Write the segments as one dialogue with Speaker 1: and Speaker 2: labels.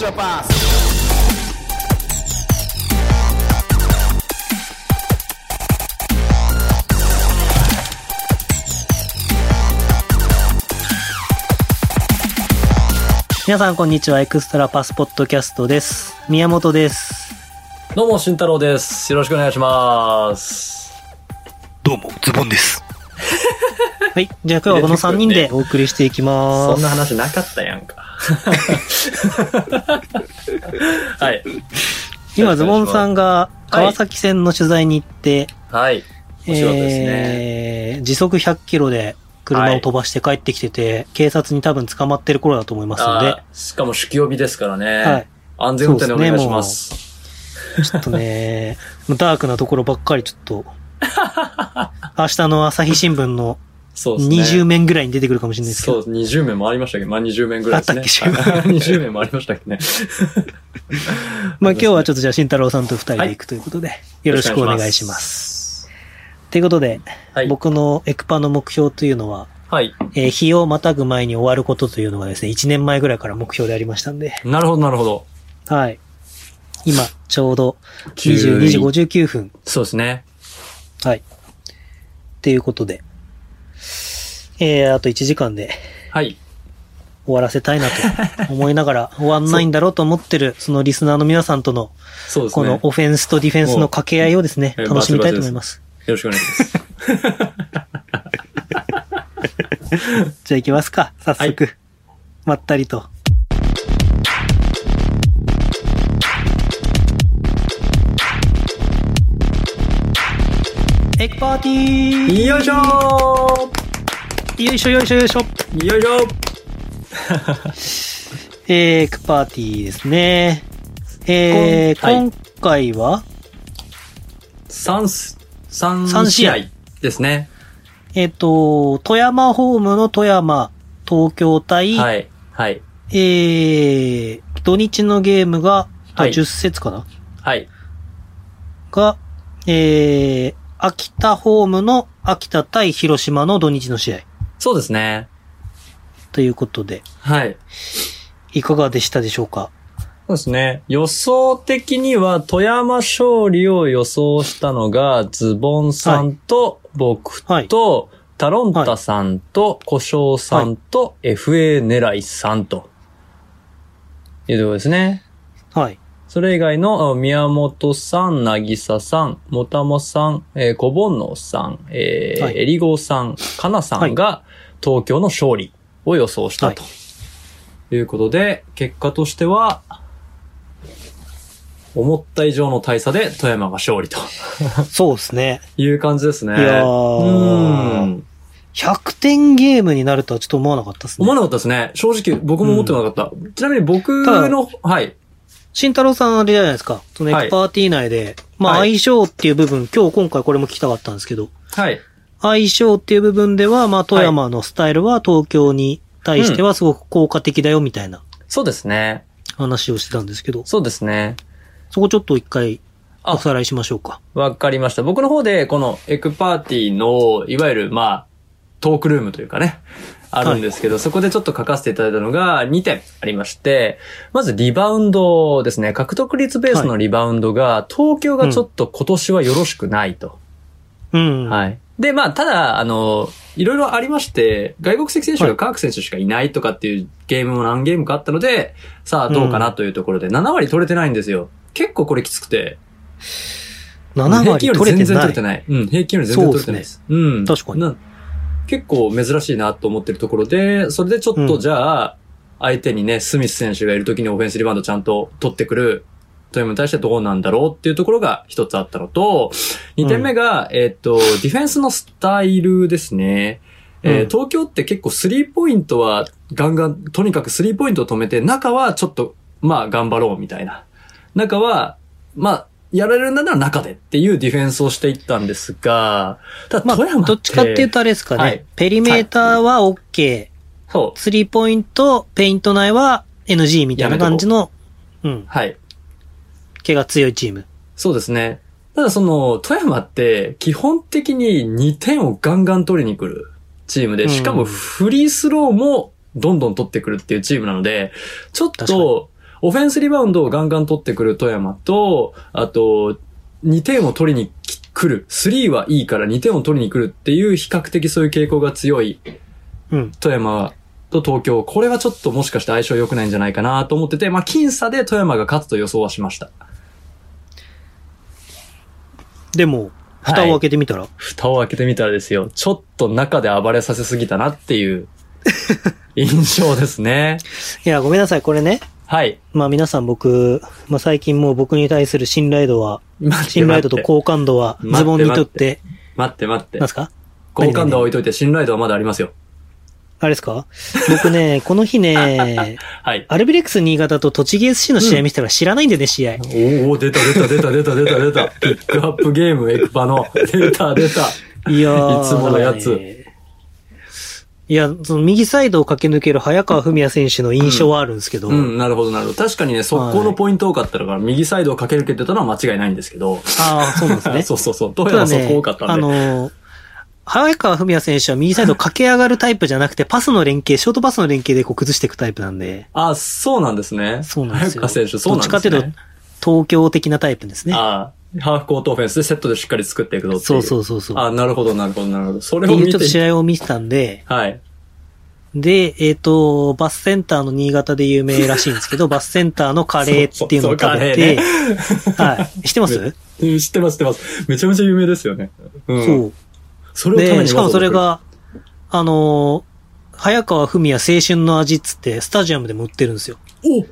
Speaker 1: your past.
Speaker 2: Podcast 皆さんこんにちはエクストラパスポッドキャストです宮本です
Speaker 3: どうも、慎太郎です。よろしくお願いします。
Speaker 4: どうも、ズボンです。
Speaker 2: はいじゃあ今日はこの3人でお送りしていきま
Speaker 3: そ
Speaker 2: す
Speaker 3: んな話なかったやん か。はい。
Speaker 2: 今ズボンさんが川崎線の取材に行って、
Speaker 3: はい。面白かったですね。
Speaker 2: えー時速100キロで車を飛ばして帰ってきてて、警察に多分捕まってる頃だと思いますので、
Speaker 3: あーしかも酒気帯びですからね。
Speaker 2: はい。
Speaker 3: 安全運転でお願いします。
Speaker 2: ちょっとね、 もうダークなところばっかりちょっ と、明日の朝日新聞の
Speaker 3: そうですね。
Speaker 2: 20面ぐらいに出てくるかもしれないですけ
Speaker 3: そ
Speaker 2: ど、
Speaker 3: う、20面もありましたけど、まあ20面ぐらいですね。
Speaker 2: あったっけ
Speaker 3: はい ?20 面もありましたけどね。
Speaker 2: まあ今日はちょっとじゃあ慎太郎さんと二人で行くということで、よろしくお願いします。
Speaker 3: す。
Speaker 2: ということで、
Speaker 3: はい。
Speaker 2: 僕のエクパの目標というのは、
Speaker 3: はい。
Speaker 2: えー日をまたぐ前に終わることというのがですね、1年前ぐらいから目標でありましたんで、
Speaker 3: なるほど、なるほど。
Speaker 2: はい。今、ちょうど22時59分。
Speaker 3: そうですね。
Speaker 2: はい。っていうことで、えー、あと1時間で
Speaker 3: はい。
Speaker 2: 終わらせたいなと思いなが ら、終わんないんだろうと思ってる、そのリスナーの皆さんとの、
Speaker 3: そうです
Speaker 2: こ
Speaker 3: ね。
Speaker 2: の
Speaker 3: よ
Speaker 2: オフェンスとディフェンスの掛け合いをですね、
Speaker 3: もう
Speaker 2: 楽しみたいと思います。
Speaker 3: ろしくお願いします。
Speaker 2: じゃあ行きますか、早速。まったりと。エクパーティー
Speaker 3: よいしょー
Speaker 2: よいしょよいしょよいしょ
Speaker 3: よいしょ
Speaker 2: えー、クパーティーですね。えー、
Speaker 3: こんはい
Speaker 2: 今回は、
Speaker 3: 三す、三
Speaker 2: 三試
Speaker 3: 試
Speaker 2: 合
Speaker 3: 合ですね。
Speaker 2: えっ、と、富山ホームの富山、東京対、
Speaker 3: はい。はい。
Speaker 2: えー、土日のゲームが、
Speaker 3: はい
Speaker 2: 10節かな
Speaker 3: はい。
Speaker 2: が、えー、秋田ホームの秋田対広島の土日の試合
Speaker 3: そうですね。
Speaker 2: ということで、
Speaker 3: はい。
Speaker 2: いかがでしたでしょうか
Speaker 3: そうですね。予想的には、富山勝利を予想したのが、ズボンさんと、僕と、タロンタさんと、小翔さんと、FA 狙いさんと。いうところですね。
Speaker 2: はい。
Speaker 3: それ以外の、あ宮本さん、なぎささん、もたもさん、えー、こぼんのさん、えー
Speaker 2: はい
Speaker 3: えりごさん、かなさんが、東京の勝利を予想したと。いうことで、結果としては、思った以上の大差で富山が勝利と
Speaker 2: そうですね。
Speaker 3: いう感じです
Speaker 2: い
Speaker 3: ね。
Speaker 2: やー
Speaker 3: うん。
Speaker 2: 100点ゲームになるとはちょっと思わなかったです
Speaker 3: 思
Speaker 2: ね
Speaker 3: わ。なかったですね。正直、僕も思ってなかった。ちなみに僕の、はい。
Speaker 2: 慎太郎さんあれじゃないですか。そのエ
Speaker 3: はい
Speaker 2: クパーティー内で、まあ
Speaker 3: はい
Speaker 2: 相性っていう部分、今日今回これも聞きたかったんですけど、
Speaker 3: はい。
Speaker 2: 相性っていう部分では、まあ富山のスタイルは東京に対してはすごく効果的だよみたいな
Speaker 3: そうですね。
Speaker 2: 話をしてたんですけど、
Speaker 3: そうですね。
Speaker 2: そこちょっと一回
Speaker 3: あ
Speaker 2: おさらいしましょうか。
Speaker 3: わかりました。僕の方で、このエクパーティーの、いわゆる、まあ、トークルームというかね、あるんですけど、そこでちょっと書かせていただいたのが2点ありまして、まずリバウンドですね。獲得率ベースのリバウンドが、東京がちょっと今年はよろしくないと。
Speaker 2: うん。
Speaker 3: はい。で、まあ、ただ、あの、いろいろありまして、外国籍選手が科学選手しかいないとかっていうゲームも何ゲームかあったので、さあどうかなというところで、7割取れてないんですよ。結構これきつくて。
Speaker 2: 7割
Speaker 3: 平均より
Speaker 2: 取れ
Speaker 3: 全
Speaker 2: て
Speaker 3: 然取
Speaker 2: な
Speaker 3: れ
Speaker 2: い
Speaker 3: て。ない。うん、平均より全然取れてないです。うん。
Speaker 2: 確かに
Speaker 3: な結構珍しいなと思ってるところで、それでちょっ
Speaker 2: う
Speaker 3: と
Speaker 2: ん
Speaker 3: じゃあ、相手にね、スミス選手がいるときにオフェンスリバウンドちゃんと取ってくる、というのに対してどうなんだろうっていうところが一つあったのと、二点目が、えっと、ディフェンスのスタイルですね。えー
Speaker 2: うん
Speaker 3: 東京って結構スリーポイントはガンガン、とにかくスリーポイントを止めて、中はちょっと、まあ頑張ろうみたいな。中は、まあ、やられるなら中でっていうディフェンスをしていったんですが、ただ
Speaker 2: ま
Speaker 3: 富山
Speaker 2: あ、
Speaker 3: って、
Speaker 2: どっちかっていうとあれですかね。
Speaker 3: はい
Speaker 2: ペリメーターは OK。
Speaker 3: そう、
Speaker 2: スリーポイント、ペイント内は NG みたいな感じの、うん、
Speaker 3: はい。
Speaker 2: 毛が強いチーム。
Speaker 3: そうですね。ただその、富山って基本的に2点をガンガン取りに来るチーム
Speaker 2: う
Speaker 3: で、
Speaker 2: ん
Speaker 3: しかもフリースローもどんどん取ってくるっていうチームなので、ちょっ
Speaker 2: 確かに
Speaker 3: と、オフェンスリバウンドをガンガン取ってくる富山と、あと、2点を取りにき来る。3はいいから2点を取りに来るっていう比較的そういう傾向が強い
Speaker 2: うん。
Speaker 3: 富山と東京。これはちょっともしかして相性良くないんじゃないかなと思ってて、まあ、僅差で富山が勝つと予想はしました。
Speaker 2: でも、
Speaker 3: はい
Speaker 2: 蓋を開けてみたら、
Speaker 3: 蓋を開けてみたらですよ、ちょっと中で暴れさせすぎたなっていう 印象ですね。
Speaker 2: いや、ごめんなさい、これね。
Speaker 3: はい。
Speaker 2: まあ皆さん僕、まあ最近もう僕に対する信頼度は、
Speaker 3: 待って
Speaker 2: 信頼
Speaker 3: 待
Speaker 2: 度
Speaker 3: っ
Speaker 2: と
Speaker 3: て。
Speaker 2: 好感度はズボンにとって、
Speaker 3: 待って待って
Speaker 2: なん。すか
Speaker 3: 好感度は置いといて信頼度はまだありますよ。
Speaker 2: あれですか僕ね、この日 ね、
Speaker 3: はい。
Speaker 2: アルビレックス新潟と栃木 SC の試合見てたら知らないんでね、試合。
Speaker 3: おお出た出た出た出た出た 出た。ピックアップゲームエクパの。出た出た。
Speaker 2: いやー。
Speaker 3: いつものやつ
Speaker 2: だからねいや、その右サイドを駆け抜ける早川文也選手の印象はあるんですけど、
Speaker 3: うん、なるほどなるほど。確かにね、速攻のポイント多かったから、右サイドを駆け抜けてたのは間違いないんですけど。
Speaker 2: ああ、そうなんですね。
Speaker 3: そうそうそう。どう
Speaker 2: た
Speaker 3: やら
Speaker 2: だ
Speaker 3: そ
Speaker 2: ね
Speaker 3: こ多かった
Speaker 2: あ
Speaker 3: んで。
Speaker 2: のー、早川文也選手は右サイドを駆け上がるタイプじゃなくて、パスの連携、ショートパスの連携でこう崩していくタイプなんで、
Speaker 3: あ、そうなんですね。
Speaker 2: そうなんです
Speaker 3: 早
Speaker 2: よ。
Speaker 3: 川選手、そうなんですね。
Speaker 2: どっちかというと、東京的なタイプですね。
Speaker 3: ああ、ハーフコートオフェンスでセットでしっかり作っていくぞっていう。
Speaker 2: そうそうそうそう。
Speaker 3: ああ、なるほど、なるほど、なるほど。そ
Speaker 2: っ
Speaker 3: れ
Speaker 2: て
Speaker 3: を
Speaker 2: いう
Speaker 3: 見
Speaker 2: ちょ
Speaker 3: て
Speaker 2: っと、試合を見てたんで、
Speaker 3: はい。
Speaker 2: で、えっ、と、バスセンターの新潟で有名らしいんですけ ど、バスセンターのカレーっていうのを食べて、 はい。知ってます、
Speaker 3: うん知ってます、知ってます。めちゃめちゃ有名ですよね。うん。
Speaker 2: そ。う。
Speaker 3: それを食べ
Speaker 2: で、
Speaker 3: に
Speaker 2: しかもそれ
Speaker 3: わざわ
Speaker 2: が、あのー早川文也青春の味っつって、スタジアムでも売ってるんですよ。
Speaker 3: ざ来る、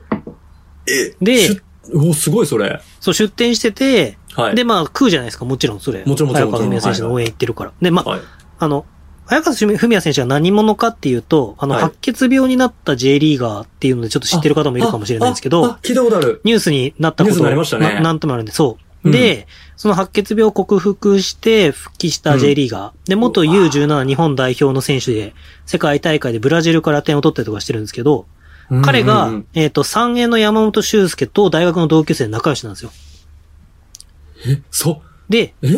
Speaker 3: お
Speaker 2: で
Speaker 3: しゅお、すごいそれ。
Speaker 2: そう、出店してて、
Speaker 3: はい。
Speaker 2: で、まあ、食うじゃないですか、もちろんそれ。
Speaker 3: もちろんもちろん
Speaker 2: 早川文也選手の応援行ってるから。で、まあ、
Speaker 3: はい。
Speaker 2: あの、早川文也選手は何者かっていうと、あの、
Speaker 3: はい
Speaker 2: 白血病になった J リーガーっていうので、ちょっと知ってる方もいるかもしれないんですけ
Speaker 3: ああ
Speaker 2: ど
Speaker 3: あ、聞いたことある。
Speaker 2: ニュースになったこと
Speaker 3: ニュースになりましたね
Speaker 2: ななんともあるんで、そう。
Speaker 3: うん
Speaker 2: で、その白血病を克服して復帰した J リーガー。で、元 U17 日本代表の選手で、世界大会でブラジルから点を取ったりとかしてるんですけど、彼が、
Speaker 3: うんうんうん
Speaker 2: えっ、と、三円の山本修介と大学の同級生で仲良しなんですよ。
Speaker 3: そ、
Speaker 2: で、
Speaker 3: え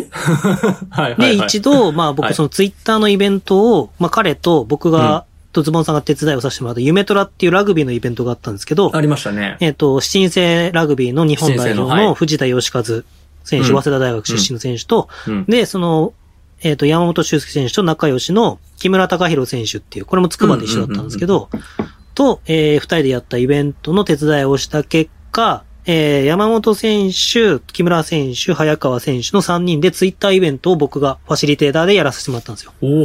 Speaker 3: はいはい、は
Speaker 2: で、
Speaker 3: い。
Speaker 2: 一度、まあ
Speaker 3: はい
Speaker 2: 僕、そのツイッターのイベントを、まあ彼と僕が、とズボンさんが手伝いをさせてもらった、夢トラっていうラグビーのイベントがあったんですけど、
Speaker 3: ありましたね。
Speaker 2: えっ、と、新生ラグビーの日本代
Speaker 3: 新生の
Speaker 2: 表
Speaker 3: は
Speaker 2: の
Speaker 3: い
Speaker 2: 藤田義和選手、
Speaker 3: うん
Speaker 2: 早稲田大学出身の選手と、
Speaker 3: うん。
Speaker 2: で、その、えっ、と、山本修介選手と仲良しの木村隆弘選手っていう、これも筑波で一緒だったんですけど、と、えー二人でやったイベントの手伝いをした結果、えー山本選手、木村選手、早川選手の三人でツイッターイベントを僕がファシリテーターでやらせてもらったんですよ。
Speaker 3: お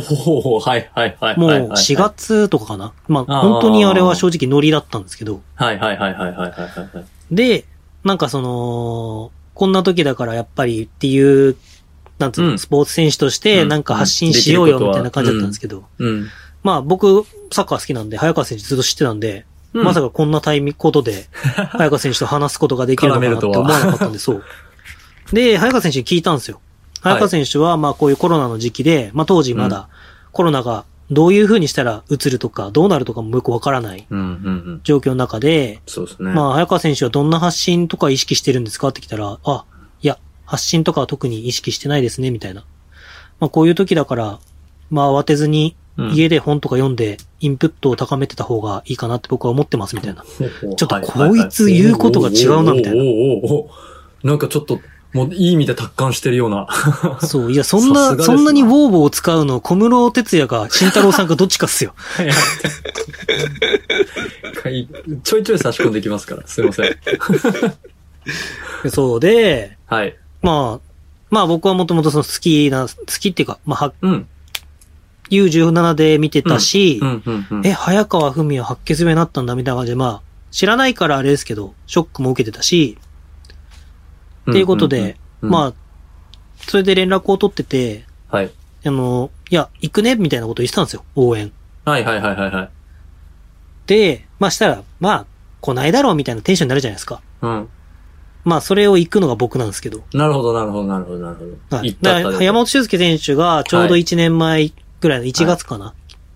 Speaker 3: おはいはいはい。
Speaker 2: もう
Speaker 3: はいはいはい
Speaker 2: 4。月とかかな。まあ、
Speaker 3: あー
Speaker 2: 本当にあれは正直ノリだったんですけど、
Speaker 3: はいはいはいはいはいはいはい。
Speaker 2: で、なんかその、こんな時だからやっぱりっていう、なんつうの、
Speaker 3: うん
Speaker 2: スポーツ選手として
Speaker 3: うん
Speaker 2: なんか発信しようよみたいな感じだったんですけど、
Speaker 3: うん。
Speaker 2: まあ僕、サッカー好きなんで、早川選手ずっと知ってたんで、
Speaker 3: うん
Speaker 2: まさかこんなタイミングことで、 早川選手と話すことができるのかなって思わなかったんで、そう。で、早川選手に聞いたんですよ。
Speaker 3: はい
Speaker 2: 早川選手は、まあこういうコロナの時期で、まあ当時まだコロナがどういう風にしたら移るとか、どうなるとかもよくわからない
Speaker 3: うんうんうん。
Speaker 2: 状況の中で、
Speaker 3: そうですね。
Speaker 2: まあ、早川選手はどんな発信とか意識してるんですかって来たら、あ、いや、発信とかは特に意識してないですね、みたいな。まあ、こういう時だから、まあ、慌てずに
Speaker 3: うん、
Speaker 2: 家で本とか読んで、インプットを高めてた方がいいかなって僕は思ってます、み たいな。
Speaker 3: ち
Speaker 2: ょっとこいつ言うことが違うなみたいな
Speaker 3: おーおーおーおーなんかちょっと、もういい意味で達観してるような。
Speaker 2: そう、いや、そん
Speaker 3: さすが
Speaker 2: な、
Speaker 3: です
Speaker 2: そ
Speaker 3: なん
Speaker 2: なにウォーボーを使うの、小室哲也か、慎太郎さんかどっちかっすよ。
Speaker 3: はいちょいちょい差し込んできますから。すいません。
Speaker 2: そうで、
Speaker 3: はい。
Speaker 2: まあ、まあ僕はもともとその好きな、好きっていうか、まあは、
Speaker 3: うん。
Speaker 2: U17 で見てたし、
Speaker 3: うん、うん、うん。
Speaker 2: え、早川文也白血病になったんだみたいな感じで、まあ、知らないからあれですけど、ショックも受けてたし、
Speaker 3: ん
Speaker 2: っていうことで、
Speaker 3: あ、
Speaker 2: まあ、それで連絡を取ってて、
Speaker 3: はい。
Speaker 2: あの、いや、行くねみたいなこと言ってたんですよ、応援。
Speaker 3: はいはいはいはいはい。
Speaker 2: で、まあしたら、まあ、来ないだろうみたいなテンションになるじゃないですか。
Speaker 3: うん。
Speaker 2: まあ、それを行くのが僕なんですけど。
Speaker 3: なるほど、なるほど、なるほど、なるほど。
Speaker 2: はい。
Speaker 3: た
Speaker 2: だ
Speaker 3: っ
Speaker 2: か
Speaker 3: た
Speaker 2: ら
Speaker 3: で
Speaker 2: 山本修介選手がちょうど
Speaker 3: はい
Speaker 2: 1年前ぐらいの1月かな、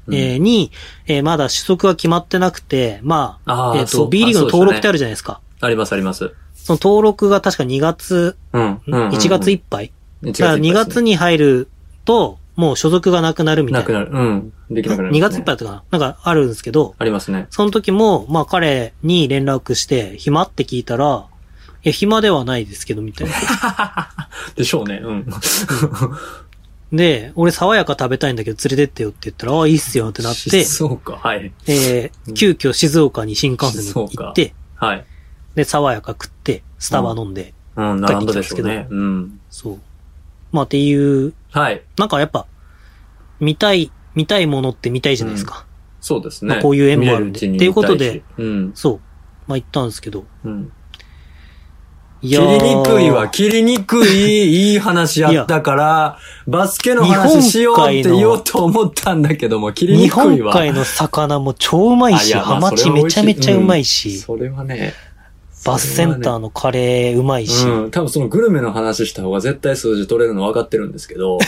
Speaker 3: うん
Speaker 2: えーに、えーまだ取得が決まってなくて、まあ、
Speaker 3: あー
Speaker 2: えっ、
Speaker 3: そ
Speaker 2: と、
Speaker 3: う
Speaker 2: B リーグの
Speaker 3: あそうですね
Speaker 2: 登録ってあるじゃないですか。
Speaker 3: あります、あります。
Speaker 2: その登録が確か2月、
Speaker 3: うん。うんうんうん
Speaker 2: 1月いっぱい。
Speaker 3: 1
Speaker 2: だから2月
Speaker 3: に。
Speaker 2: に入ると、もう所属がなくなるみた
Speaker 3: ないく
Speaker 2: な。
Speaker 3: なる。うん。できなくなる、
Speaker 2: 2月いっぱいだったかななんかあるんですけど、
Speaker 3: あ りますね。
Speaker 2: その時も、まあ彼に連絡して、暇って聞いたら、いや、暇ではないですけど、みたいな。
Speaker 3: でしょうね。 うん。
Speaker 2: で、俺爽やか食べたいんだけど連れてってよって言ったら、ああ、いいっすよってなって、
Speaker 3: そうか。はい。
Speaker 2: えー急遽静岡に新幹線で行って、
Speaker 3: はい。
Speaker 2: で、爽やか食って、スタバ飲んで、
Speaker 3: うん、並んだでしょうね。うん。
Speaker 2: そう。まあっていう、
Speaker 3: はい。
Speaker 2: なんかやっぱ、見たい、見たいものって見たいじゃないですか。
Speaker 3: そうです
Speaker 2: ま
Speaker 3: ね。
Speaker 2: あこういう縁もあるんで
Speaker 3: 見れうちに見た
Speaker 2: っていう
Speaker 3: し。うん。
Speaker 2: そう。まあ行ったんですけど。
Speaker 3: うん。
Speaker 2: い
Speaker 3: 切
Speaker 2: ー
Speaker 3: りにくいわ、切りにくい、いい話やったから、バスケの話しようって言おうと思ったんだけども、切り
Speaker 2: 日
Speaker 3: にく
Speaker 2: 本
Speaker 3: いわ。
Speaker 2: 海の魚も超うまいし、
Speaker 3: あや
Speaker 2: ハ
Speaker 3: ま
Speaker 2: マ
Speaker 3: あ
Speaker 2: チめちゃめちゃうまいし、
Speaker 3: それはね。
Speaker 2: バスセンターのカレーうまいし。
Speaker 3: うん、多分そのグルメの話した方が絶対数字取れるの分かってるんですけど。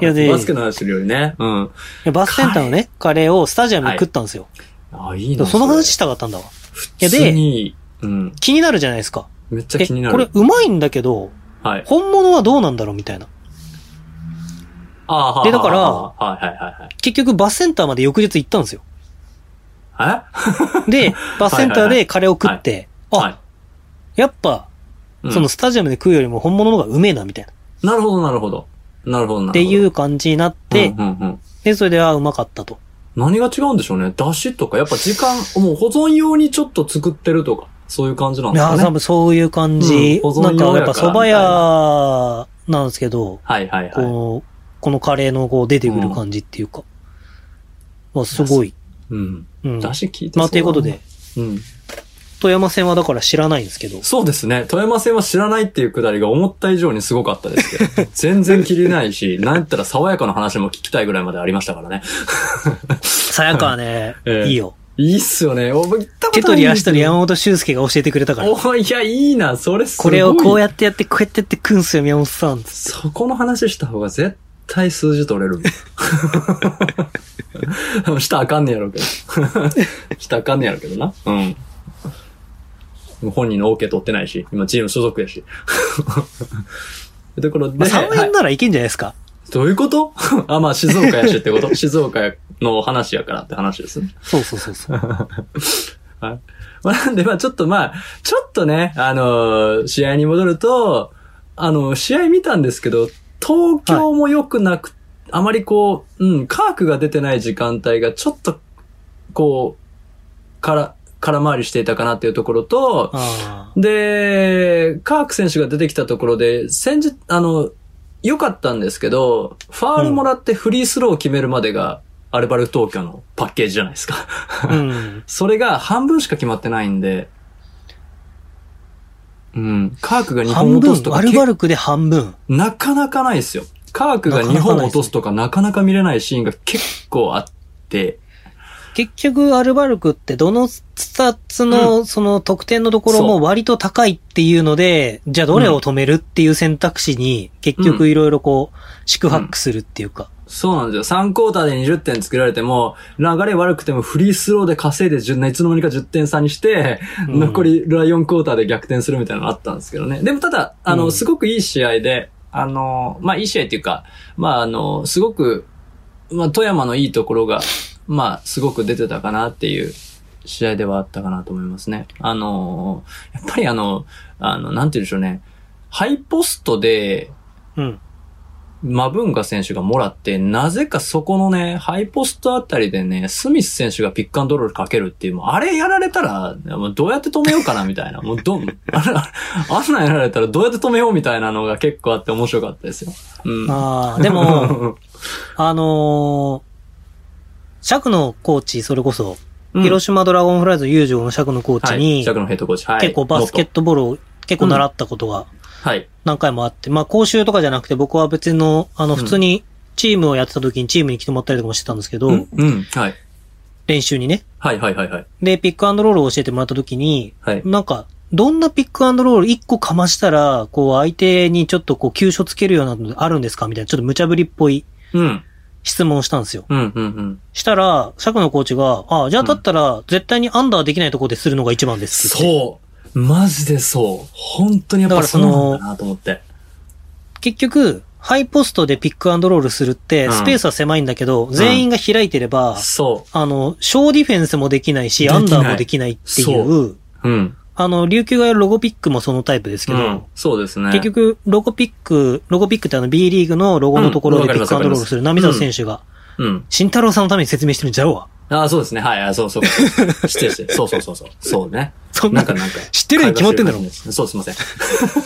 Speaker 2: いやで
Speaker 3: バスケの話するよりね。うん。
Speaker 2: バスセンターのね、カレーをスタジアムに食ったんですよ。
Speaker 3: あ、いいな。
Speaker 2: その話し
Speaker 3: そ
Speaker 2: たかったんだわ。
Speaker 3: れ
Speaker 2: やで
Speaker 3: 普通に、うん。
Speaker 2: 気になるじゃないですか。
Speaker 3: めっちゃ
Speaker 2: え、
Speaker 3: 気にな
Speaker 2: こ
Speaker 3: る。
Speaker 2: れうまいんだけど、
Speaker 3: はい。
Speaker 2: 本物はどうなんだろうみたいな。
Speaker 3: あーは
Speaker 2: でだから
Speaker 3: はいはいは
Speaker 2: 結局バスセンターまで翌日行ったんですよ。
Speaker 3: いはい。え
Speaker 2: で、バスセンターでカレーを食って、
Speaker 3: は
Speaker 2: あ、やっぱ、
Speaker 3: い。うん
Speaker 2: その、スタジアムで食うよりも本物の方がうめえな、みたいな。
Speaker 3: なるほどなるほど。なるほどなるほど。
Speaker 2: っていうう感じになって
Speaker 3: ん、うんうん。
Speaker 2: で、それで、あ、うまかったと。
Speaker 3: 何が違うんでしょうね。出汁とか、やっぱ時間、もう保存用にちょっと作ってるとか、そういう感じなん
Speaker 2: い
Speaker 3: です
Speaker 2: や
Speaker 3: か
Speaker 2: ー、多
Speaker 3: ね。
Speaker 2: 分そういう感じ。
Speaker 3: うん保存
Speaker 2: なんか、
Speaker 3: 用
Speaker 2: や
Speaker 3: や
Speaker 2: っ
Speaker 3: から
Speaker 2: ぱ蕎麦屋なんですけど、
Speaker 3: はいはいはい。
Speaker 2: こう、このカレーのこう出てくる感じっていうか。まあ、すごい。
Speaker 3: うん。
Speaker 2: うん。
Speaker 3: 出汁聞いて
Speaker 2: ま
Speaker 3: そ
Speaker 2: あ、
Speaker 3: うだな
Speaker 2: ということで、
Speaker 3: うん。
Speaker 2: 富山線はだから知らないんですけど、
Speaker 3: そうですね。富山線は知らないっていうくだりが思った以上にすごかったですけ ど。全然切りないし、なんやったら爽やかな話も聞きたいぐらいまでありましたからね。
Speaker 2: さやかはね
Speaker 3: 、ええ
Speaker 2: いいよ。
Speaker 3: いいっすよね。お、行ったことない。
Speaker 2: 手取り足取り山本修介が教えてくれたから。
Speaker 3: お、いや、いいな。それすご
Speaker 2: こ
Speaker 3: い。
Speaker 2: れをこうやってやって、こうやってやって食うんすよ、宮本さん。
Speaker 3: そこの話した方が絶対数字取れ る。したらあかんねやろうけど。 したらあかんねやろうけどな。うん。本人の OK 取ってないし、今チーム所属や し。ところで、
Speaker 2: まあ、3
Speaker 3: はい
Speaker 2: 円ならいけんじゃないですか。
Speaker 3: どういうこと あ、まあ静岡やしってこと 静岡の話やからって話ですね。
Speaker 2: そうそうそうそう。
Speaker 3: まあ、なんで、まあちょっとまあ、ちょっとね、あのー試合に戻ると、あの試合見たんですけど、東京も良くなく、あまりこう、うん、カークが出てない時間帯がちょっと、こう、から、空回りしていたかなっていうところと、
Speaker 2: あ
Speaker 3: で、カーク選手が出てきたところで、先日、あの、良かったんですけど、ファールもらってフリースローを決めるまでが、アルバルク東京のパッケージじゃないですか。
Speaker 2: あ。うん。
Speaker 3: それが半分しか決まってないんで、うん。カークが2本
Speaker 2: 半
Speaker 3: 落とすと
Speaker 2: 分、
Speaker 3: か
Speaker 2: アルバルクで半分。
Speaker 3: なかなかないですよ。カークが2本落とすとかなかなか見れないシーンが結構あって、
Speaker 2: 結局、アルバルクってどの2つの、その得点のところ
Speaker 3: そ
Speaker 2: も割と高いっていうので、じゃあどれを止めるっていう選択肢に、結局いろいろこう、宿泊するっていうか。
Speaker 3: そうなんですよ。3クォーターで20点つけられても、流れ悪くてもフリースローで稼いで10、いつの間にか10点差にして、
Speaker 2: うん
Speaker 3: 残りライオンクォーターで逆転するみたいなのあったんですけどね。でもただ、あの、
Speaker 2: うん
Speaker 3: すごくいい試合で、あの、まあ、いい試合っていうか、まあ、あの、すごく、まあ、富山のいいところが、まあ、すごく出てたかなっていう試合ではあったかなと思いますね。あの、やっぱりあの、あの、なんて言うんでしょうね。ハイポストで、
Speaker 2: うん。
Speaker 3: マブンガ選手がもらって、なぜかそこのね、ハイポストあたりでね、スミス選手がピックアンドロールかけるっていう、もうあれやられたら、もうどうやって止めようかなみた いな。もうど、あれあんなんやられたらどうやって止めようみたいなのが結構あって面白かったですよ。うん。
Speaker 2: ああ、で も、あのー、シャクのコーチ、それこそ、
Speaker 3: うん、
Speaker 2: 広島ドラゴンフライズの友情のシャクのコーチ
Speaker 3: はい、
Speaker 2: に
Speaker 3: シャ、クのヘッドコーチ。はい。
Speaker 2: 結構バスケッ
Speaker 3: 元
Speaker 2: トボールを結構習ったことが
Speaker 3: はい。
Speaker 2: 何回もあって、まあ講習とかじゃなくて僕は別の、あの
Speaker 3: うん
Speaker 2: 普通にチームをやってた時にチームに来てもらったりとかもしてたんですけど、
Speaker 3: うん。うん。はい。
Speaker 2: 練習にね。
Speaker 3: はいはいはいはい。
Speaker 2: で、ピックアンドロールを教えてもらった時に、
Speaker 3: はい。
Speaker 2: なんか、どんなピックアンドロール1個かましたら、こう相手にちょっとこう急所つけるようなのあるんですかみたいな、ちょっと無茶ぶりっぽい
Speaker 3: うん。
Speaker 2: 質問をしたんですよ。
Speaker 3: うんうんうん。
Speaker 2: したら、シャクのコーチが、ああ、じゃあだったら絶対にアンダーできないところでするのが一番ですって言って。
Speaker 3: そう。マジでそう。本当にやっぱそうなんだなと思って。
Speaker 2: 結局、ハイポストでピックアンドロールするって、
Speaker 3: うん
Speaker 2: スペースは狭いんだけど、全員が開いてれば、
Speaker 3: そ
Speaker 2: あの、小ディフェンスもできないし、
Speaker 3: できな
Speaker 2: ア
Speaker 3: い
Speaker 2: ンダーもできないってい、
Speaker 3: そうう。うん。
Speaker 2: あの、琉球がやるロゴピックもそのタイプですけ
Speaker 3: う
Speaker 2: ど、
Speaker 3: ん。そうですね。
Speaker 2: 結局、ロゴピック、ロゴピックってあの B リーグのロゴのところ
Speaker 3: うん
Speaker 2: でピックアンドロールする
Speaker 3: わかり
Speaker 2: 波
Speaker 3: ます
Speaker 2: 沢選手が、
Speaker 3: うん。
Speaker 2: 慎太郎さんのために説明してるんじゃろうわ。
Speaker 3: ああ、そうですね。はい、あそうそう。 失礼失礼。そうそうそうそう。そうね。
Speaker 2: そん
Speaker 3: な
Speaker 2: なん
Speaker 3: かなんか。
Speaker 2: 知ってるに決まってんだろ
Speaker 3: 会話してる感じですそう、すいません。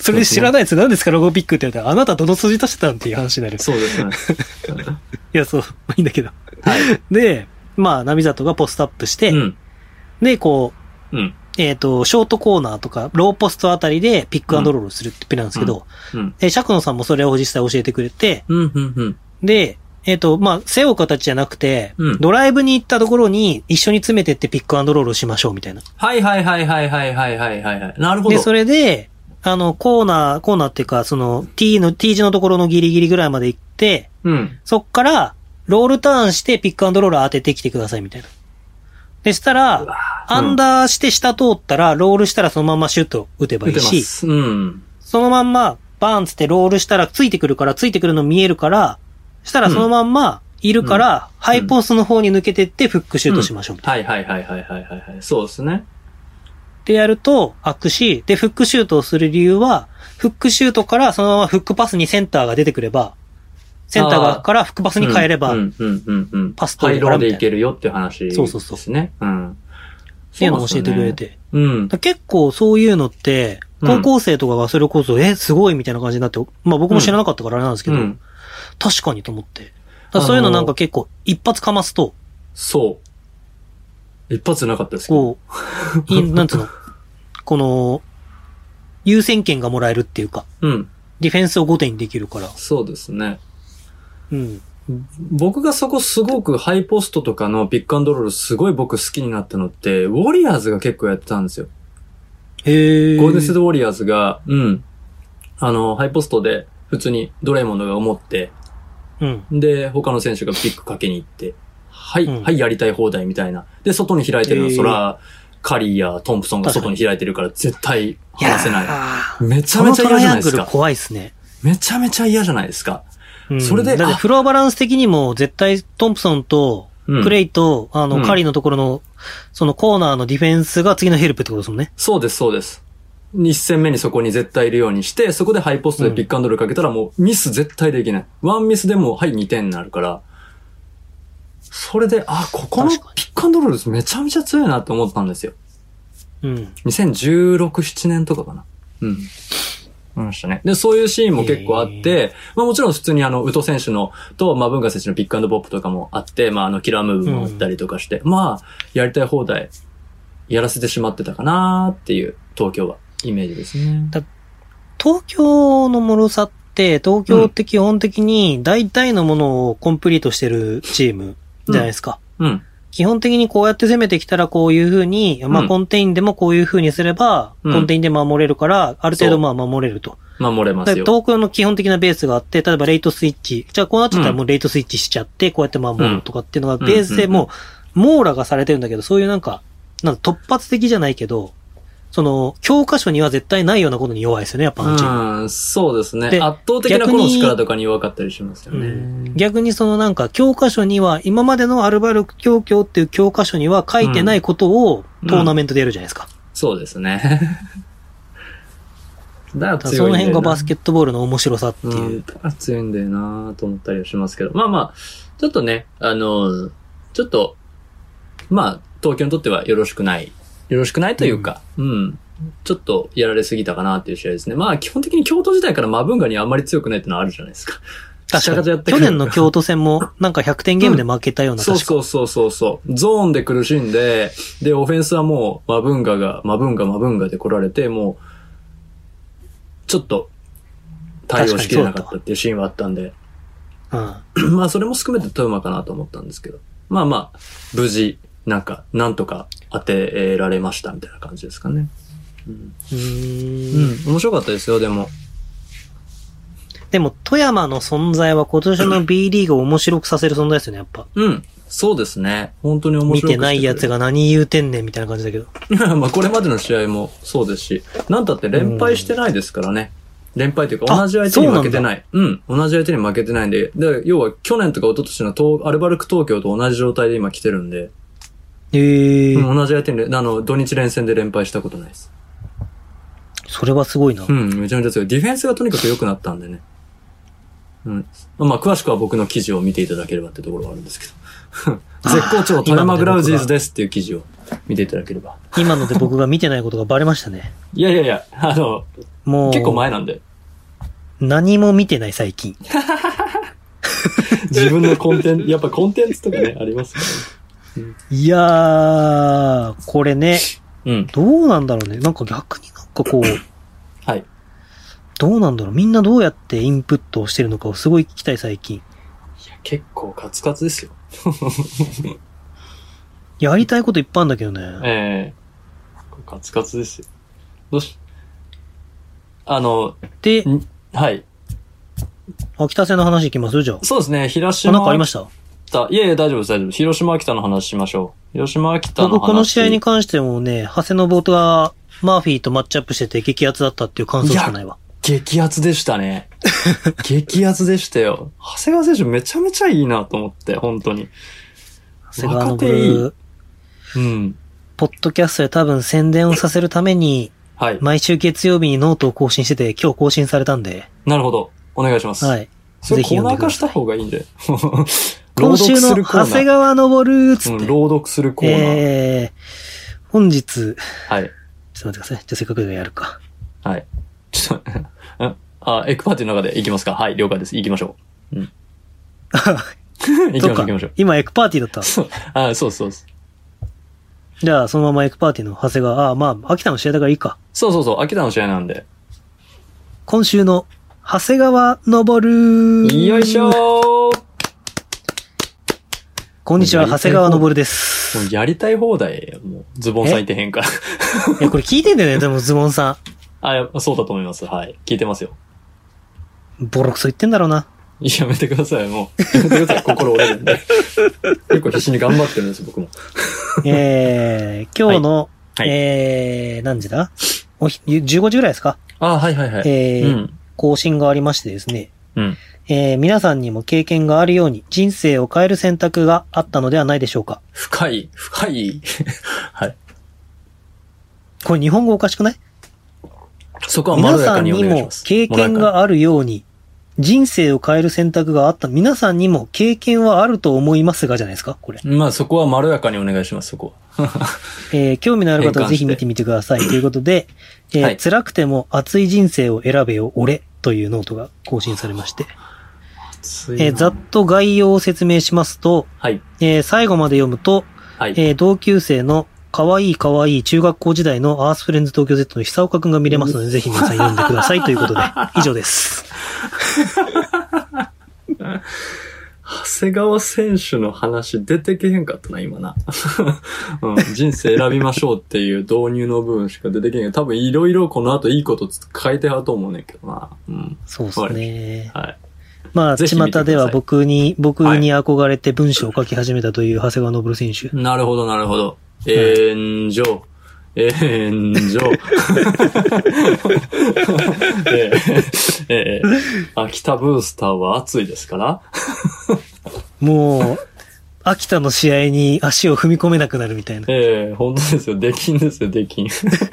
Speaker 2: それで知らないやつ何ですかロゴピックって言われたら、あなたどの筋足してたんっていう話になる。
Speaker 3: そ うですね。
Speaker 2: いや、そう、まあいいんだけど。
Speaker 3: はい。
Speaker 2: で、まあ、波里がポストアップして、
Speaker 3: うん。
Speaker 2: で、こう、
Speaker 3: うん。
Speaker 2: えっ、と、ショートコーナーとか、ローポストあたりでピックアンドロールするってプレーなんですけど、
Speaker 3: うん。
Speaker 2: えー、シャクノさんもそれを実際教えてくれて、
Speaker 3: うん。うん。うん。
Speaker 2: で、えっ、と、まあ、背負う形じゃなくて、
Speaker 3: うん
Speaker 2: ドライブに行ったところに一緒に詰めてってピックアンドロールをしましょうみたいな。
Speaker 3: はいはいはいはいはいはいはいはいはい。なるほど。
Speaker 2: で、それで、あの、コーナー、コーナーっていうか、その、T の、T 字のところのギリギリぐらいまで行って、
Speaker 3: うん。
Speaker 2: そっから、ロールターンしてピックアンドロール当ててきてくださいみたいな。でした
Speaker 3: う
Speaker 2: ら、
Speaker 3: わ
Speaker 2: アンダーして下通ったら、ロールしたらそのままシュート打てば
Speaker 3: うん
Speaker 2: い
Speaker 3: 打
Speaker 2: い
Speaker 3: てま
Speaker 2: し、
Speaker 3: す。うん。
Speaker 2: そのまんま、バーンつってロールしたらついてくるから、ついてくるの見えるから、したらそのまんま、いるから、ハイポーストの方に抜けてってフックシュートしましょう。っ
Speaker 3: はいはいはいはいはいはいはい。そうですね。
Speaker 2: てやると、開くし、で、フックシュートをする理由は、フックシュートからそのままフックパスにセンターが出てくれば、センター側からフックパスに変えれば、
Speaker 3: う
Speaker 2: っ
Speaker 3: んうんうんうん。
Speaker 2: パス通
Speaker 3: ハ
Speaker 2: る
Speaker 3: イ
Speaker 2: か
Speaker 3: ロ
Speaker 2: ら
Speaker 3: ー
Speaker 2: みたいな
Speaker 3: でいけるよっていう話です
Speaker 2: そ
Speaker 3: ね。
Speaker 2: うそうそう
Speaker 3: うん。って
Speaker 2: いうのを教えてくれて。。
Speaker 3: うん。
Speaker 2: だから結構そういうのって、
Speaker 3: うん
Speaker 2: 高校生とかがそれこそ、え、すごいみたいな感じになって、まあ僕も知らなかったからあれなんですけ
Speaker 3: う
Speaker 2: ど、
Speaker 3: ん。
Speaker 2: 確かにと思って。だからそういうのなんか結構一発かますと、
Speaker 3: そう。一発なかったですけど。
Speaker 2: こう、 いなんつうの、この、優先権がもらえるっていうか、
Speaker 3: うん。
Speaker 2: ディフェンスを後手にできるから。
Speaker 3: そうですね。
Speaker 2: うん。
Speaker 3: 僕がそこすごくハイポストとかのピックアンドロールすごい僕好きになったのって、ウォリアーズが結構やってたんですよ。
Speaker 2: へ
Speaker 3: ゴールデンステートウォリアーズが、うん。あの、ハイポストで普通にドレイモンドが思って、
Speaker 2: うん。
Speaker 3: で、他の選手がピックかけに行って、はい、
Speaker 2: うん
Speaker 3: はい、やりたい放題みたいな。で、外に開いてるのは、
Speaker 2: えー
Speaker 3: そら、カリーやトンプソンが外に開いてるから絶対離せない。
Speaker 2: い。
Speaker 3: めちゃ
Speaker 2: そ
Speaker 3: め
Speaker 2: の
Speaker 3: ちゃ
Speaker 2: ト
Speaker 3: 嫌
Speaker 2: ラ
Speaker 3: じ
Speaker 2: イ
Speaker 3: ゃな
Speaker 2: アン
Speaker 3: いで
Speaker 2: グ
Speaker 3: す
Speaker 2: ル
Speaker 3: か。
Speaker 2: 怖いっすね。
Speaker 3: めちゃめちゃ嫌じゃないですか。
Speaker 2: うん
Speaker 3: それで
Speaker 2: だって
Speaker 3: あ
Speaker 2: フロアバランス的にも絶対トンプソンと
Speaker 3: うん
Speaker 2: クレイと、あ
Speaker 3: うん
Speaker 2: の、カリーのところの、そのコーナーのディフェンスが次のヘルプってことですもんね。
Speaker 3: そうです、そうです。一戦目にそこに絶対いるようにして、そこでハイポストでピックアンドロールかけたらもうミス絶対できない。ワンミスでもう、はい、2点になるから。それで、あ、ここのピ
Speaker 2: 確か
Speaker 3: ックアンドロールめちゃめちゃ強いなって思ったんですよ。
Speaker 2: うん。
Speaker 3: 2016、7年とかかな。うん。ましたね。で、そういうシーンも結構あっ
Speaker 2: へ
Speaker 3: て、まあもちろん普通にあの、宇都選手のと、まあ文化選手のピックアンドポップとかもあって、まああの、キラームーブもあったりとかして、まあ、やりたい放題、やらせてしまってたかなーっていう、東京は、イメージですね。
Speaker 2: 東京の脆さって、東京って基本的に大体のものをコンプリートしてるチームじゃないですか。
Speaker 3: うん。
Speaker 2: 基本的にこうやって攻めてきたらこういう風に、ま
Speaker 3: うん
Speaker 2: あコンテインでもこういう風にすれば、
Speaker 3: うん
Speaker 2: コンテインで守れるから、ある程
Speaker 3: そ
Speaker 2: 度
Speaker 3: う
Speaker 2: まあ守れると。
Speaker 3: 守れま
Speaker 2: だか
Speaker 3: す
Speaker 2: ら
Speaker 3: よ。
Speaker 2: 東京の基本的なベースがあって、例えばレイトスイッチ。じゃあこうなっちゃったらもうレイトスイッチしちゃって、こうやって守るとかっていうのが
Speaker 3: ん
Speaker 2: ベースで
Speaker 3: うんうんうん
Speaker 2: もう網羅がされてるんだけど、そういうなんか、なんか突発的じゃないけど、その、教科書には絶対ないようなことに弱いですよね、やっぱあのチーム
Speaker 3: うん、そうですね。圧
Speaker 2: で
Speaker 3: 倒的な個
Speaker 2: 逆
Speaker 3: の
Speaker 2: に
Speaker 3: 力とかに弱かったりしますよ
Speaker 2: う
Speaker 3: ね
Speaker 2: ん。逆にそのなんか教科書には、今までのアルバルク教教っていう教科書には書いてないことを
Speaker 3: うん
Speaker 2: トーナメントでやるじゃないですか。
Speaker 3: そうです ね。 だから
Speaker 2: ただ
Speaker 3: 強いんだ
Speaker 2: そ
Speaker 3: よ
Speaker 2: の
Speaker 3: な
Speaker 2: 辺がバスケットボールの面白さっていうう。
Speaker 3: ん、だから強いんだよなぁと思ったりはしますけど。まあまあ、ちょっとね、あの、ちょっと、まあ、東京にとってはよろしくない。よろしくないというか、うん。ちょっとやられすぎたかなっていう試合ですね。まあ基本的に京都時代からマブンガにあんまり強くないってのはあるじゃないですか。下
Speaker 2: 確
Speaker 3: 方
Speaker 2: か
Speaker 3: やっ
Speaker 2: に。
Speaker 3: てく
Speaker 2: 去
Speaker 3: る
Speaker 2: 年の京都戦もなんか100点ゲームで負けたような、
Speaker 3: そう
Speaker 2: 確か
Speaker 3: そうそうそうそう。ゾーンで苦しんで、で、オフェンスはもう、マブンガが、マブンガ、マブンガで来られて、もう、ちょっと、対応しきれなかったっていうシーンはあったんで、
Speaker 2: うん。
Speaker 3: まあ、それも含めてトウマかなと思ったんですけど。まあまあ、無事、なんか、なんとか当てられましたみたいな感じですかね。うん。
Speaker 2: うー
Speaker 3: うんん面白かったですよ、でも。
Speaker 2: でも、富山の存在は今年の B リーグを面白くさせる存在ですよね、やっぱ。
Speaker 3: うん。そうですね。本当に面白
Speaker 2: 見
Speaker 3: くして
Speaker 2: ないやつ
Speaker 3: が。
Speaker 2: が何言うてんねんみたいな感じだけど。
Speaker 3: まあ、これまでの試合もそうですし、なんたって連敗してないですからね。連敗というか、
Speaker 2: あ
Speaker 3: 同じ相手に負けて
Speaker 2: そうな
Speaker 3: ない。うん同じ相手に負けてないんで。で、要は去年とか一昨年の東アルバルク東京と同じ状態で今来てるんで、
Speaker 2: ええ
Speaker 3: うん同じ相手に、あの、土日連戦で連敗したことないです。
Speaker 2: それはすごいな。
Speaker 3: うん、めちゃめちゃ強い。ディフェンスがとにかく良くなったんでね。うん。まあ、詳しくは僕の記事を見ていただければってところはあるんですけど。絶好調、富山グラウジーズですっていう記事を見ていただければ。
Speaker 2: 今ので僕が見てないことがバレました ね。
Speaker 3: いやいやいや、あの、
Speaker 2: もう、
Speaker 3: 結構前なんで。
Speaker 2: 何も見てない最近。
Speaker 3: 自分のコンテ ンツ、やっぱコンテンツとかね、ありますからね。
Speaker 2: いやー、これね、
Speaker 3: うん。
Speaker 2: どうなんだろうね。なんか逆になんかこう、
Speaker 3: はい。
Speaker 2: どうなんだろう。みんなどうやってインプットをしてるのかをすごい聞きたい最近。
Speaker 3: 結構カツカツですよ。
Speaker 2: やりたいこといっぱいあるんだけどね。
Speaker 3: ええカツカツですよ。どうし、あの、
Speaker 2: で、
Speaker 3: んはい。
Speaker 2: 秋田戦の話いきますじゃあ。
Speaker 3: そうですね、広
Speaker 2: あ、
Speaker 3: 島。
Speaker 2: なんかありました
Speaker 3: た。いやいや、大丈夫です、大丈夫です。広島、秋田の話しましょう。広島、秋田の話。
Speaker 2: 僕この試合に関してもね、長谷信がマーフィーとマッチアップしてて激アツだったっていう感想しかないわ。
Speaker 3: 激アツでし たね。激アツでしたよ。長谷川選手めちゃめちゃいいなと思って、本当に。
Speaker 2: 長谷川の
Speaker 3: 若手いい
Speaker 2: 僕、
Speaker 3: うん。
Speaker 2: ポッドキャストで多分宣伝をさせるために、
Speaker 3: はい。
Speaker 2: 毎週月曜日にノートを更新してて、今日更新されたんで、
Speaker 3: なるほど。お願いします。。
Speaker 2: はいい。
Speaker 3: そ
Speaker 2: ぜ
Speaker 3: れコ
Speaker 2: ひ
Speaker 3: ー
Speaker 2: 読
Speaker 3: ナ
Speaker 2: んで
Speaker 3: ー
Speaker 2: くだ
Speaker 3: 化
Speaker 2: さい
Speaker 3: した方がいいんで。
Speaker 2: 今週の長谷川昇るっつ
Speaker 3: う
Speaker 2: っ
Speaker 3: ん、
Speaker 2: て、
Speaker 3: 朗読するコーナー。
Speaker 2: えー、本日、ちょっ
Speaker 3: はい。
Speaker 2: と待ってください。じゃあせっかくでやるか。
Speaker 3: はい。ちょっと、 んあ、エッグパーティーの中で行きますかはい、了解です。行きましょう。うん。行き
Speaker 2: そう
Speaker 3: ましょ
Speaker 2: か
Speaker 3: う、行きましょう。
Speaker 2: 今エクパーティーだった。
Speaker 3: そうあそうそうそう。
Speaker 2: じゃあ、そのままエクパーティーの長谷川、ああ、まあ、秋田の試合だからいいか。
Speaker 3: そうそうそう、秋田の試合なんで。
Speaker 2: 今週の、長谷川昇る。
Speaker 3: よいしょー
Speaker 2: こんにちは、長谷川昇です。
Speaker 3: もうやりたい放題、もう、ズボンさんいてへんから。
Speaker 2: いや、これ聞いてんだよね、でもズボンさ
Speaker 3: あ、やそうだと思います。はい。聞いてますよ。
Speaker 2: ん。ボロクソ言ってんだろうな。
Speaker 3: やめてください、もう。やめてください、心折れる んで。結構必死に頑張ってるんです、僕も。
Speaker 2: えー、今日の、
Speaker 3: はいはい
Speaker 2: えー、何時だおひ、15時ぐらいですか
Speaker 3: あ、はいはいはい。
Speaker 2: えー
Speaker 3: うん。
Speaker 2: 更新がありましてですね。
Speaker 3: うん。
Speaker 2: えー、皆さんにも経験があるように人生を変える選択があったのではないでしょうか。
Speaker 3: 深い、深い。 はい。
Speaker 2: これ日本語おかしくない
Speaker 3: そこはま
Speaker 2: 皆
Speaker 3: ろや
Speaker 2: さ
Speaker 3: か
Speaker 2: ん
Speaker 3: にお
Speaker 2: に
Speaker 3: 願いし
Speaker 2: も
Speaker 3: ます。
Speaker 2: 経験があるように人生を変える選択があった。皆さんにも経験はあると思いますがじゃないですかこれ。
Speaker 3: まあそこはまろやかにお願いします、そこは。
Speaker 2: えー興味のある方はぜひ
Speaker 3: 変換し
Speaker 2: 見て
Speaker 3: て
Speaker 2: みてください。ということで、えー
Speaker 3: はい
Speaker 2: 辛くても熱い人生を選べよ、俺というノートが更新されまして、えーざっと概要を説明しますと、
Speaker 3: はい。
Speaker 2: えー最後まで読むと、
Speaker 3: はい。
Speaker 2: えー同級生の可愛い可愛い中学校時代のアースフレンズ東京 Z の久岡くんが見れます ので、ぜひ皆さん読んでくださいということで、以上です。
Speaker 3: 長谷川選手の話出てけへんかったな、今な。 うん、人生選びましょうっていう導入の部分しか出てけへん。多分いろいろこの後いいこと書いてはると思うねんけどな。うん。
Speaker 2: そうですね。
Speaker 3: はい。
Speaker 2: まあ、
Speaker 3: ぜひ見てくださ
Speaker 2: 巷
Speaker 3: い
Speaker 2: では僕に、僕に憧れて文章を書き始めたという長谷川昇選手。
Speaker 3: なるほど、なるほど。炎上。炎上。ええ、ええ、秋田ブースターは熱いですから。
Speaker 2: もう、 秋田の試合に足を踏み込めなくなるみ たいな。
Speaker 3: ええ本当ですよ。出禁ですよ、出禁。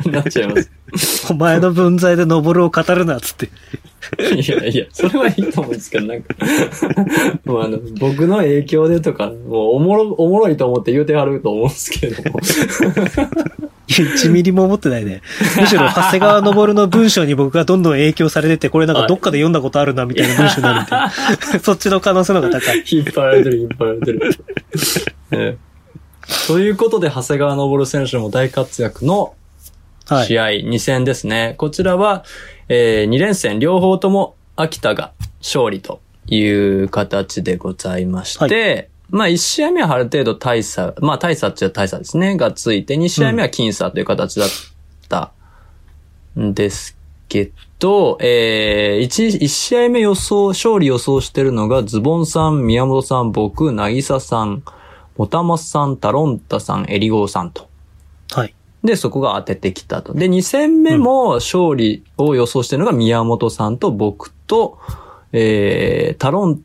Speaker 3: なっちゃいます。
Speaker 2: お前の分際で登るを語るな、つって。
Speaker 3: いやいや、それはいいと思うんですけど、なんか、もうあの、僕の影響でとか、もうおもろ、おもろいと思って言うてはると思うんですけども。
Speaker 2: いや1ミリも思ってない ね。むしろ、長谷川昇の文章に僕がどんどん影響されてて、これなんかどっかで読んだことあるな、みたいな文章になるみたいな。 そっちの可能性の方が高い。
Speaker 3: 引っ張られてる、引っ張られてる。ええということで、長谷川昇選手も大活躍の
Speaker 2: は
Speaker 3: 試
Speaker 2: い。
Speaker 3: 合2戦ですね。こちらは、え2連戦両方とも秋田が勝利という形でございまして、まあ1試合目はある程度大差、まあ大差っちゃ大差ですね、がついて、2試合目は僅差という形だったんですけど、え 1, 試合目予想、勝利予想してるのがズボンさん、宮本さん、僕、なぎささん、もたまさん、タロンタさん、エリゴーさんと。
Speaker 2: はい。
Speaker 3: で、そこが当ててきたと。で、2戦目も勝利を予想してるのが宮本さんと僕と、えー、タロン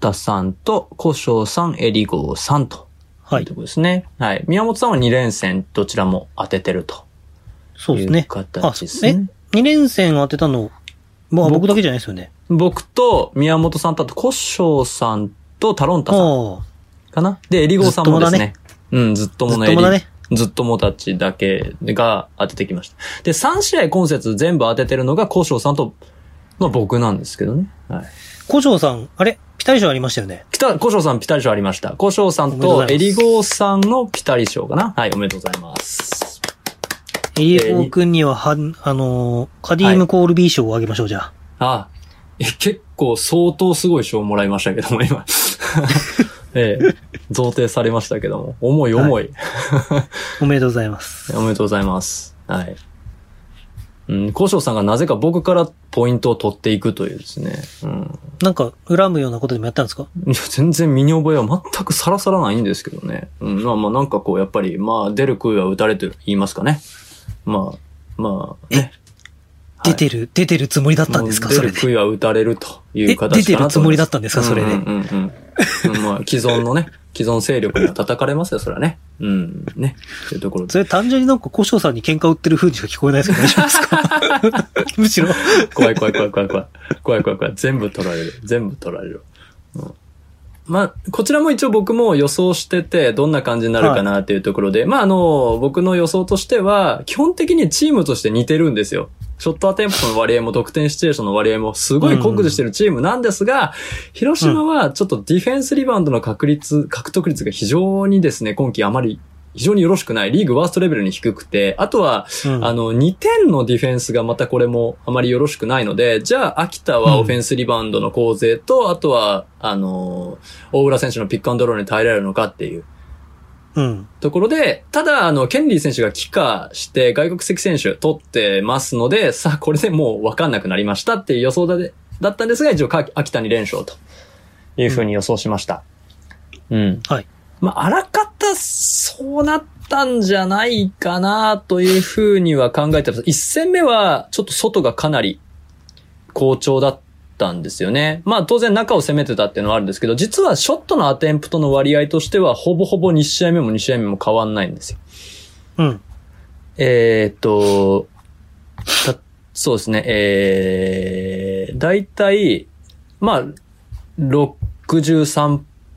Speaker 3: タさんと、古生さん、エリゴーさんと。
Speaker 2: はいいう
Speaker 3: と。こですね。はい。宮本さんは2連戦、どちらも当ててると。
Speaker 2: そうです
Speaker 3: いう
Speaker 2: ね。あ
Speaker 3: 形、です
Speaker 2: え
Speaker 3: ね。、
Speaker 2: 二連戦当てたの、まあ
Speaker 3: 僕
Speaker 2: 僕だけじゃないですよね。
Speaker 3: 僕と宮本さんと、あと、古生さんと、タロンタさん
Speaker 2: あ
Speaker 3: かな。で、エリゴーさんもですね。うん、ずっと
Speaker 2: あ、ず
Speaker 3: も
Speaker 2: っ
Speaker 3: の
Speaker 2: と
Speaker 3: エ
Speaker 2: もだ
Speaker 3: リ。
Speaker 2: ね。
Speaker 3: ずっともたちだけが当ててきました。で、3試合今節全部当ててるのが、古生さんと、まあ僕なんですけどね。はい。
Speaker 2: 古城さん、あれピタリ賞ありましたよね。
Speaker 3: ピタ、古生さんピタリ賞ありました。古生さ
Speaker 2: お
Speaker 3: ん
Speaker 2: め
Speaker 3: と
Speaker 2: で
Speaker 3: エ
Speaker 2: とう
Speaker 3: リ
Speaker 2: ございます
Speaker 3: ゴーさんのピタリ賞かな。はい、おめでとうございます。
Speaker 2: エリエコー君には、は、あのーカディームコールビー賞をあげましょう、じゃあ。
Speaker 3: あ、え、結構相当すごい賞もらいましたけど も、今。ええ、贈呈されましたけども。重い重い。
Speaker 2: おめでとうございます。
Speaker 3: おめでとうございます。はい。うん、古生さんがなぜか僕からポイントを取っていくというですね。うん。
Speaker 2: なんか、恨むようなことでもやったんですか
Speaker 3: いや、全然身に覚えは全くさらさらないんですけどね。うん、まあまあなんかこう、やっぱり、まあ出る杭は打たれと言いますかね。まあ、まあね。はい
Speaker 2: 出てる、出てるつもりだったんですか、
Speaker 3: もう
Speaker 2: それ
Speaker 3: 出
Speaker 2: で
Speaker 3: る。杭は打たれるという
Speaker 2: え
Speaker 3: 形かなと思います
Speaker 2: 出てるつもりだったんですかそれで
Speaker 3: うんうんうんうんうんまあ、既存のね、既存勢力には叩かれますよ、それはね。うん、ね。というところで。
Speaker 2: それ単純になんか、古城さんに喧嘩売ってる風にしか聞こえないですけど、大丈夫ですか むしろ。
Speaker 3: 怖い怖い怖い怖い怖い。怖い怖い怖い。全部取られる。全部取られる。うんまあ、こちらも一応僕も予想してて、どんな感じになるかなっていうところで、まああの、僕の予想としては、基本的にチームとして似てるんですよ。ショットアテンプトの割合も得点シチュエーションの割合もすごい酷似してるチームなんですが、広島はちょっとディフェンスリバウンドの確率、獲得率が非常にですね、今季あまり非常によろしくない。リーグワーストレベルに低くて、あとは、
Speaker 2: うん
Speaker 3: あの、2点のディフェンスがまたこれもあまりよろしくないので、じゃあ、秋田はオフェンスリバウンドの構成と、あとは、あのー大浦選手のピックアンドロールに耐えられるのかっていう
Speaker 2: うん。
Speaker 3: ところで、ただ、あの、ケンリー選手が帰化して外国籍選手取ってますので、さあ、これでもう分かんなくなりましたっていう予想だでだったんですが、一応、か秋田に連勝というふうに予想しました。うん。
Speaker 2: はい。
Speaker 3: まあ、あらかた、そうなったんじゃないかなというふうには考えてます。一戦目は、ちょっと外がかなり好調だったんですよね。まあ当然中を攻めてたっていうのはあるんですけど、実はショットのアテンプトの割合としては、ほぼほぼ2試合目も2試合目も変わんないんですよ。
Speaker 2: うん。
Speaker 3: えーっと、たそうですね、えー、だいたい、まあ、63%、27%、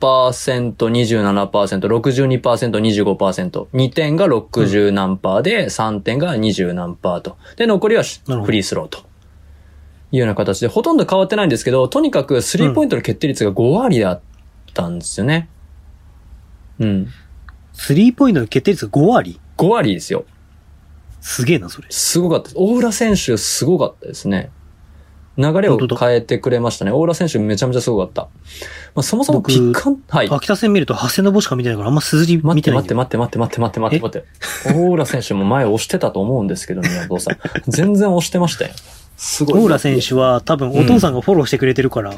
Speaker 3: 62%、25%。2点が60何パーで、3点が20何パーと。で、残りはし
Speaker 2: なるほど
Speaker 3: フリースローと。いうような形で、ほとんど変わってないんですけど、とにかくスリーポイントの決定率が5割だったんですよね。うん。
Speaker 2: スリーポイントの決定率が5割
Speaker 3: 5割ですよ。
Speaker 2: すげえな、それ。
Speaker 3: すごかったです。大浦選手すごかったですね。流れを
Speaker 2: 本当だ
Speaker 3: 変えてくれましたね。大浦選手めちゃめちゃすごかった。まあ、そもそも
Speaker 2: 僕
Speaker 3: ピックアン、はい。
Speaker 2: 秋田戦見ると、長谷信しか見てないから、あんま数字
Speaker 3: 待
Speaker 2: 見
Speaker 3: って
Speaker 2: てない
Speaker 3: 待
Speaker 2: ん
Speaker 3: っ
Speaker 2: だ
Speaker 3: て
Speaker 2: よ。
Speaker 3: 待って待って待って待って待って待って。大浦選手も前押してたと思うんですけどね、 宮本さん。全然押してましたよ。すごい。
Speaker 2: 大浦選手は多分お父さんがフォローしてくれてるから、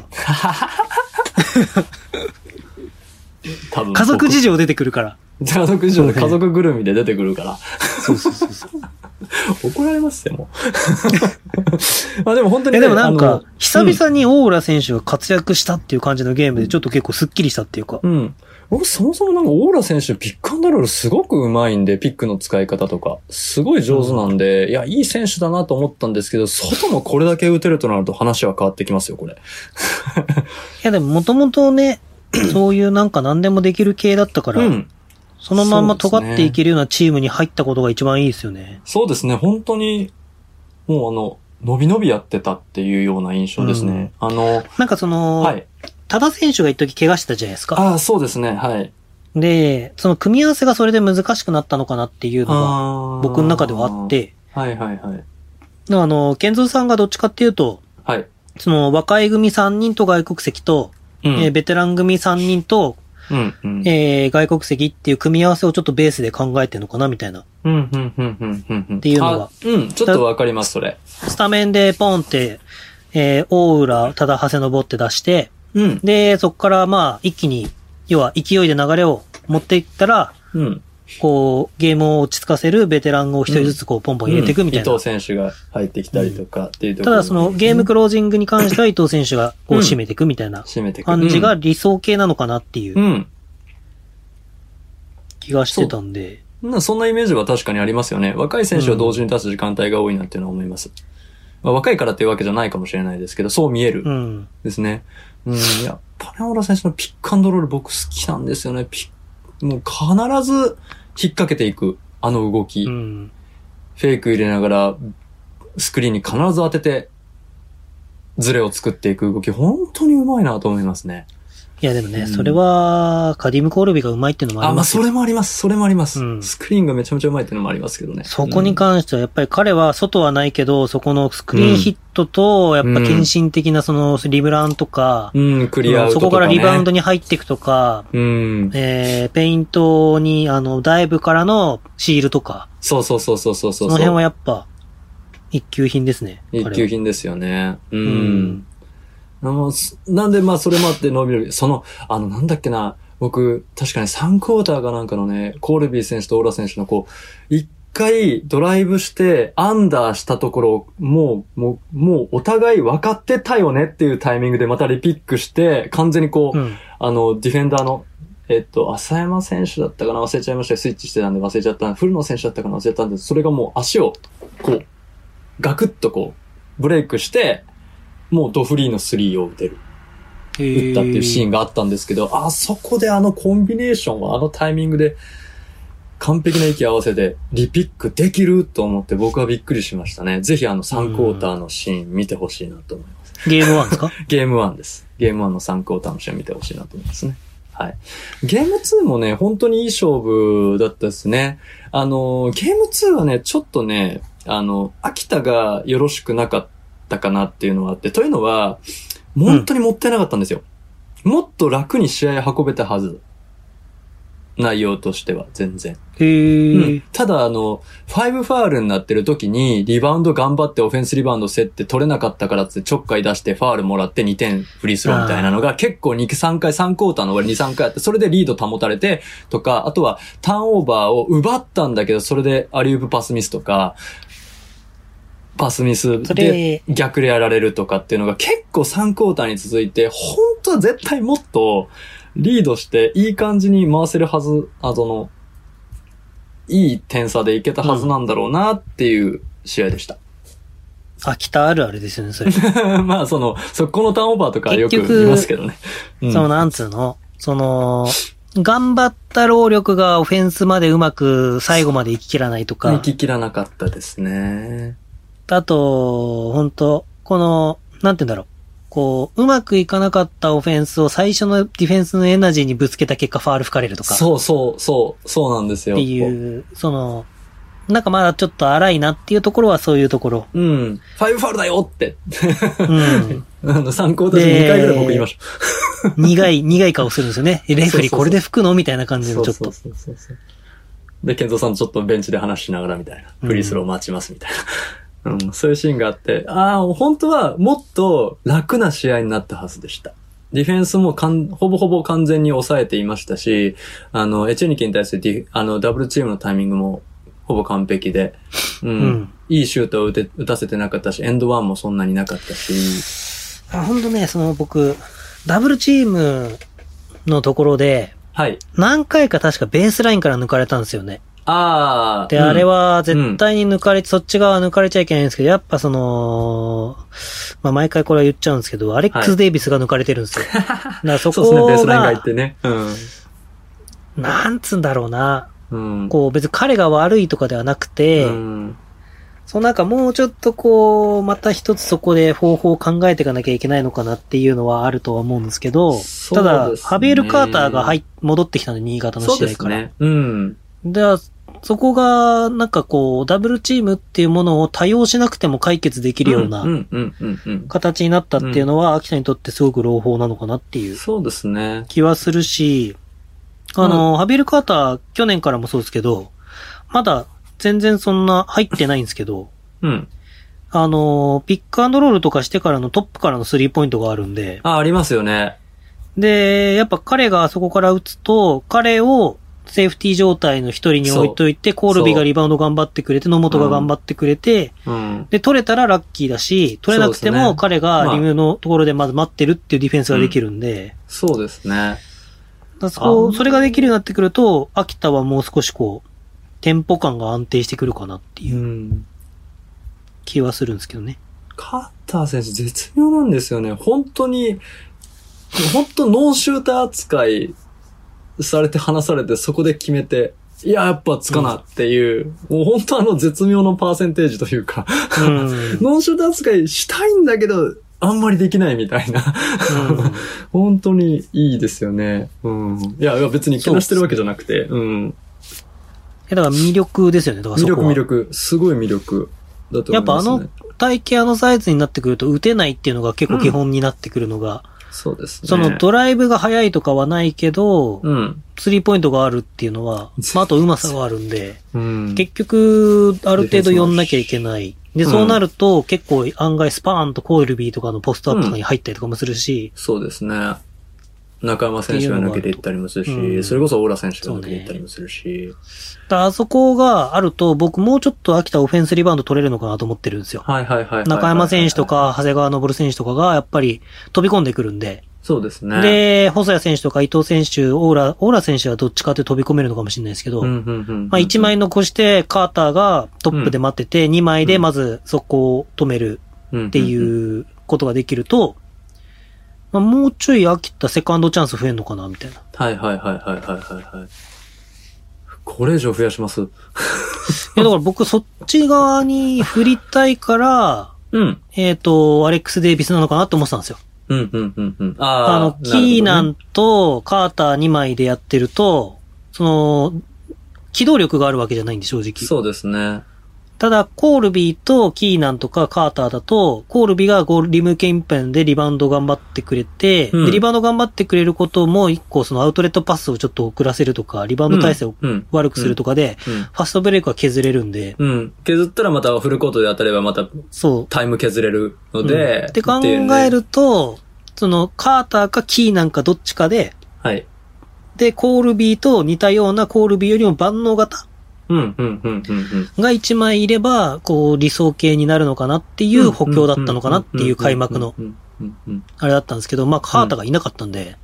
Speaker 3: 多分僕、
Speaker 2: 家族事情出てくるから。
Speaker 3: 家族事情で家族ぐるみで出てくるから。
Speaker 2: そうそうそうそう。
Speaker 3: 怒られますよ、もう。 まあでも本当に、
Speaker 2: え、
Speaker 3: ね、
Speaker 2: でもなん
Speaker 3: あ
Speaker 2: か
Speaker 3: の、
Speaker 2: 久々に大浦選手が活躍したっていう感じのゲームで、ちょっと結構スッキリしたっていうか。
Speaker 3: うん。僕そもそもなんかオーラ選手ピックアンドロールすごく上手いんで、ピックの使い方とか。すごい上手なんで、いや、いい選手だなと思ったんですけど、外もこれだけ打てるとなると話は変わってきますよ、これ。
Speaker 2: いや、でももともと ね、そういうなんか何でもできる系だったから、
Speaker 3: うん。
Speaker 2: そのまんま
Speaker 3: そうで
Speaker 2: 尖
Speaker 3: すね
Speaker 2: っていけるようなチームに入ったことが一番いいですよね。
Speaker 3: そうですね、本当に、もうあの、伸び伸びやってたっていうような印象ですね。あの、
Speaker 2: なんかその、
Speaker 3: はい。
Speaker 2: 多田選手が一時怪我してたじゃないですか。
Speaker 3: ああ、そうですね、はい。
Speaker 2: で、その組み合わせがそれで難しくなったのかなっていうのが、僕の中ではあっ。て、
Speaker 3: はいはいはい。
Speaker 2: あの、健三さんがどっちかっていうと、
Speaker 3: はい。
Speaker 2: その若い組3人と外国籍と、
Speaker 3: うん。
Speaker 2: えーベテラン組3人と、
Speaker 3: うん、うん。
Speaker 2: えー外国籍っていう組み合わせをちょっとベースで考えてるのかなみたいな。
Speaker 3: うん、うん、うん、うん、うんうん。って
Speaker 2: いうのは
Speaker 3: うん、ちょっとわかります、それ。
Speaker 2: スタメンでポンって、えー大浦、ただ長谷信って出して、
Speaker 3: うん。
Speaker 2: で、そこからまあ一気に、要は勢いで流れを持っていったら、
Speaker 3: うん。
Speaker 2: こう、ゲームを落ち着かせるベテランを一人ずつこう、ポンポン入れていくみたいな。
Speaker 3: うん伊藤選手が入ってきたりとかっていうとこ
Speaker 2: た
Speaker 3: ろ
Speaker 2: だ、その、ゲームクロージングに関しては伊藤選手がこう、
Speaker 3: うん
Speaker 2: 締めていくみたいな
Speaker 3: 締めてく。
Speaker 2: 感じが理想形なのかなっていううん気がしてたんで。
Speaker 3: うんなそんなイメージは確かにありますよね。若い選手を同時に出す時間帯が多いなっていうのは思います。まあ、若いからっていうわけじゃないかもしれないですけど、そう見える
Speaker 2: うん。
Speaker 3: ですね。うん、やっぱね、オラ選手のピックアンドロール僕好きなんですよね。ピッもう必ず引っ掛けていく、あの動き。
Speaker 2: うん。
Speaker 3: フェイク入れながら、スクリーンに必ず当てて、ズレを作っていく動き、本当にうまいなと思いますね。
Speaker 2: いや、でも
Speaker 3: う
Speaker 2: ね、
Speaker 3: ん
Speaker 2: それは、カディム・コールビがうまいっていうのもあ
Speaker 3: あ、
Speaker 2: り
Speaker 3: ま
Speaker 2: ま
Speaker 3: あ、
Speaker 2: す
Speaker 3: そ
Speaker 2: けど
Speaker 3: れもあります。それもあります。
Speaker 2: うん
Speaker 3: スクリーンがめちゃめちゃうまいっていうのもありますけどね。
Speaker 2: そこに関しては、やっぱり彼は外はないけど、そこのスクリーンヒットと、やっぱ献身的なそのリブランとか、
Speaker 3: うん、うん、クリアアウト
Speaker 2: そ
Speaker 3: と
Speaker 2: こ
Speaker 3: か、
Speaker 2: か
Speaker 3: ね。
Speaker 2: らリバウンドに入っていくとか、
Speaker 3: うん。
Speaker 2: えー、ペイントに、あの、ダイブからのシールとか、
Speaker 3: そうそうそうそうそうそ。
Speaker 2: そうの辺はやっぱ、一級品ですね。
Speaker 3: 一級品ですよね。うん
Speaker 2: 彼は。うん。
Speaker 3: あの、すなんで、まあ、それもあって伸び伸び、その、あの、なんだっけな、僕、確かに3クォーターかなんかのね、コールビー選手とオーラ選手のこう、一回ドライブして、アンダーしたところ、もう、もう、もうお互い分かってたよねっていうタイミングでまたリピックして、完全にこう、
Speaker 2: うん。
Speaker 3: あの、ディフェンダーの、えっと、浅山選手だったかな忘れちゃいましたよスイッチしてたんで忘れちゃった。古野選手だったかな忘れたんです。それがもう足を、こう、ガクッとこう、ブレイクして、もうドフリーのスリーを打てる。打ったっていうシーン
Speaker 2: ン。
Speaker 3: があったんですけど、あそこであのコンビネーションはあのタイミングで完璧な息合わせでリピックできると思って僕はびっくりしましたね。ぜひあの3クォーターのシーン見てほしいなと思います。
Speaker 2: ゲームワンですか
Speaker 3: ゲーム1です。ゲーム1の3クォーターの試合見てほしいなと思いますね。はい。ゲーム2もね、本当にいい勝負だったですね。あの、ゲーム2はね、ちょっとね、あの、秋田がよろしくなかったかなっていうのはあって、というのは、本当にもったいなかったんですよ。もっと楽に試合運べたはず。内容としては、全然。
Speaker 2: へ
Speaker 3: うん
Speaker 2: ー。
Speaker 3: ただ、あの、ファイブファールになってる時に、リバウンド頑張って、オフェンスリバウンド競って取れなかったからっつって、ちょっかい出して、ファールもらって2点フリースローみたいなのが、結構2、3回、3クォーターの終わり2、3回あって、それでリード保たれて、とか、あとは、ターンオーバーを奪ったんだけど、それでアリウープパスミスとか、パスミス
Speaker 2: そ
Speaker 3: で
Speaker 2: れ、
Speaker 3: 逆でやられるとかっていうのが結構3クォーターに続いて、本当は絶対もっとリードしていい感じに回せるはず、あその、いい点差でいけたはずなんだろうなっていう試合でした。
Speaker 2: 秋田あるあるですよね、それ。
Speaker 3: まあその、そこのターンオーバーとかよく
Speaker 2: 結局
Speaker 3: 見ますけどね。うん
Speaker 2: その、なんつうのその、頑張った労力がオフェンスまでうまく最後まで行ききらないと
Speaker 3: 行
Speaker 2: か、
Speaker 3: ききらなかったですね。
Speaker 2: あと、本当この、なんて言うんだろう。こう、うまくいかなかったオフェンスを最初のディフェンスのエナジーにぶつけた結果ファール吹かれるとか、っ
Speaker 3: そうそう、そう、そうなんですよ。
Speaker 2: ていう、その、なんかまだちょっと荒いなっていうところはそういうとこ ろ。
Speaker 3: うん。ファイブファールだよって。
Speaker 2: うん。
Speaker 3: あの、参考として2回ぐらい僕言いました。
Speaker 2: 苦い、苦い顔するんですよね。えレフェリー
Speaker 3: そうそうそう
Speaker 2: これで吹くのみたいな感じのちょっ
Speaker 3: そう
Speaker 2: と。
Speaker 3: そうそうそうで、健三さんとちょっとベンチで話しながらみたいな。
Speaker 2: うん
Speaker 3: フリースロー待ちますみたいな。 うん、そういうシーンがあって、ああ、本当はもっと楽な試合になったはずでした。ディフェンスもかん、ほぼほぼ完全に抑えていましたし、あの、エチェニキに対してディフあの、ダブルチームのタイミングもほぼ完璧で、うん、
Speaker 2: うん
Speaker 3: いいシュートを打て打たせてなかったし、エンドワンもそんなになかったし、
Speaker 2: あほんとね、その僕、ダブルチームのところで、
Speaker 3: はい。
Speaker 2: 何回か確かベースラインから抜かれたんですよね。
Speaker 3: ああ。
Speaker 2: で、
Speaker 3: うん
Speaker 2: あれ、は絶対に抜かれ、そっち側は抜かれちゃいけないんですけど、やっぱその、まあ、毎回これは言っちゃうんですけど、アレック
Speaker 3: は
Speaker 2: ス・デイビスが抜かれてるんですよ。だからそ
Speaker 3: そうですね、ベー
Speaker 2: こ
Speaker 3: スラインが入っ
Speaker 2: が、
Speaker 3: てね。うん。
Speaker 2: なんつうんだろうな。
Speaker 3: うん。
Speaker 2: こう別に彼が悪いとかではなくて、
Speaker 3: うん
Speaker 2: そのなんかもうちょっとこう、また一つそこで方法を考えていかなきゃいけないのかなっていうのはあるとは思うんですけど、
Speaker 3: そ
Speaker 2: た
Speaker 3: うです
Speaker 2: だ、
Speaker 3: ね
Speaker 2: ハビエル・カーターが入っ戻ってきたの、新潟の
Speaker 3: そうで
Speaker 2: 試合
Speaker 3: す
Speaker 2: から。
Speaker 3: ね。うん。
Speaker 2: では、そこが、なんかこう、ダブルチームっていうものを多用しなくても解決できるよう
Speaker 3: うん
Speaker 2: な
Speaker 3: うんうんうんうん
Speaker 2: 形になったっていうのは、秋田にとってすごく朗報なのかなっていう
Speaker 3: そうですね。
Speaker 2: 気はするし、あの、ハビル・カーター、去年からもそうですけど、まだ全然そんな入ってないんですけど、
Speaker 3: うん。
Speaker 2: あの、ピックアンドロールとかしてからのトップからのスリーポイントがあるんで、
Speaker 3: あ、ありますよね。
Speaker 2: で、やっぱ彼があそこから打つと、彼をセーフティー状態の一人に置いといて、コールビーがリバウンド頑張ってくれて、野本が頑張ってくれて、
Speaker 3: うん。
Speaker 2: で、取れたらラッキーだし、取れなくて
Speaker 3: そうです
Speaker 2: も
Speaker 3: ね
Speaker 2: 彼
Speaker 3: ま
Speaker 2: が
Speaker 3: あ
Speaker 2: リムのところでまず待ってるっていうディフェンスができるんで、
Speaker 3: そうですね。
Speaker 2: だからそこ
Speaker 3: あ
Speaker 2: それができるようになってくると、秋田はもう少しこう、テンポ感が安定してくるかなっていう
Speaker 3: うん。
Speaker 2: 気はするんですけど ね。
Speaker 3: カッター選手絶妙なんですよね。本当に、本当ノンシューター扱いされて離されてそこで決めて、いや、やっぱつかなっていう、もう本当あの絶妙のパーセンテージというか、
Speaker 2: うん。うん
Speaker 3: ノンシューター扱いしたいんだけど、あんまりできないみたいな。本当にいいですよね。うん。いや、いや別にけなしてるわけじゃなくて、うん。
Speaker 2: えだから魅力ですよね、だからそ
Speaker 3: 魅
Speaker 2: こ
Speaker 3: 力
Speaker 2: は。
Speaker 3: 魅力。すごい魅力だと思います、ね。
Speaker 2: やっぱあの、体型のサイズになってくると打てないっていうのが結構基本になってくるのが、
Speaker 3: そうですね。
Speaker 2: そのドライブが速いとかはないけど、
Speaker 3: うん。
Speaker 2: スリーポイントがあるっていうのは、まあ、あとうまさがあるんで、
Speaker 3: うん。
Speaker 2: 結局、ある程度読んなきゃいけない。で、
Speaker 3: うん
Speaker 2: そうなると、結構案外スパーンとコイルビーとかのポストアップとかに入ったりとかもするし、
Speaker 3: そうですね。中山選手が抜けていったりもするし、
Speaker 2: っていうのがあるとうん
Speaker 3: それこそオーラ選手が抜けていったりもするし。
Speaker 2: だからあそこがあると、僕もうちょっと秋田オフェンスリバウンド取れるのかなと思ってるんですよ。
Speaker 3: はいはいはいはいはい。
Speaker 2: 中山選手と。か、長谷川昇選手とかが、やっぱり飛び込んでくるんで、
Speaker 3: そうですね。、
Speaker 2: で、細谷選手とか伊藤選手、オーラ、オーラ選手はどっちかって飛び込めるのかもしれないですけど、
Speaker 3: うんうんうん。
Speaker 2: まあ1枚残してカーターがトップで待ってて、2枚でまず速攻を止める
Speaker 3: っ
Speaker 2: っていうことができると、まあ、もうちょい飽きたセカンドチャンス増えんのかな、みたいな。
Speaker 3: はいはいはいはいはいはいはい。これ以上増やします。
Speaker 2: いや、だから僕そっち側に振りたいから、
Speaker 3: うん。
Speaker 2: えっ、と、アレックス・デイビスなのかなって思ってたんですよ。
Speaker 3: うんうんうんうん。
Speaker 2: あ
Speaker 3: あ
Speaker 2: の
Speaker 3: あ、、
Speaker 2: キーナ
Speaker 3: る
Speaker 2: ンとカーター2枚でやってると、その、機動力があるわけじゃないんで、正
Speaker 3: ほどね
Speaker 2: 直。
Speaker 3: そうですね。
Speaker 2: ただ、コールビーとキーナンとかカーターだと、コールビーがゴールリム近辺でリバウンド頑張ってくれて、
Speaker 3: うん
Speaker 2: でリバウンド頑張ってくれることも、一個そのアウトレットパスをちょっと遅らせるとか、リバウンド体勢を
Speaker 3: うんうん
Speaker 2: 悪くするとかで、
Speaker 3: うん
Speaker 2: ファストブレイクは削れるんで、
Speaker 3: うん。削ったらまたフルコートで当たればまた
Speaker 2: そう。
Speaker 3: タイム削れるので。
Speaker 2: うんって考
Speaker 3: いうね
Speaker 2: え。ると、その、カーターかキーナンかどっちかで、
Speaker 3: はい。
Speaker 2: で、コールビーと似たようなコールビーよりも万能型
Speaker 3: うんうんうんうんうん。
Speaker 2: が1枚いれば、こう、理想形になるのかなっていう補強だったのかなっていう開幕の
Speaker 3: うんうんうんうん。
Speaker 2: あれだったんですけど、まあ、カーターがいなかったんで、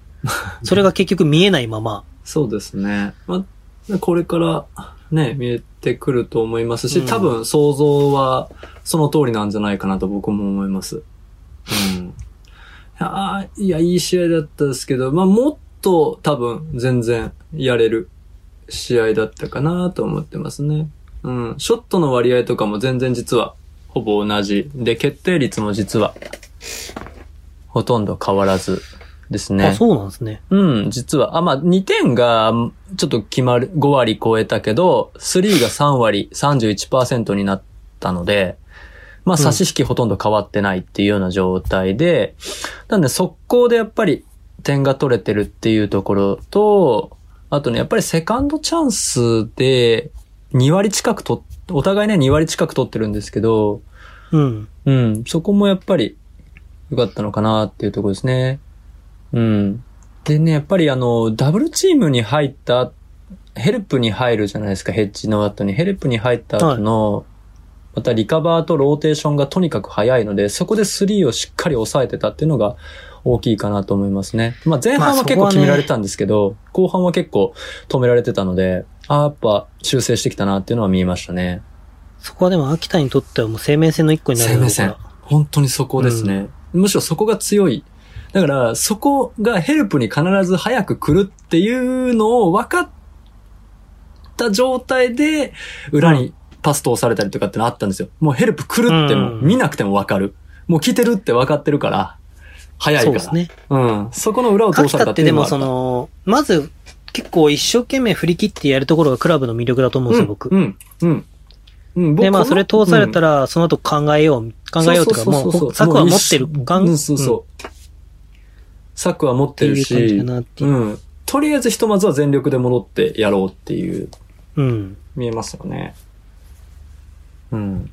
Speaker 2: それが結局見えないまま、
Speaker 3: そうですね。まあ、これからね、見えてくると思います
Speaker 2: う
Speaker 3: し、
Speaker 2: ん
Speaker 3: 多分想像はその通りなんじゃないかなと僕も思います。うん。あいや、いい試合だったですけど、まあ、もっと多分全然やれる試合だったかなと思ってますね。うん。ショットの割合とかも全然実はほぼ同じ。で、決定率も実はほとんど変わらずです ね。
Speaker 2: あ、そうなんですね。
Speaker 3: うん、実は。あ、まあ、2点が、ちょっと決まる、5割超えたけど、3が3割、31%になったので、ま
Speaker 2: う
Speaker 3: あ、
Speaker 2: ん
Speaker 3: 差し引きほとんど変わってないっていうような状態で、なんで、速攻でやっぱり点が取れてるっていうところと、あとね、やっぱりセカンドチャンスで、2割近くと、お互いね、2割近く取ってるんですけど、
Speaker 2: うん。
Speaker 3: うん、そこもやっぱり良かったのかなっていうところですね。うん。でね、やっぱりあの、ダブルチームに入った、ヘルプに入るじゃないですか、ヘッジの後に。ヘルプに入った後の、またリカバーとローテーションがとにかく早いので、そこで3をしっかり抑えてたっていうのが大きいかなと思いますね。まあ前半は結
Speaker 2: まあそこ
Speaker 3: 構
Speaker 2: はね
Speaker 3: 決められたんですけど、後半は結構止められてたので、ああ、やっぱ修正してきたなっていうのは見えましたね。
Speaker 2: そこはでも秋田にとってはもう生命線の一個になる
Speaker 3: 生
Speaker 2: だろ
Speaker 3: 命
Speaker 2: うか
Speaker 3: 線
Speaker 2: ら。。
Speaker 3: 本当にそこですね。むしろそこが強い。だから、そこがヘルプに必ず早く来るっていうのを分かった状態で、裏にパス通されたりとかってのあったんですよ。もうヘルプ来るってもう
Speaker 2: うん
Speaker 3: 見なくても分かる。もう来てるって分かってるから、早い
Speaker 2: そう
Speaker 3: か
Speaker 2: で
Speaker 3: ら。
Speaker 2: すね。
Speaker 3: うん。そこの裏を通
Speaker 2: 秋
Speaker 3: さ
Speaker 2: 田
Speaker 3: れた
Speaker 2: っ
Speaker 3: っ
Speaker 2: て
Speaker 3: ていう
Speaker 2: で
Speaker 3: のも
Speaker 2: も
Speaker 3: あった
Speaker 2: その、まず結構一生懸命振り切ってやるところがクラブの魅力だと思うんですよ、僕。
Speaker 3: うん。うん。うん。
Speaker 2: で、まあそれ通されたら、その後考えよう、考えようとか、も
Speaker 3: そうそう
Speaker 2: う
Speaker 3: そうそう
Speaker 2: 策は持ってる。
Speaker 3: もう一
Speaker 2: 考え
Speaker 3: うん、そうそう。策は持っ
Speaker 2: って
Speaker 3: て
Speaker 2: い
Speaker 3: る
Speaker 2: う感じ
Speaker 3: し
Speaker 2: か、なっていう。
Speaker 3: うん。とりあえずひとまずは全力で戻ってやろうっていう、
Speaker 2: うん。
Speaker 3: 見えますよね。うん。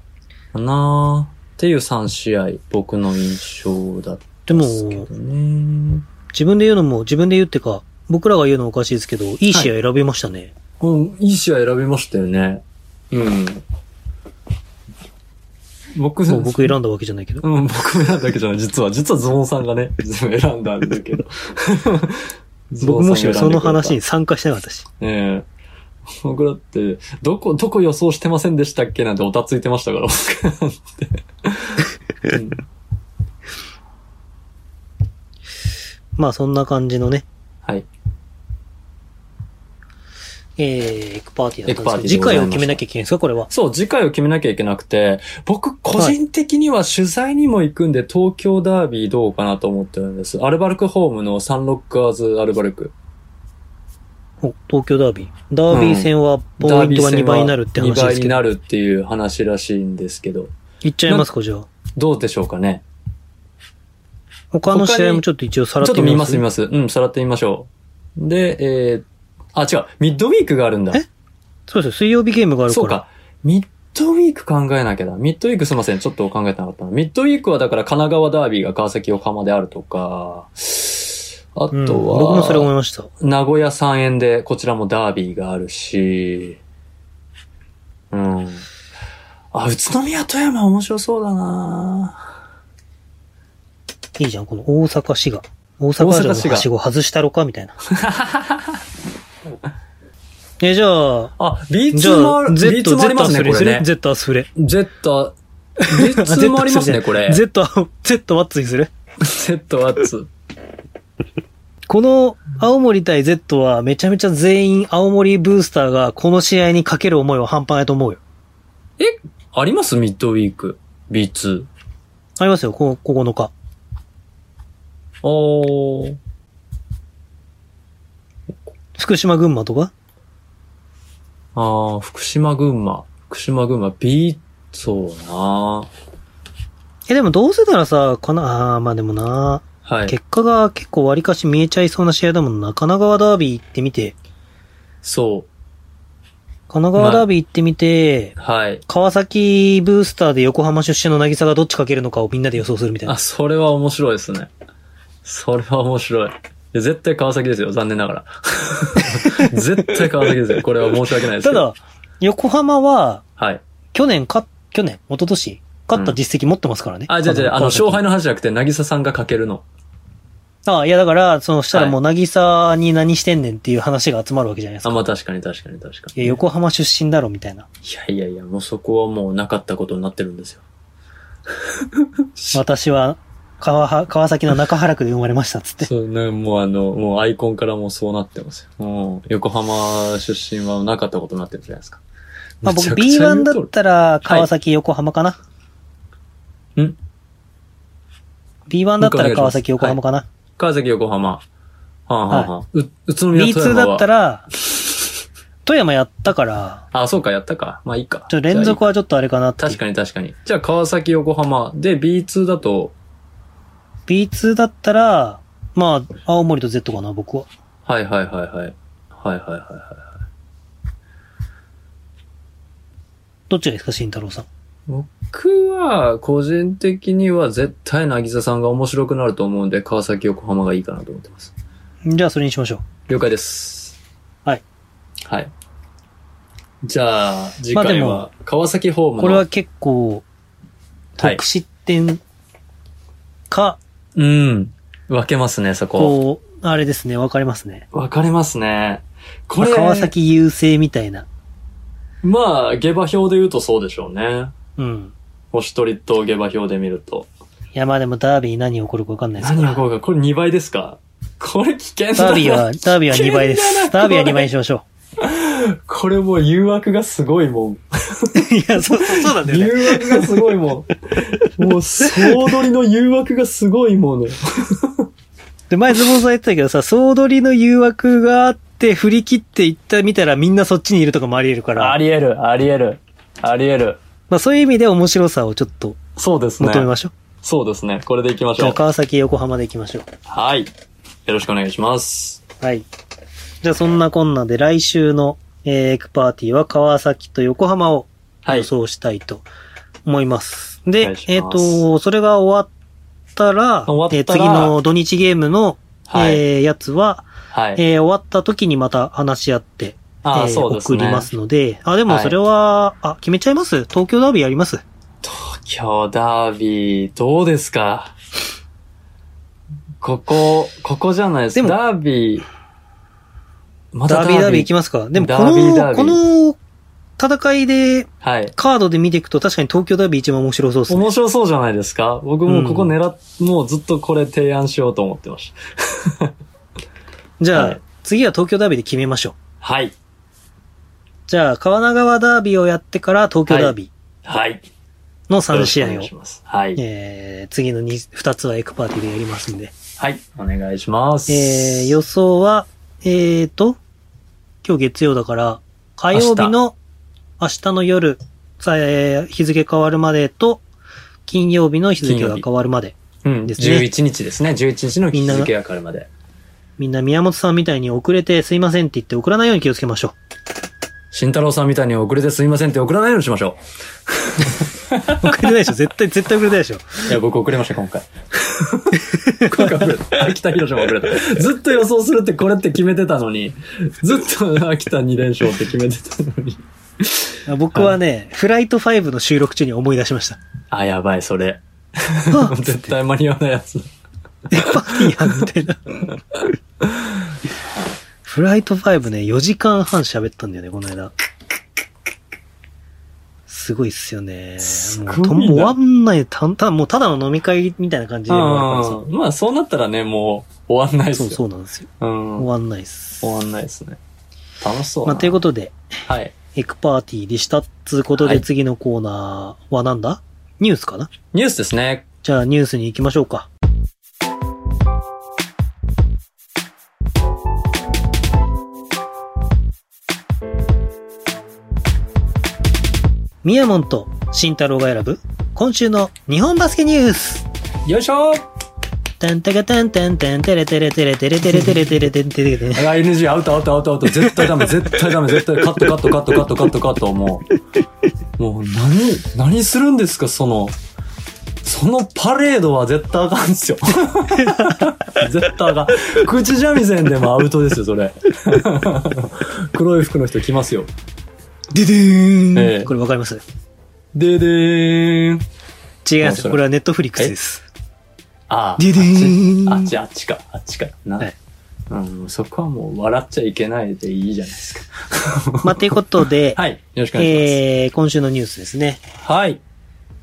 Speaker 3: かなーっていう3試合、僕の印象だった
Speaker 2: でも、
Speaker 3: ですけどね。
Speaker 2: 自分で言うのも、自分で言うってか、僕らが言うのもおかしいですけど、いい試合選びましたね。
Speaker 3: うん、いい試合選びましたよね。うん。僕、
Speaker 2: もう僕選んだわけじゃないけど。
Speaker 3: うん、僕も選んだけど、実は、実はズボンさんがね、選んだんだけど。
Speaker 2: 僕もしろその話
Speaker 3: ね
Speaker 2: に参加してなかったし。
Speaker 3: え。僕だって、どこ、どこ予想してませんでしたっけなんておたついてましたから、僕なんてうん
Speaker 2: まあそんな感じのね、
Speaker 3: はい。
Speaker 2: えー、エクパーティーだったんですけど、次
Speaker 3: エクパーティーでございました
Speaker 2: 回を決めなきゃいけないんですかこれは。
Speaker 3: そう、次回を決めなきゃいけなくて、僕個人的には取材にも行くんで、東京ダービーどうかなと思ってるんです。アルバルクホームのサンロッカーズアルバルク。
Speaker 2: お東京ダービー。ダービー戦は、ポイントが2倍になるって話
Speaker 3: 2
Speaker 2: で
Speaker 3: 倍
Speaker 2: す
Speaker 3: に
Speaker 2: けど。
Speaker 3: なるっていう話らしいんですけど、
Speaker 2: いっちゃいますか、じゃあ。
Speaker 3: どうでしょうかね。
Speaker 2: 他の試合もちょっと一応さらっ
Speaker 3: ちょってと
Speaker 2: み
Speaker 3: 見
Speaker 2: ま
Speaker 3: ますす見ます。うん、さらってみましょう。で、えー、あ、違う、ミッドウィークがあるんだ。
Speaker 2: えそうですよ。水曜日ゲームがあるか
Speaker 3: そ
Speaker 2: ら。
Speaker 3: うか。ミッドウィーク考えなきゃだ。ミッドウィークすいません。ちょっと考えてなかったな。ミッドウィークはだから神奈川ダービーが川崎横浜であるとか、あとは、
Speaker 2: うん、僕もそれ思いました。
Speaker 3: 名古屋3円でこちらもダービーがあるし、うん。あ、宇都宮富山面白そうだない
Speaker 2: いじゃん、この大阪市が。大阪
Speaker 3: 大
Speaker 2: 城
Speaker 3: 阪市
Speaker 2: の
Speaker 3: が
Speaker 2: はしご外したろかみ たいな。え、じゃあ、
Speaker 3: あ、
Speaker 2: じゃ
Speaker 3: B2 もあ
Speaker 2: あ、
Speaker 3: る、B2
Speaker 2: Z、
Speaker 3: もあ
Speaker 2: Z
Speaker 3: りま
Speaker 2: ア
Speaker 3: すね、
Speaker 2: ス
Speaker 3: こ
Speaker 2: フレ、
Speaker 3: れね。
Speaker 2: Z アスフレ。
Speaker 3: Z、B2 もありますね、これ。
Speaker 2: Z、Z ワッツにする
Speaker 3: Z ワッツ。
Speaker 2: この青森対 Z はめちゃめちゃ全員青森ブースターがこの試合にかける思いは半端ないと思うよ。
Speaker 3: ありますミッドウィーク。B2。
Speaker 2: ありますよ、ここ9日。
Speaker 3: おー。
Speaker 2: 福島群馬とか
Speaker 3: あー、福島群馬。福島群馬 B、そうな
Speaker 2: え、でもどうせならさ、かな、あーまあでもな、
Speaker 3: はい。
Speaker 2: 結果が結構割かし見えちゃいそうな試合だもんな。神奈川ダービー行ってみて、
Speaker 3: そ
Speaker 2: 神奈川ダービー行ってみて、
Speaker 3: う。はい。
Speaker 2: 川崎ブースターで横浜出身の渚がどっちかけるのかをみんなで予想するみたい
Speaker 3: あ、
Speaker 2: な。
Speaker 3: それは面白いですね。それは面白い。いや絶対川崎ですよ、残念ながら。 絶対川崎ですよ。これは申し訳ないです
Speaker 2: た
Speaker 3: けど。
Speaker 2: だ、横浜は、
Speaker 3: はい。
Speaker 2: 去年か、去年、一昨年勝った実績持ってますからね。
Speaker 3: あ、じゃあじゃあ、あ
Speaker 2: 川
Speaker 3: の、
Speaker 2: 崎
Speaker 3: 勝敗の話じゃなくて、なぎささんがかけるの。
Speaker 2: あいやだから、そのしたらもう、なぎさに何してんねんっていう話が集まるわけじゃないです
Speaker 3: あ、
Speaker 2: か。
Speaker 3: まあ確かに確かに確か
Speaker 2: い
Speaker 3: に。
Speaker 2: や、横浜出身だろ、みたいな。
Speaker 3: いやいやいや、もうそこはもうなかったことになってるんですよ。
Speaker 2: 私は、川は、川崎の中原区で生まれました、つ って。
Speaker 3: そうね、もうあの、もうアイコンからもうそうなってますよ。もう、横浜出身はなかったことになってるじゃないですか。
Speaker 2: まあ僕
Speaker 3: めちゃくちゃ言
Speaker 2: B1
Speaker 3: う
Speaker 2: だ
Speaker 3: と
Speaker 2: ったら、川崎、横浜かな。
Speaker 3: ん
Speaker 2: ?B1 だったら川崎、
Speaker 3: 僕
Speaker 2: 横
Speaker 3: お願いし
Speaker 2: 浜
Speaker 3: ます
Speaker 2: かな。
Speaker 3: 川崎、横浜。はあ、はあはあ、う宇都宮
Speaker 2: B2
Speaker 3: 富山
Speaker 2: だ
Speaker 3: は。
Speaker 2: ったら、富山やったから、
Speaker 3: あ、そうか、やったか。まあいいか。
Speaker 2: ちょっと連続はちょっとあれかなっていう。
Speaker 3: 確かに確かに。じゃあ川崎、横浜。で、B2 だと、
Speaker 2: B2 だったら、まあ、青森と Z かな、僕は。
Speaker 3: はいはいはいはい。はいはいはいはい。
Speaker 2: どっちがいいですか、慎太郎さん。
Speaker 3: 僕は、個人的には絶対、なぎささんが面白くなると思うんで、川崎、横浜がいいかなと思ってます。
Speaker 2: じゃあ、それにしましょ
Speaker 3: 了解です。
Speaker 2: はい。
Speaker 3: はい。じゃあ、次
Speaker 2: まあで
Speaker 3: 回
Speaker 2: も
Speaker 3: は、川崎ホーム
Speaker 2: う。
Speaker 3: の、
Speaker 2: これは結構、
Speaker 3: はい
Speaker 2: 得。失点か、
Speaker 3: うん。分けますね、そこ。
Speaker 2: こう、あれですね、分かれますね。
Speaker 3: 分かれますね。こ
Speaker 2: まあ
Speaker 3: れ、
Speaker 2: 川崎優勢みたいな。
Speaker 3: まあ、下馬評で言うとそうでしょうね。
Speaker 2: うん。
Speaker 3: 星取りと下馬評で見ると。
Speaker 2: いや、まあでもダービー何起こるか分かんないですか
Speaker 3: 何
Speaker 2: ら。
Speaker 3: がこうか、これ2倍ですかこれ危険だな
Speaker 2: ダービーは、ダービーは2倍で
Speaker 3: 危険だ
Speaker 2: す。
Speaker 3: な
Speaker 2: ダービーは2倍にしましょ
Speaker 3: これもう誘惑がすごいもん。
Speaker 2: う。 いや、そう、そうなんだよね。
Speaker 3: 誘惑がすごいも ん。もう、総取りの誘惑がすごいもの。
Speaker 2: で、前ズボンさん言ってたけどさ、総取りの誘惑があって、振り切って行った見たらみんなそっちにいるとかもあり得るから。
Speaker 3: り得る、あり得る、あり得る。
Speaker 2: まあそういう意味で面白さをちょっと
Speaker 3: そうですね
Speaker 2: 求。めましょう。
Speaker 3: そうですね。これで行きまし
Speaker 2: じゃ
Speaker 3: ょ
Speaker 2: あ
Speaker 3: う。
Speaker 2: 川崎、横浜で行きましょ
Speaker 3: はい。よろしくお願いします。
Speaker 2: う。はい。じゃあそんなこんなで来週のえーエクパーティーは川崎と横浜を
Speaker 3: はい
Speaker 2: 予。想したいと思います。
Speaker 3: お
Speaker 2: で
Speaker 3: 願いし、ます
Speaker 2: えっ、と、それが終わったら、
Speaker 3: 終わ
Speaker 2: え
Speaker 3: っ
Speaker 2: ー
Speaker 3: たら
Speaker 2: 次の土日ゲームの、
Speaker 3: はい。
Speaker 2: えーやつは、
Speaker 3: はい。
Speaker 2: えー終わった時にまた話し合って、
Speaker 3: あ
Speaker 2: え
Speaker 3: あ、
Speaker 2: ー
Speaker 3: そうです
Speaker 2: 送
Speaker 3: ね。
Speaker 2: りますので、あ、でもそれは、あ、決めちゃいます東京ダービーやります
Speaker 3: 東京ダービー、どうですかここ、ここじゃないです
Speaker 2: でも
Speaker 3: か。ダービー、ま
Speaker 2: ダービーダービー行きますかでもこ
Speaker 3: ダービーダー
Speaker 2: の、
Speaker 3: ビ
Speaker 2: こ
Speaker 3: ー
Speaker 2: の戦いで、
Speaker 3: はい。
Speaker 2: カードで見ていくと確かに東京ダービー一番面白そうですね。
Speaker 3: 面白そうじゃないですか僕もここ狙っ、もうずっとこれ提案しようと思ってました。
Speaker 2: じゃあ、
Speaker 3: はい
Speaker 2: 次は東京ダービーで決めましょう。
Speaker 3: はい。
Speaker 2: じゃあ、川名川ダービーをやってから東京ダービ
Speaker 3: はい。
Speaker 2: ーの3試合を、
Speaker 3: よろしくお願いします。はい。
Speaker 2: えー、次の 2, 2つはエクパーティーでやりますんで。
Speaker 3: はい。お願いします。
Speaker 2: えー、予想は、えーと、今日月曜だから、火曜日の明日の夜、さえー日付変わるまでと、金曜日の日付が変わるまで。
Speaker 3: うん、
Speaker 2: ですね
Speaker 3: 11日ですね。11日の日付が変わるまで。
Speaker 2: みんな宮本さんみたいに遅れてすいませんって言って送らないように気をつけましょ
Speaker 3: 慎太郎さんみたいに遅れてすいませんって送らないようにしましょ
Speaker 2: う。遅れてないでしょ絶対、絶対遅れてないでしょ
Speaker 3: う。いや、僕遅れました、今回。 今回遅れた。秋田広島遅れた。ずっと予想するってこれって決めてたのに、ずっと秋田2連勝って決めてたのに。
Speaker 2: 僕はね、フライト5の収録中に思い出しました。
Speaker 3: あ、やばい、それ。
Speaker 2: あ
Speaker 3: 絶対間に合わないやつ。
Speaker 2: パーティーやんみたいな。フライト5ね、4時間半喋ったんだよね、この間。すごいっすよね。
Speaker 3: す
Speaker 2: も
Speaker 3: ごいうな
Speaker 2: とも終わんない、たんたもうただの飲み会みたいな感じで終わるから
Speaker 3: うん。まあ、そうなったらね、もう終わんないっ
Speaker 2: さ。
Speaker 3: す
Speaker 2: そ
Speaker 3: よ。
Speaker 2: う、そうなんですよ。
Speaker 3: うん。
Speaker 2: 終わんないっす。
Speaker 3: 終わんないですね。楽しそうだ
Speaker 2: ま
Speaker 3: な。
Speaker 2: あ、ということで、
Speaker 3: はい。
Speaker 2: エクパーティーでしたっつうこと
Speaker 3: は
Speaker 2: で
Speaker 3: い
Speaker 2: 次のコーナーはなんだ、ニュースかな
Speaker 3: ニュースですね。
Speaker 2: じゃあニュースに行きましょうか。ミヤモンと慎太郎が選ぶ今週の日本バスケニュース
Speaker 3: よいしょ
Speaker 2: タンタカタンタンタンテレテレテレテレテレテレテレテレテレテレ
Speaker 3: あ NG、アウトアウトアウトアウト。絶対ダメ、絶対ダメ、絶対。カットカットカットカットカットカット。もう、もう何、何するんですか、その、そのパレードは絶対あかんっすよ。 絶対あかん。口三味線でもアウトですよ、それ。 黒い服の人来ますよ。
Speaker 2: デデーン、
Speaker 3: ええ
Speaker 2: これわかります
Speaker 3: でで
Speaker 2: 違
Speaker 3: ーん。
Speaker 2: いま
Speaker 3: 面
Speaker 2: す。
Speaker 3: 白い
Speaker 2: これはネットフリックスです。
Speaker 3: ああ。
Speaker 2: デデーン
Speaker 3: あっち、あっちか、あっちか。な。
Speaker 2: はい
Speaker 3: うん、そこはもう笑っちゃいけないでいいじゃないですか。
Speaker 2: まあ、ということで、
Speaker 3: はい。よろしくお願いし
Speaker 2: えー、今週のニュースですね。
Speaker 3: ます。はい。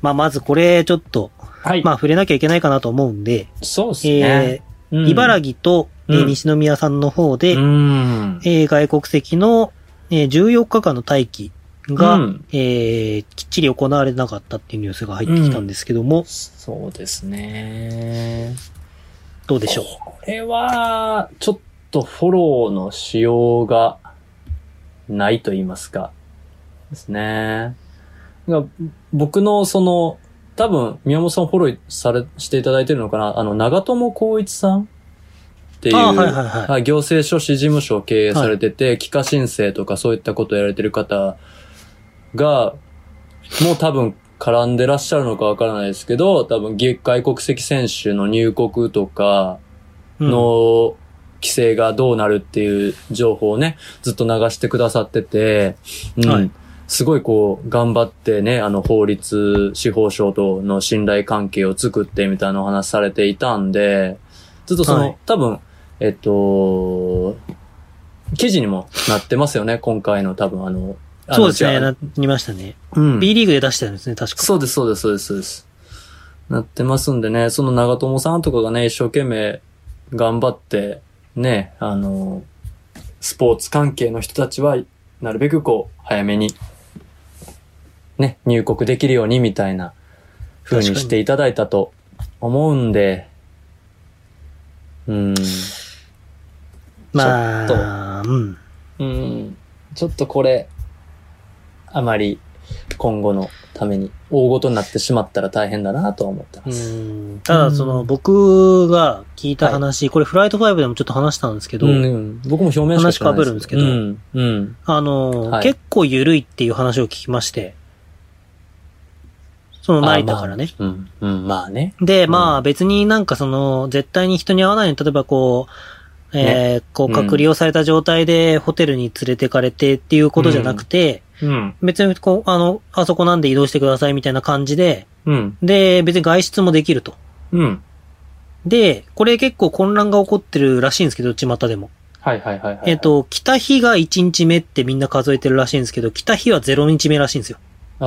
Speaker 2: まあ、まずこれちょっと
Speaker 3: はい。
Speaker 2: まあ触れなきゃいけないかなと思うんで、
Speaker 3: そうです
Speaker 2: え
Speaker 3: ね。
Speaker 2: ー茨
Speaker 3: 城
Speaker 2: 城と、えー
Speaker 3: うん
Speaker 2: 西宮さんの方で、
Speaker 3: うん。
Speaker 2: えー外国籍の、えー14日間の待機が、
Speaker 3: うん
Speaker 2: えーきっちり行われなかったっていうニュースが入ってきたんですけども、
Speaker 3: そうですね。
Speaker 2: どうでしょう
Speaker 3: これは、ちょっとフォローのしようがないと言いますか。ですね。が僕のその、多分、宮本さんフォローされ、していただいてるのかなあの、長友光一さんっていう、
Speaker 2: あーはいはいはい
Speaker 3: あ行政書士事務所を経営されてて、帰化申請とかそういったことをやられてる方が、もう多分絡んでらっしゃるのかわからないですけど、多分げ外国籍選手の入国とか
Speaker 2: うん
Speaker 3: の規制がどうなるっていう情報をね、ずっと流してくださってて、うん
Speaker 2: はい
Speaker 3: すごいこう、頑張ってね、あの法律、司法省との信頼関係を作ってみたいなお話されていたんで、ずっとその、
Speaker 2: はい
Speaker 3: 多分、えっと、記事にもなってますよね、今回の多分あの、あの
Speaker 2: そうです
Speaker 3: じ
Speaker 2: ね、
Speaker 3: ゃあ
Speaker 2: なりましたね。
Speaker 3: うん。
Speaker 2: B リーグで出してたんですね、確か。
Speaker 3: そうです、そうです、そうです、そうです。なってますんでね、その長友さんとかがね、一生懸命頑張って、ね、あの、スポーツ関係の人たちは、なるべくこう、早めに、ね、入国できるようにみたいな風にしていただいたと思うんで、うん、ちょ
Speaker 2: まあ、うん。
Speaker 3: うん、ちょっとこれ、あまり今後のために大ごとになってしまったら大変だなとは思って
Speaker 2: う
Speaker 3: ます。
Speaker 2: んただ、その、僕が聞いた話、これ、フライト5でもちょっと話したんですけど、
Speaker 3: うん、僕も表面しか聞かない
Speaker 2: 話被る
Speaker 3: うんん、うん。
Speaker 2: あの、
Speaker 3: はい
Speaker 2: 結構緩いっていう話を聞きまして、その成田からね。
Speaker 3: うん、うん、まあね。
Speaker 2: で、ま
Speaker 3: う
Speaker 2: あ別になんかその、絶対に人に会わないように、例えばこう、えーこう、隔離をされた状態でホテルに連れてかれてっていうことじゃなくて、
Speaker 3: うん。
Speaker 2: 別にこう、あの、あそこなんで移動してくださいみたいな感じで、
Speaker 3: うん。
Speaker 2: で、別に外出もできると。
Speaker 3: うん。
Speaker 2: で、これ結構混乱が起こってるらしいんですけど、巷でも。
Speaker 3: はいはいはい、はい。
Speaker 2: えっ、、と、北日が1日目ってみんな数えてるらしいんですけど、北日は0日目らしいんですよ。
Speaker 3: あ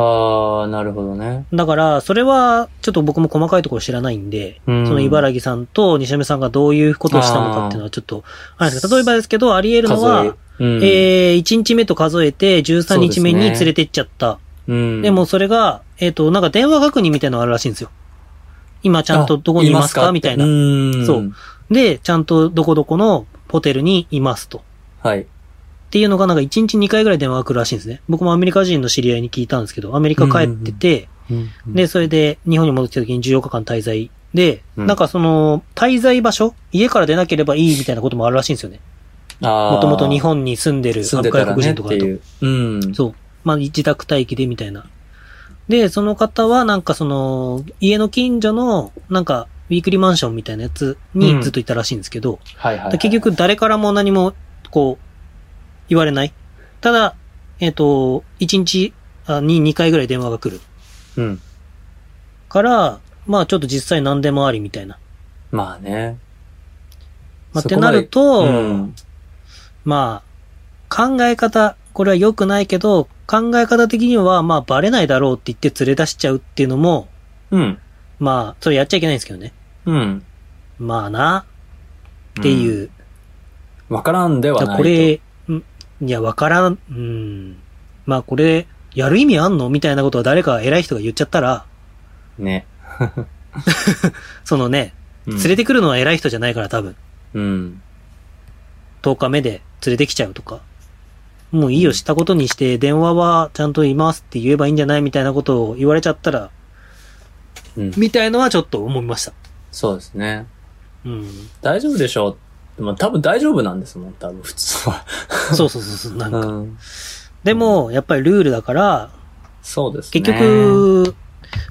Speaker 3: ー、なるほどね。
Speaker 2: だから、それは、ちょっと僕も細かいところ知らないんで、
Speaker 3: うん
Speaker 2: その茨城さんと西山さんがどういうことをしたのかっていうのはちょっと、あれですけど例えばですけど、あり得るのは、
Speaker 3: 数え、うん、
Speaker 2: えー、1日目と数えて13日目に連れてっちゃった。
Speaker 3: うん、
Speaker 2: でもそれが、えっ、と、なんか電話確認みたいなのがあるらしいんですよ。今ちゃんとどこにいますかみたいな
Speaker 3: う。ん。
Speaker 2: そう。で、ちゃんとどこどこのホテルにいますと。
Speaker 3: はい。
Speaker 2: っていうのがなんか1日2回ぐらい電話が来るらしいんですね。僕もアメリカ人の知り合いに聞いたんですけど、アメリカ帰ってて、で、それで日本に戻ってきた時に14日間滞在。で、
Speaker 3: うん
Speaker 2: なんかその、滞在場所家から出なければいいみたいなこともあるらしいんですよね。も
Speaker 3: も
Speaker 2: ともと日本に住んでる
Speaker 3: 住んでた
Speaker 2: 外
Speaker 3: ら
Speaker 2: 国
Speaker 3: ね
Speaker 2: 人
Speaker 3: っ
Speaker 2: とか
Speaker 3: て
Speaker 2: だと。
Speaker 3: いう。うん。
Speaker 2: そう。まあ、自宅待機でみたいな。で、その方はなんかその、家の近所の、なんか、ウィークリーマンションみたいなやつ
Speaker 3: う
Speaker 2: に
Speaker 3: ん
Speaker 2: ずっといたらしいんですけど、
Speaker 3: はいはい、は
Speaker 2: で
Speaker 3: い。
Speaker 2: 結、局誰からも何も、こう、言われない。ただ、えっ、と、1日あに2回ぐらい電話が来る。
Speaker 3: うん。
Speaker 2: から、まあちょっと実際何でもありみたいな。
Speaker 3: まあね。
Speaker 2: まあ、っ
Speaker 3: そ
Speaker 2: て
Speaker 3: こま
Speaker 2: な
Speaker 3: で
Speaker 2: ると、
Speaker 3: うん。
Speaker 2: まあ、考え方、これは良くないけど、考え方的には、まあ、バレないだろうって言って連れ出しちゃうっていうのも、
Speaker 3: うん。
Speaker 2: まあ、それやっちゃいけないんですけどね。
Speaker 3: うん。
Speaker 2: まあな、って
Speaker 3: ん。
Speaker 2: いう。
Speaker 3: わからんでは
Speaker 2: だ
Speaker 3: ないと。
Speaker 2: これ、んいや、わからん、うん。まあ、これ、やる意味あんのみたいなことは誰か偉い人が言っちゃったら、
Speaker 3: ね。
Speaker 2: そのね、
Speaker 3: 連
Speaker 2: 連れてくるのは偉い人じゃないから多分、
Speaker 3: うん。
Speaker 2: 10日目で連れてきちゃうとか。もういいよ、したことにして、電話はちゃんといますって言えばいいんじゃないみたいなことを言われちゃったら、
Speaker 3: うん。
Speaker 2: みたいのはちょっと思いました。
Speaker 3: そうですね。
Speaker 2: うん。
Speaker 3: 大丈夫でしょう。まあ多分大丈夫なんですもん、多分普通は。
Speaker 2: そうそうそう そう、なんか。
Speaker 3: うん。
Speaker 2: でも、やっぱりルールだから、
Speaker 3: そうですね。
Speaker 2: 結局、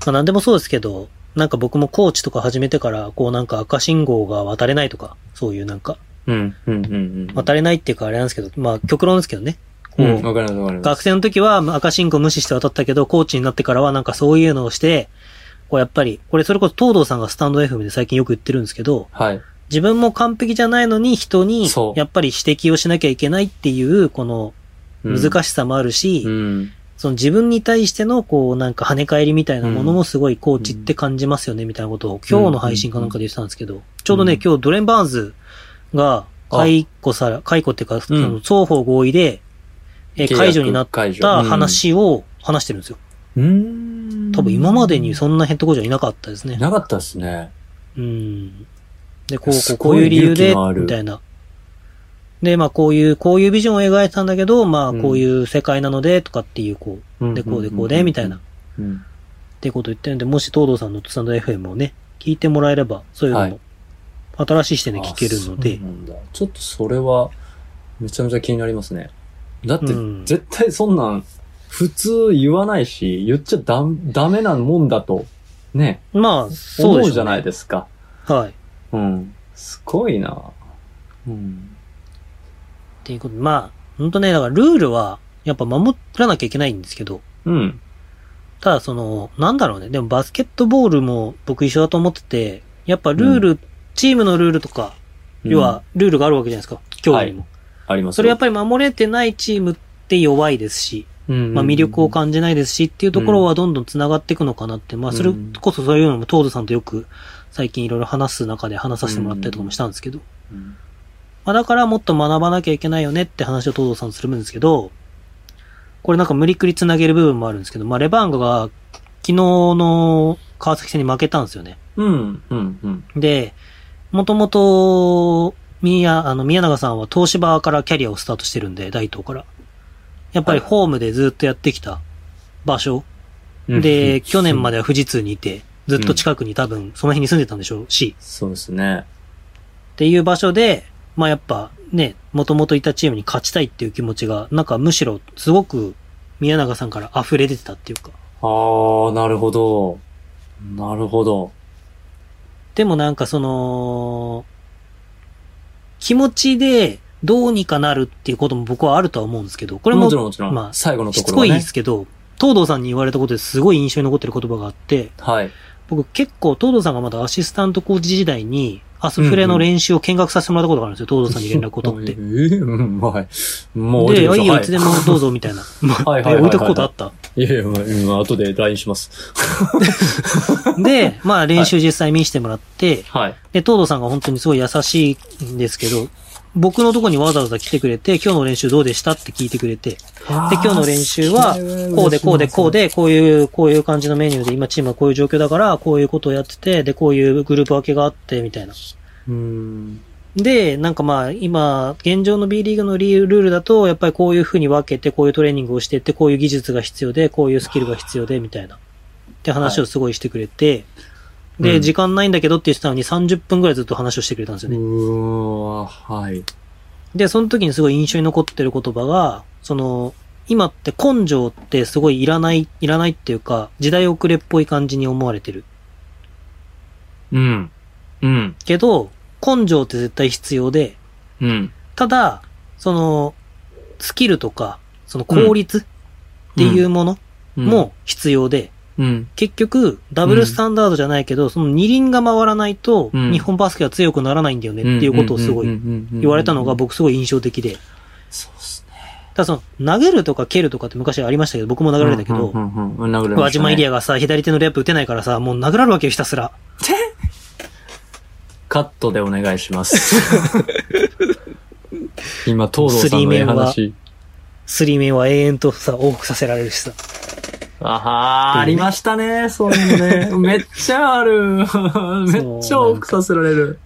Speaker 2: まあ何でもそうですけど、なんか僕もコーチとか始めてから、こうなんか赤信号が渡れないとか、そういうなんか、
Speaker 3: うん、うん、うん、うん。
Speaker 2: 渡れないっていうかあれなんですけど、まあ極論ですけどね。こ
Speaker 3: う
Speaker 2: う、
Speaker 3: ん、わかります、わかります。
Speaker 2: 学生の時は赤信号無視して渡ったけど、コーチになってからはなんかそういうのをして、こうやっぱり、これそれこそ東堂さんがスタンド FM で最近よく言ってるんですけど、
Speaker 3: はい。
Speaker 2: 自分も完璧じゃないのに人に
Speaker 3: そ、う
Speaker 2: やっぱり指摘をしなきゃいけないっていう、この難しさもあるし、
Speaker 3: うん。
Speaker 2: その自分に対しての、こう、なんか跳ね返りみたいなものもすごいコーチって感じますよね、みたいなことを今日の配信かなんかで言ってたんですけど、ちょうどね、今日ドレン・バーンズが解雇され、解雇っていうか、その双方合意で、えー
Speaker 3: 契約
Speaker 2: 解除になっ
Speaker 3: 解除
Speaker 2: た話を話してるんですよ。
Speaker 3: うん。
Speaker 2: 多分今までにそんなヘッドコーチはいなかったですね。
Speaker 3: なかったですね。
Speaker 2: うん。で、こう、こ
Speaker 3: す
Speaker 2: うこ
Speaker 3: ご
Speaker 2: うい
Speaker 3: い
Speaker 2: う理由
Speaker 3: 勇
Speaker 2: で
Speaker 3: 気のあ、る
Speaker 2: みたいな。で、まあこういう、こういうビジョンを描いてたんだけど、まあこういう世界なので、とかっていう、こう、で、こうでこうで、みたいな。
Speaker 3: うん。
Speaker 2: っていうことを言ってるんで、もし東堂さんのスタンド FM をね、聞いてもらえれば、そういうの
Speaker 3: はい
Speaker 2: も、新しい視点で聞けるの
Speaker 3: あ
Speaker 2: で
Speaker 3: そう、なんだちょっとそれは、めちゃめちゃ気になりますね。だって
Speaker 2: うん、
Speaker 3: 絶対そんなん、普通言わないし、言っちゃダダメなもんだと、ね、
Speaker 2: まあ、そう
Speaker 3: 思
Speaker 2: で
Speaker 3: う
Speaker 2: す。
Speaker 3: じゃないいですか。
Speaker 2: はい。っ
Speaker 3: うん。すごいなうん。
Speaker 2: ていうことで、まあ、本当ね、だからルールは、やっぱ守らなきゃいけないんですけど、
Speaker 3: うん。
Speaker 2: ただその、なんだろうね、でもバスケットボールも僕一緒だと思ってて、やっぱルール、チームのルールとか、要は、ルールがあるわけじゃないですか、競技にも。
Speaker 3: ありますよ
Speaker 2: それやっぱり守れてないチームって弱いですし、まあ、魅力を感じないですしっていうところはどんどん繋がっていくのかなって、まあ、それこそそういうのも東ーさんとよく最近いろいろ話す中で話させてもらったりとかもしたんですけど、
Speaker 3: うん
Speaker 2: まあ、だからもっと学ばなきゃいけないよねって話を東ーさんとするんですけど、これなんか無理くり繋げる部分もあるんですけど、まあ、レバンガが昨日の川崎戦に負けたんですよね。
Speaker 3: うん、うん、うん。
Speaker 2: で、もともと、宮、あの、宮永さんは東芝からキャリアをスタートしてるんで、大東から。やっぱりホームでずっとやってきた場所、
Speaker 3: うん
Speaker 2: で、、去年までは富士通にいて、ずっと近くに多分その辺に住んでたんでしょうし、
Speaker 3: そうですね。
Speaker 2: っていう場所で、まあやっぱね、もともといたチームに勝ちたいっていう気持ちが、なんかむしろすごく宮永さんから溢れ出てたっていうか。
Speaker 3: ああ、なるほど。なるほど。
Speaker 2: でもなんかその、気持ちでどうにかなるっていうことも僕はあるとは思うんですけど、こ
Speaker 3: こ
Speaker 2: れ
Speaker 3: も
Speaker 2: も
Speaker 3: ちろんもちろん。
Speaker 2: まあ
Speaker 3: 最後のと
Speaker 2: し
Speaker 3: こ
Speaker 2: つ
Speaker 3: ろは
Speaker 2: こい
Speaker 3: ね。
Speaker 2: ですけど、東堂さんに言われたことですごい印象に残ってる言葉があって、
Speaker 3: はい。
Speaker 2: 僕結構東堂さんがまだアシスタントコーチ時代に、アスフレの練習を見学させてもらったことがあるんですよ、東堂さんに連絡を取っ
Speaker 3: え
Speaker 2: て。
Speaker 3: ーうん、はい。もう置い
Speaker 2: で、
Speaker 3: てくださ
Speaker 2: いいよ、いつでも
Speaker 3: は
Speaker 2: どうぞ、みたいな。
Speaker 3: はいはいはいはい
Speaker 2: え置いとくことあった。
Speaker 3: いやいや、まあうん後で LINE します。
Speaker 2: で、まあ練習実際見せてもらって、
Speaker 3: はい。
Speaker 2: で、東堂さんが本当にすごい優しいんですけど、僕のとこにわざわざ来てくれて、今日の練習どうでしたって聞いてくれて、で、今日の練習は、こうでこうでこう
Speaker 3: で。
Speaker 2: で、こういう、こういう感じのメニューで、今チームはこういう状況だから、こういうことをやってて、で、こういうグループ分けがあって、みたいな。
Speaker 3: うん。
Speaker 2: で、なんかまあ、今、現状の B リーグのリルールだと、やっぱりこういう風に分けて、こういうトレーニングをしてって、こういう技術が必要で、こういうスキルが必要で、みたいな。って話をすごいしてくれて、で、
Speaker 3: うん
Speaker 2: 時間ないんだけどって言ってたのに30分ぐらいずっと話をしてくれたんですよね。
Speaker 3: うわはい。
Speaker 2: で、その時にすごい印象に残ってる言葉が、その、今って根性ってすごいいらない、いらないっていうか、時代遅れっぽい感じに思われてる。
Speaker 3: うん。うん。
Speaker 2: けど、根性って絶対必要で、
Speaker 3: うん。
Speaker 2: ただ、その、スキルとか、その効率っていうものも必要で、
Speaker 3: うん。
Speaker 2: 結局、ダブルスタンダードじゃないけど、その二輪が回らないと、
Speaker 3: うん
Speaker 2: 日本バスケは強くならないんだよねっていうことをすごい言
Speaker 3: 言
Speaker 2: われたのが、僕すごい印象的で、
Speaker 3: そうっすね。
Speaker 2: ただその、投げるとか蹴るとかって昔ありましたけど、僕も投げられたけど、
Speaker 3: うんうんうんうん殴られま
Speaker 2: 輪
Speaker 3: したね
Speaker 2: 島エリアがさ、左手のレイアップ打てないからさ、もう殴られるわけよ、ひたすら。
Speaker 3: カットでお願いします。今、東堂さんのええ
Speaker 2: ス
Speaker 3: 話。
Speaker 2: スリーメンは永遠とさ、往復させられるしさ。
Speaker 3: あはー、ありましたね、そういうのね。めっちゃある。めっちゃ往復させられる。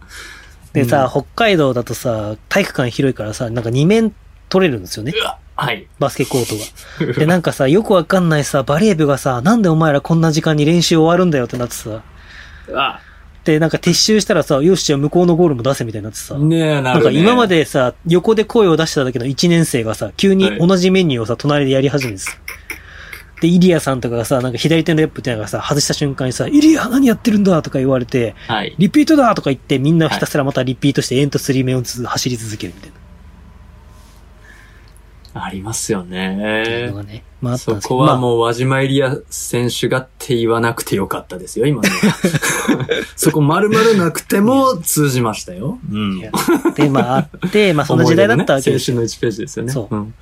Speaker 2: でさ、北海道だとさ、体育館広いからさ、なんか2面取れるんですよね。
Speaker 3: はい。
Speaker 2: バスケコートが。で、なんかさ、よくわかんないさ、バレー部がさ、なんでお前らこんな時間に練習終わるんだよってなってさ。
Speaker 3: あ、
Speaker 2: で、なんか撤収したらさ、よし、じゃあ向こうのゴールも出せみたいになってさ。
Speaker 3: ねえ、な
Speaker 2: なん
Speaker 3: る
Speaker 2: か
Speaker 3: ね
Speaker 2: 今ま。でさ、横で声を出してただけの1年生がさ、急に同じメニューをさ、隣でやり始めるんですよ。で、イリアさんとかがさ、なんか左手のレップってやつがさ、外した瞬間にさ、イリア何やってるんだとか言われて、
Speaker 3: はい。
Speaker 2: リピートだとか言って、みんなひたすらまたリピートして、エントスリーメンをつ走り続けるみたい
Speaker 3: ありますよ
Speaker 2: な
Speaker 3: ね
Speaker 2: の。がね、まああったん
Speaker 3: そ
Speaker 2: ですけ
Speaker 3: こ
Speaker 2: ど、
Speaker 3: は
Speaker 2: まあ、
Speaker 3: もう、輪島エリア選手がって言わなくてよかったですよ、今の。 そこ丸々なくても通じましたよ。うん。
Speaker 2: いやで、まああって、まあそんな時代だったわけですよ。
Speaker 3: 思い出のね、青春の1ページですよね。
Speaker 2: そうん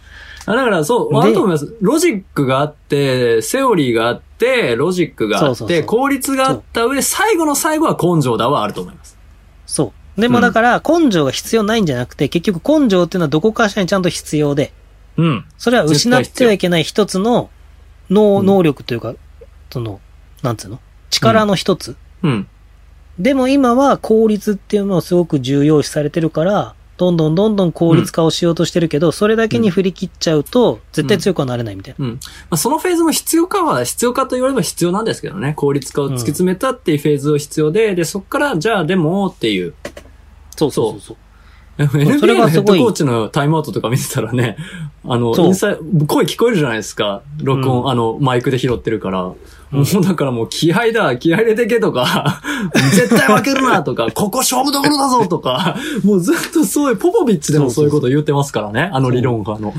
Speaker 3: あだから、そう、
Speaker 2: で
Speaker 3: あると思います。ロジックがあって、セオリーがあって、ロジックがあって、
Speaker 2: そうそうそう
Speaker 3: 効率があった上、最後の最後は根性だはあると思います。
Speaker 2: そう。でもだから、根性が必要ないんじゃなくて、結局根性っていうのはどこかしらにちゃんと必要で、
Speaker 3: うん。
Speaker 2: それは失ってはいけない一つの
Speaker 3: う
Speaker 2: 能
Speaker 3: ん
Speaker 2: 能力というか、その、なんつうの力の一つ。
Speaker 3: うん。
Speaker 2: でも今は効率っていうのをすごく重要視されてるから、どんどんどんどん効率化をしようとしてるけど、それだけに振り切っちゃうと、絶対強くはなれないみたいな。
Speaker 3: うん。まあ、そのフェーズも必要かは、必要かと言われれば必要なんですけどね。効率化を突き詰めたっていうフェーズを必要で、で、そっから、じゃあでもっていう。
Speaker 2: そう
Speaker 3: そう
Speaker 2: そう。
Speaker 3: NBA
Speaker 2: それ
Speaker 3: の
Speaker 2: が
Speaker 3: ヘ
Speaker 2: す
Speaker 3: ッド
Speaker 2: ごい
Speaker 3: コーチのタイムアウトとか見てたらね、あの、
Speaker 2: そう
Speaker 3: インサイ声聞こえるじゃないですか。録音、
Speaker 2: うん
Speaker 3: あの、マイクで拾ってるから。
Speaker 2: うん
Speaker 3: もうだからもう気合だ、気合入れてけとか、 絶対負けるな とか、ここ勝負どころだぞとか、もうずっとそういう、ポポビッチでもそういうこと言ってますからね、あの 理論派の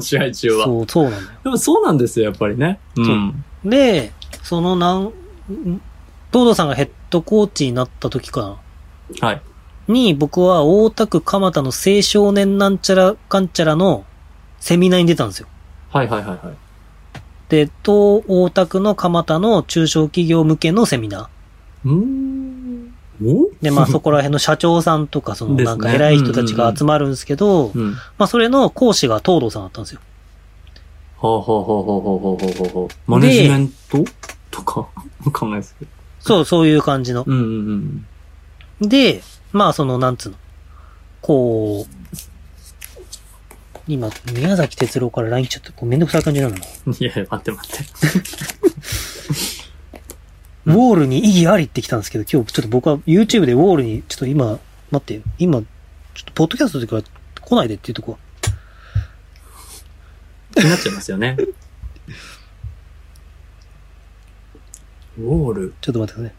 Speaker 3: 試合中は。
Speaker 2: そう、そうなんだよ。
Speaker 3: でもそうなんですよ、やっぱりね。うん。
Speaker 2: で、そのなん、ん東堂さんがヘッドコーチになった時かな。
Speaker 3: はい。
Speaker 2: に、僕は大田区蒲田の青少年なんちゃらかんちゃらのセミナーに出たんですよ。
Speaker 3: はいはいはいはい。
Speaker 2: で、東大田区の蒲田の中小企業向けのセミナ
Speaker 3: うーん。お
Speaker 2: ー。で、 まあそこら辺の社長さんとか、その
Speaker 3: ですね
Speaker 2: なんか偉い人たちが集まるんですけど、
Speaker 3: うん。
Speaker 2: まあそれの講師が東堂さんだったんですよ。
Speaker 3: ほうほうほうほうほうほうほうほうほう。マネジメントとか、 わかんないですけど。
Speaker 2: そう、そういう感じの。
Speaker 3: うんうんうん。
Speaker 2: で、まあその、なんつうの。こう、今、宮崎哲郎から LINE 来ちゃって、こうめんどくさい感じなの。
Speaker 3: いや、待って待って。
Speaker 2: ウォールに意義ありって来たんですけど、今日ちょっと僕は YouTube でウォールに、ちょっと今、待ってよ、今、ちょっとポッドキャストでから来ないでっていうとこは。
Speaker 3: 気になっちゃいますよね。ウォール。
Speaker 2: ちょっと待ってくださ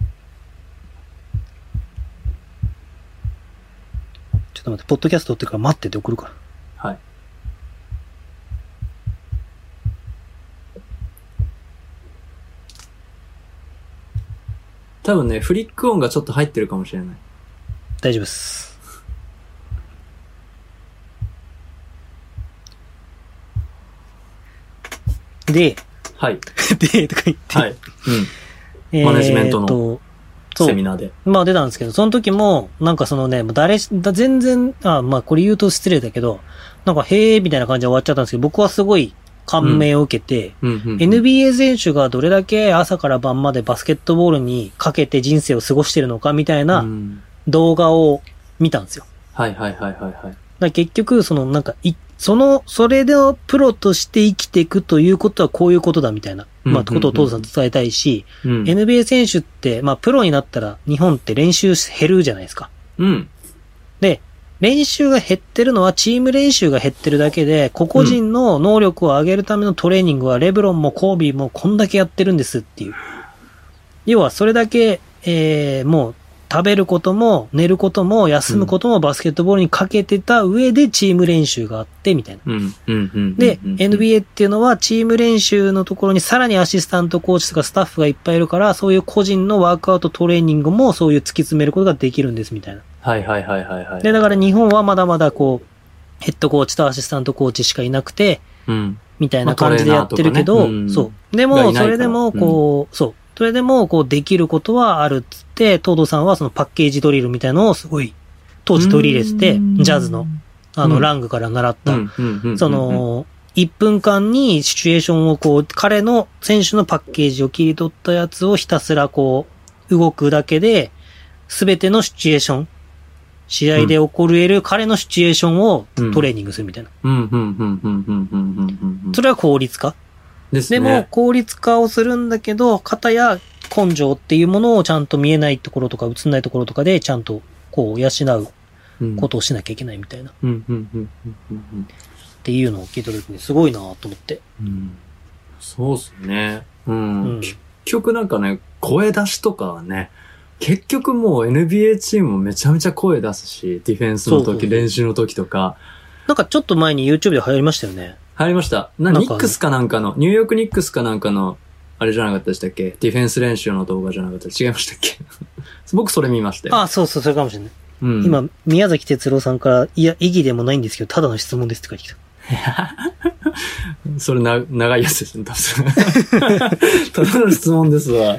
Speaker 2: い。ちちょっと待って、ポッドキャスト撮ってから待ってって送るから。
Speaker 3: はい。多分ね、フリック音がちょっと入ってるかもしれない。
Speaker 2: 大丈夫です。 で、
Speaker 3: はい。
Speaker 2: で、とか言って、
Speaker 3: はい。
Speaker 2: えー
Speaker 3: マネジメントの
Speaker 2: と
Speaker 3: うん。
Speaker 2: そ
Speaker 3: セ
Speaker 2: う
Speaker 3: ミ。ナーで。
Speaker 2: まあ出たんですけど、その時も、なんかそのね、もう誰し、だ全然、あまあこれ言うと失礼だけど、なんかへえみたいな感じで終わっちゃったんですけど、僕はすごい感銘を受けて、
Speaker 3: うんうんうん。
Speaker 2: NBA 選手がどれだけ朝から晩までバスケットボールにかけて人生を過ごしてるのかみたいな
Speaker 3: うん
Speaker 2: 動画を見たんですよ。
Speaker 3: はいはいはいはいはい。
Speaker 2: だから結局、そのなんかい、その、それでプロとして生きていくということはこういうことだみたいな、
Speaker 3: うん
Speaker 2: まあ、
Speaker 3: うん
Speaker 2: ことを父さん伝えたいし、
Speaker 3: うん。
Speaker 2: NBA 選手って、まあ、プロになったら日本って練習減るじゃないですか。
Speaker 3: うん。
Speaker 2: で、練習が減ってるのはチーム練習が減ってるだけで、個々人の能力を上げるためのトレーニングはレブロンもコービーもこんだけやってるんですっていう。要はそれだけ、えー、もう食べることも寝ることも休むこともバスケットボールにかけてた上でチーム練習があってみたいな。
Speaker 3: うん。うん。うん。
Speaker 2: で、
Speaker 3: うん。
Speaker 2: NBA っていうのはチーム練習のところにさらにアシスタントコーチとかスタッフがいっぱいいるから、そういう個人のワークアウトトレーニングもそういう突き詰めることができるんですみたいな。
Speaker 3: はいはいはいはいはい。
Speaker 2: で、だから日本はまだまだこう、ヘッドコーチとアシスタントコーチしかいなくて、
Speaker 3: うん。
Speaker 2: みたいな感じでやってるけ
Speaker 3: まあ
Speaker 2: ど
Speaker 3: トレーナーと
Speaker 2: そう。
Speaker 3: かねう、ん
Speaker 2: で
Speaker 3: がいな
Speaker 2: も、
Speaker 3: いから
Speaker 2: それでも、こう、そう。それでも、こう、できることはあるっつって、東堂さんはそのパッケージドリルみたいのをすごい、当時取り入れてて、ジャズの、あ
Speaker 3: う
Speaker 2: の、
Speaker 3: ん
Speaker 2: ラングから習っ
Speaker 3: う
Speaker 2: た、
Speaker 3: ん。うん。うん。
Speaker 2: その、1分間にシチュエーションをこう、彼の選手のパッケージを切り取ったやつをひたすらこう、動くだけで、すべてのシチュエーション、試合で起こり得る彼のシチュエーションを
Speaker 3: うん
Speaker 2: トレーニングするみたいな。
Speaker 3: うん。うん。うん。うん。うん。うん。うん。うん。うん
Speaker 2: そ。れは効率化。
Speaker 3: です
Speaker 2: でも
Speaker 3: ね。、
Speaker 2: 効率化をするんだけど、型や根性っていうものをちゃんと見えないところとか映んないところとかで、ちゃんとこう、養う
Speaker 3: うん
Speaker 2: ことをしなきゃいけないみたいな。っ
Speaker 3: うん。うん。うん。うんうん。
Speaker 2: ていうのを聞いた時にすごいなと思って。
Speaker 3: うん。そうっすね。う
Speaker 2: うんん。。
Speaker 3: 結局なんかね、声出しとかはね、結局もう NBA チームもめちゃめちゃ声出すし、ディフェンスの
Speaker 2: そうそうそ
Speaker 3: 時、
Speaker 2: う
Speaker 3: 練習の時とか、
Speaker 2: なんかちょっと前に YouTube で流行りましたよね。
Speaker 3: 入りました。
Speaker 2: な
Speaker 3: な、
Speaker 2: んか
Speaker 3: ニックスかなんかの、ニューヨークニックスかなんかの、あれじゃなかったでしたっけディフェンス練習の動画じゃなかった違いましたっけ 僕それ見ましたよ。
Speaker 2: あ、そうそう、それかもしれない。
Speaker 3: うん、
Speaker 2: 今、宮崎哲郎さんから、いや、意義でもないんですけど、ただの質問ですって書いてきた。
Speaker 3: それな、長いやつですね、多分。 ただの質問ですわ。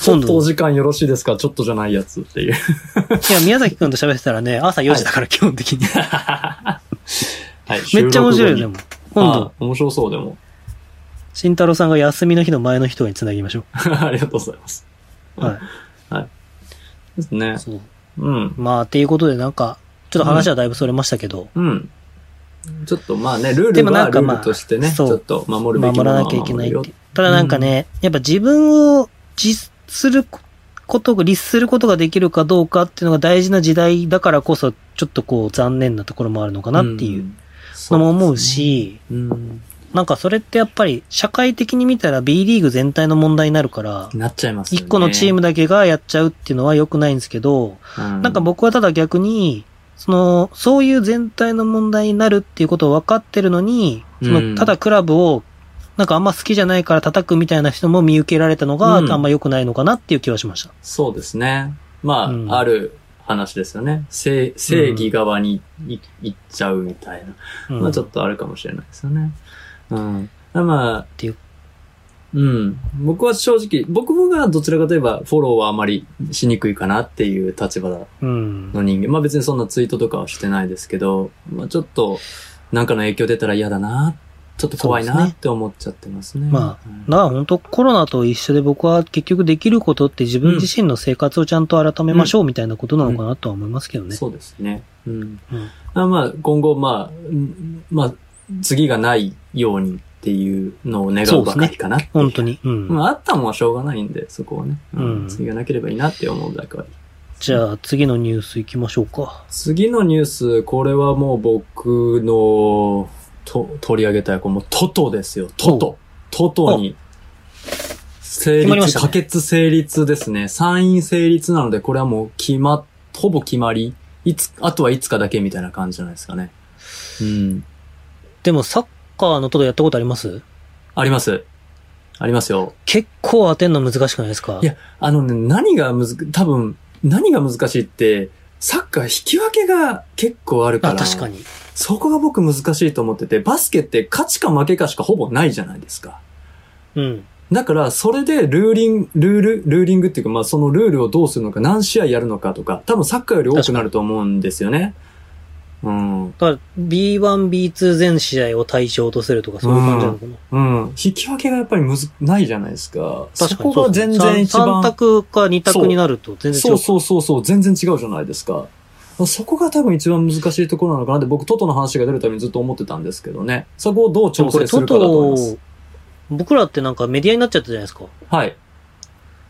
Speaker 3: ちょっ
Speaker 2: 今
Speaker 3: と
Speaker 2: 度
Speaker 3: お、時間よろしいですかちょっとじゃないやつっていう。
Speaker 2: いや、宮崎くんと喋ってたらね、朝4時だから基本的に。
Speaker 3: はい、
Speaker 2: めっちゃ面白いよ、
Speaker 3: 収
Speaker 2: で
Speaker 3: 録後に
Speaker 2: も。今
Speaker 3: あ
Speaker 2: 度、
Speaker 3: 面白そう、でも。
Speaker 2: 慎太郎さんが休みの日の前の日とかに繋ぎましょ
Speaker 3: ありがとうございます。
Speaker 2: う。は
Speaker 3: ですね
Speaker 2: い。。そう。
Speaker 3: うん。
Speaker 2: まあ、っていうことで、なんか、ちょっと話はだいぶそれましたけど、
Speaker 3: うん。ちょっとまあね、ルー
Speaker 2: で
Speaker 3: ル
Speaker 2: もな
Speaker 3: は
Speaker 2: ん
Speaker 3: ル
Speaker 2: かまあ
Speaker 3: ールとしてね、ち
Speaker 2: そう
Speaker 3: ょっと守るべき
Speaker 2: 守
Speaker 3: もの
Speaker 2: ら
Speaker 3: は
Speaker 2: なきゃいけない
Speaker 3: 守るよ
Speaker 2: って。ただなんかね、やっぱ自分を実することが、律することができるかどうかっていうのが大事な時代だからこそ、ちょっとこう、残念なところもあるのかなっていうんのも思う、し、
Speaker 3: うん、
Speaker 2: なんかそれってやっぱり社会的に見たら B リーグ全体の問題になるから、
Speaker 3: なっちゃいますよね。
Speaker 2: 一個のチームだけがやっちゃうっていうのは良くないんですけど、
Speaker 3: うん、
Speaker 2: なんか僕はただ逆に、その、そういう全体の問題になるっていうことを分かってるのに、そ
Speaker 3: うん
Speaker 2: の、ただクラブを、なんかあんま好きじゃないから叩くみたいな人も見受けられたのが、
Speaker 3: うん
Speaker 2: あんま良くないのかなっていう気はしました。
Speaker 3: そうですね。まあ、
Speaker 2: うん
Speaker 3: ある話ですよね。正正義側にい行っちゃうみたいな。
Speaker 2: うん
Speaker 3: まあちょっとあるかもしれないですよね。うん。まあ、
Speaker 2: ていう
Speaker 3: うん。僕は正直、僕がどちらかといえばフォローはあまりしにくいかなっていう立場だ
Speaker 2: うん。
Speaker 3: の人間。まあ別にそんなツイートとかはしてないですけど、まあちょっと、なんかの影響出たら嫌だな、ちょっと怖い
Speaker 2: そう
Speaker 3: な
Speaker 2: です
Speaker 3: って思っちゃってますね。
Speaker 2: ま
Speaker 3: あ、
Speaker 2: だから本当コロナと一緒で僕は結局できることって自分自身の生活をちゃんと改めましょうみたいなことなのかなとは思いますけどね。
Speaker 3: そうですね。うん。
Speaker 2: うん
Speaker 3: あまあ今後、まあ、うんまあ、次がないようにっていうのを願うばかりかなっていう。
Speaker 2: 本当に。うん。
Speaker 3: まああったもんはしょうがないんで、そこはね。
Speaker 2: うん
Speaker 3: 次がなければいいなって思うだけは
Speaker 2: じゃあ次のニュース行きましょうか。
Speaker 3: 次のニュース、これはもう僕のと取り上げたい、これもうトトですよ。トト。トトに。成
Speaker 2: 決まりまし
Speaker 3: 立、
Speaker 2: たね
Speaker 3: 可決成立ですね。参院成立なので、これはもう決ま、ほぼ決まりいつ、あとはいつかだけみたいな感じじゃないですかね。うん。
Speaker 2: でもサッカーのトドやったことあります
Speaker 3: あります。ありますよ。
Speaker 2: 結構当てんの難しくないですか
Speaker 3: いや、あのね、何がむず、多分、何が難しいって、サッカー引き分けが結構あるか
Speaker 2: あ
Speaker 3: ら。
Speaker 2: 確かに。
Speaker 3: そこが僕難しいと思ってて、バスケって勝ちか負けかしかほぼないじゃないですか。
Speaker 2: うん。
Speaker 3: だから、それでルーリング、ルール、ルーリングっていうか、まあそのルールをどうするのか、何試合やるのかとか、多分サッカーより多くなると思うんですよね。うん。
Speaker 2: だから、B1、B2 全試合を対象とするとか、そういう感じなのかな。
Speaker 3: うん。引き分けがやっぱりむず、ないじゃないですか。
Speaker 2: 確
Speaker 3: そ
Speaker 2: かに
Speaker 3: こが全然一番。
Speaker 2: 3択か2択になると全然
Speaker 3: そ
Speaker 2: 違
Speaker 3: う
Speaker 2: う。
Speaker 3: そうそうそう、全然違うじゃないですか。そこが多分一番難しいところなのかなって、僕、トトの話が出るためにずっと思ってたんですけどね。そこをどう
Speaker 2: でも
Speaker 3: 調
Speaker 2: これ、
Speaker 3: 整す
Speaker 2: ト
Speaker 3: るかだと思い
Speaker 2: ト
Speaker 3: ます。、
Speaker 2: 僕らってなんかメディアになっちゃったじゃないですか。だか
Speaker 3: はい。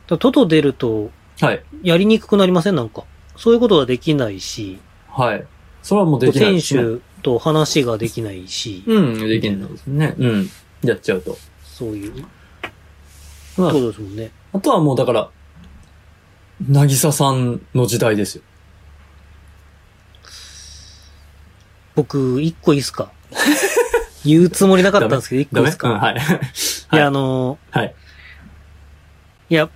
Speaker 2: らトト出ると、
Speaker 3: はい。
Speaker 2: やりにくくなりませんなんか。そういうことはできないし、
Speaker 3: はい。それはもうできないですね。
Speaker 2: 選手と話ができないし、
Speaker 3: うん、できないですね。うん。やっちゃうと。
Speaker 2: そういう
Speaker 3: まあ
Speaker 2: ことですもんね。
Speaker 3: あとはもうだから、なぎささんの時代ですよ。
Speaker 2: 僕、一個いいっすか 言うつもりなかったんですけど、一個
Speaker 3: ダ
Speaker 2: いいっ
Speaker 3: メう
Speaker 2: すか、
Speaker 3: ん、はい。
Speaker 2: い、や、
Speaker 3: は
Speaker 2: あのー
Speaker 3: はい。
Speaker 2: いや、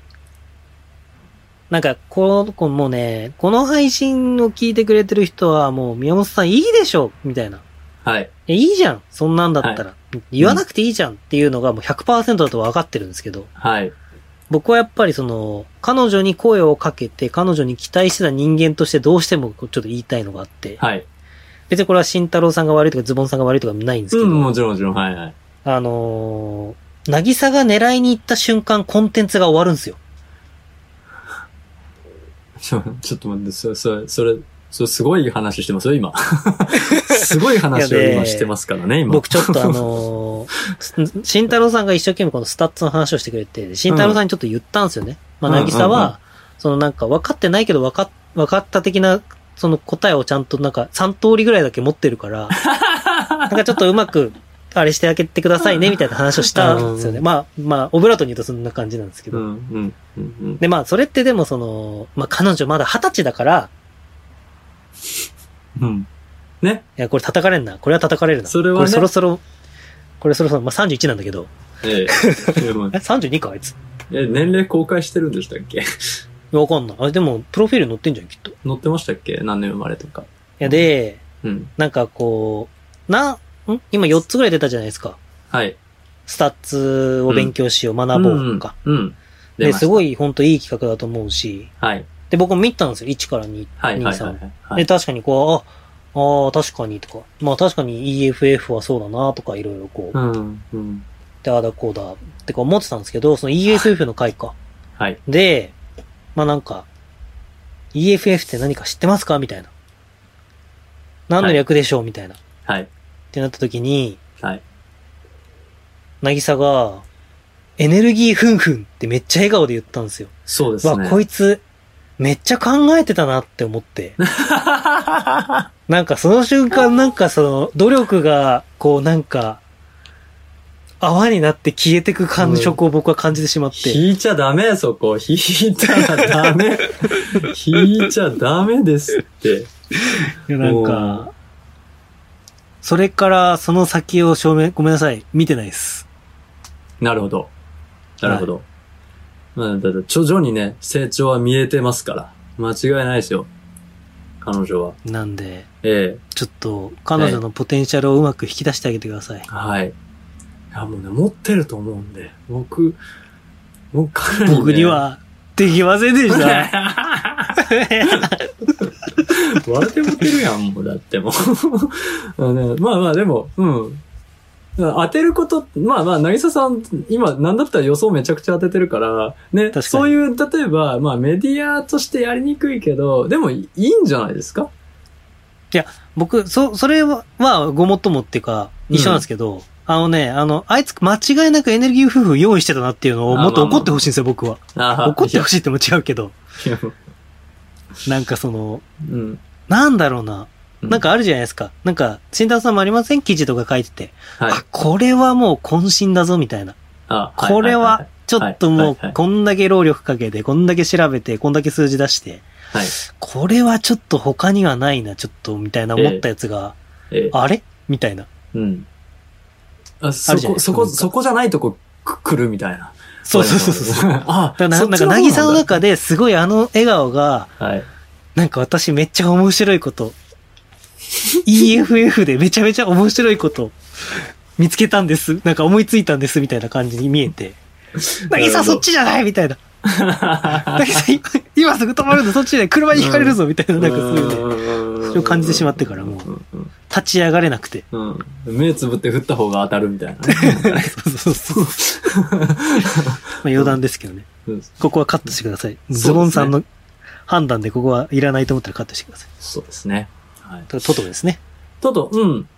Speaker 2: なんか、この子もうね、この配信を聞いてくれてる人はもう、宮本さんいいでしょみたいな。
Speaker 3: はい。
Speaker 2: え、いいじゃんそんなんだったら。言わなくていいじゃんっていうのがもう100%だと分かってるんですけど、
Speaker 3: はい。
Speaker 2: 僕はやっぱりその、彼女に声をかけて、彼女に期待してた人間としてどうしてもちょっと言いたいのがあって、
Speaker 3: はい。
Speaker 2: 別にこれは慎太郎さんが悪いとかズボンさんが悪いとかないんですけ
Speaker 3: う
Speaker 2: ど、
Speaker 3: ん、もちろんもちろん。はい はい。
Speaker 2: あのー、なぎさが狙いに行った瞬間、コンテンツが終わるんですよ。
Speaker 3: ちょちょっと待って、それ、それ、それ、それすごい話してます よ、今。すごい話を
Speaker 2: いやね
Speaker 3: 今してますからね、今。
Speaker 2: 僕ちょっとあの ー、慎太郎さんが一生懸命このスタッツの話をしてくれて、慎太郎さんにちょっと言ったんですよね。
Speaker 3: ん
Speaker 2: まあ、なぎさ
Speaker 3: うんうんうん
Speaker 2: は、そのなんか分かってないけど分かっ、分かった的な、その答えをちゃんとなんか3通りぐらいだけ持ってる から、なんかちょっとうまく、あれしてあげてくださいね、みたいな話をしたんですよね。
Speaker 3: う
Speaker 2: まあ、まあ、オブラートに言うとそんな感じなんですけ
Speaker 3: う
Speaker 2: ど。
Speaker 3: ん、うん、うん、うん。
Speaker 2: で、まあ、それってでもその、まあ、彼女まだ二十歳だから、
Speaker 3: うん。ね。
Speaker 2: いや、これ叩かれんな。これは叩かれるな。
Speaker 3: それはね
Speaker 2: これそろそろ、これそろそろ、まあ、31なんだけど。
Speaker 3: ええ。えもう
Speaker 2: え、32かあいつ。
Speaker 3: え、年齢公開してるんでしたっけ
Speaker 2: わかんない。あ、でも、プロフィール載ってんじゃん、きっと。い
Speaker 3: 載ってましたっけ何年生まれとか。
Speaker 2: や、で、
Speaker 3: うん。
Speaker 2: なんかこう、な、ん今4つぐらい出たじゃないですか。
Speaker 3: はい。
Speaker 2: スタッツを勉強しよう、学ぼうとか。
Speaker 3: うん。うん。
Speaker 2: で、す
Speaker 3: い。
Speaker 2: ごい、ほんといい企画だと思うし。
Speaker 3: はい。
Speaker 2: で、僕も見たんですよ。1から2、
Speaker 3: はい、はい、
Speaker 2: 2、3。
Speaker 3: はい
Speaker 2: で、。確かにこう、あ、ああ、確かにとか。まあ確かに EFF はそうだなとかいろいろこう、
Speaker 3: うん、うん。
Speaker 2: で、ああだこうだってか思ってたんですけど、その EFF の回か。
Speaker 3: はい。
Speaker 2: で、まあなんか、EFF って何か知ってますかみたいな。何の略でしょうみたいな。っ
Speaker 3: はい。
Speaker 2: てなった時に、
Speaker 3: はい。
Speaker 2: なぎさが、エネルギーふんふんってめっちゃ笑顔で言ったんですよ。
Speaker 3: そうです
Speaker 2: わ、
Speaker 3: ね。
Speaker 2: こいつ、めっちゃ考えてたなって思 って。なんかその瞬間、なんかその、努力が、こうなんか、泡になって消えてく感触を僕は感じてしまって。
Speaker 3: 引いちゃダメ、そこ。引いたらダ メ。引いちゃダメですって。
Speaker 2: いやなんか、それからその先を証明、ごめんなさい、見てないです。
Speaker 3: なるほど。なるほど。まあ、だから徐々にね、成長は見えてますから。間違いないですよ。彼女は。
Speaker 2: なんで、
Speaker 3: ええ
Speaker 2: ちょっと彼女のポテンシャルをうまく引き出してあげてください。
Speaker 3: はい。いや、もうね、持ってると思うんで。僕、僕 かなりね
Speaker 2: 僕に。 はできませんでした。
Speaker 3: 割れてもてるやん、もう、だ ってもうあのねまあまあ、でも、うん。当てること、まあまあ、なぎささん、今、なんだったら予想めちゃくちゃ当ててるから、ね
Speaker 2: 確、かに
Speaker 3: そういう、例えば、まあ、メディアとしてやりにくいけど、でも、いいんじゃないですか
Speaker 2: 僕、そ、それは、まあ、ごもっともっていうか、一緒なんですけど、あのね、あの、あいつ間違いなくエネルギー夫婦用意してたなっていうのを
Speaker 3: あ
Speaker 2: もっと
Speaker 3: まあまあ
Speaker 2: 怒ってほしいんですよ、僕は。怒ってほしいっても違うけど、
Speaker 3: いや
Speaker 2: なんかその、
Speaker 3: うん。
Speaker 2: なんだろうな。
Speaker 3: うん
Speaker 2: なんかあるじゃないですか。なんか、新太郎さんもありません記事とか書いてて。
Speaker 3: はい
Speaker 2: あ、これはもう渾身だぞ、みたいな。
Speaker 3: あいいい
Speaker 2: これは、ちょっとも
Speaker 3: はいはいうは、い
Speaker 2: こんだけ労力かけて、こんだけ調べて、こんだけ数字出して、
Speaker 3: はい。
Speaker 2: これはちょっと他にはないな、ちょっと、みたいな思ったやつが、
Speaker 3: ええ
Speaker 2: あれみたいな。
Speaker 3: うん。あ、
Speaker 2: あ
Speaker 3: そ
Speaker 2: るじゃな
Speaker 3: こ、
Speaker 2: い
Speaker 3: そこ、
Speaker 2: なんか
Speaker 3: そこじゃないとこく来るみたいな。
Speaker 2: そうそうそうそう。
Speaker 3: う。あ、
Speaker 2: だからな
Speaker 3: そっ
Speaker 2: ん
Speaker 3: ち
Speaker 2: か、
Speaker 3: の方
Speaker 2: な
Speaker 3: なん
Speaker 2: ぎ
Speaker 3: だ
Speaker 2: さの中ですごいあの笑顔が、
Speaker 3: はい。
Speaker 2: なんか私めっちゃ面白いこと、EFF でめちゃめちゃ面白いこと、見つけたんです。なんか思いついたんです、みたいな感じに見え て。なぎさそっちじゃないみたいな。なぎさ今 今すぐ止まるぞ、そっちじゃない。車にひかれるぞ、みたいな。なんかそういうね、
Speaker 3: う
Speaker 2: それを感じてしまってからもう
Speaker 3: うん
Speaker 2: 立ち上がれなくて。
Speaker 3: うんうん目つぶって振った方が当たるみたい な。
Speaker 2: そうそうそう。まあ余談ですけどね。
Speaker 3: うん
Speaker 2: ここはカットしてください。
Speaker 3: すね
Speaker 2: ズボンさんの判断でここはいらないと思ったらカットしてください。
Speaker 3: そうですね。はい。
Speaker 2: トトトですね。
Speaker 3: ただ、うん。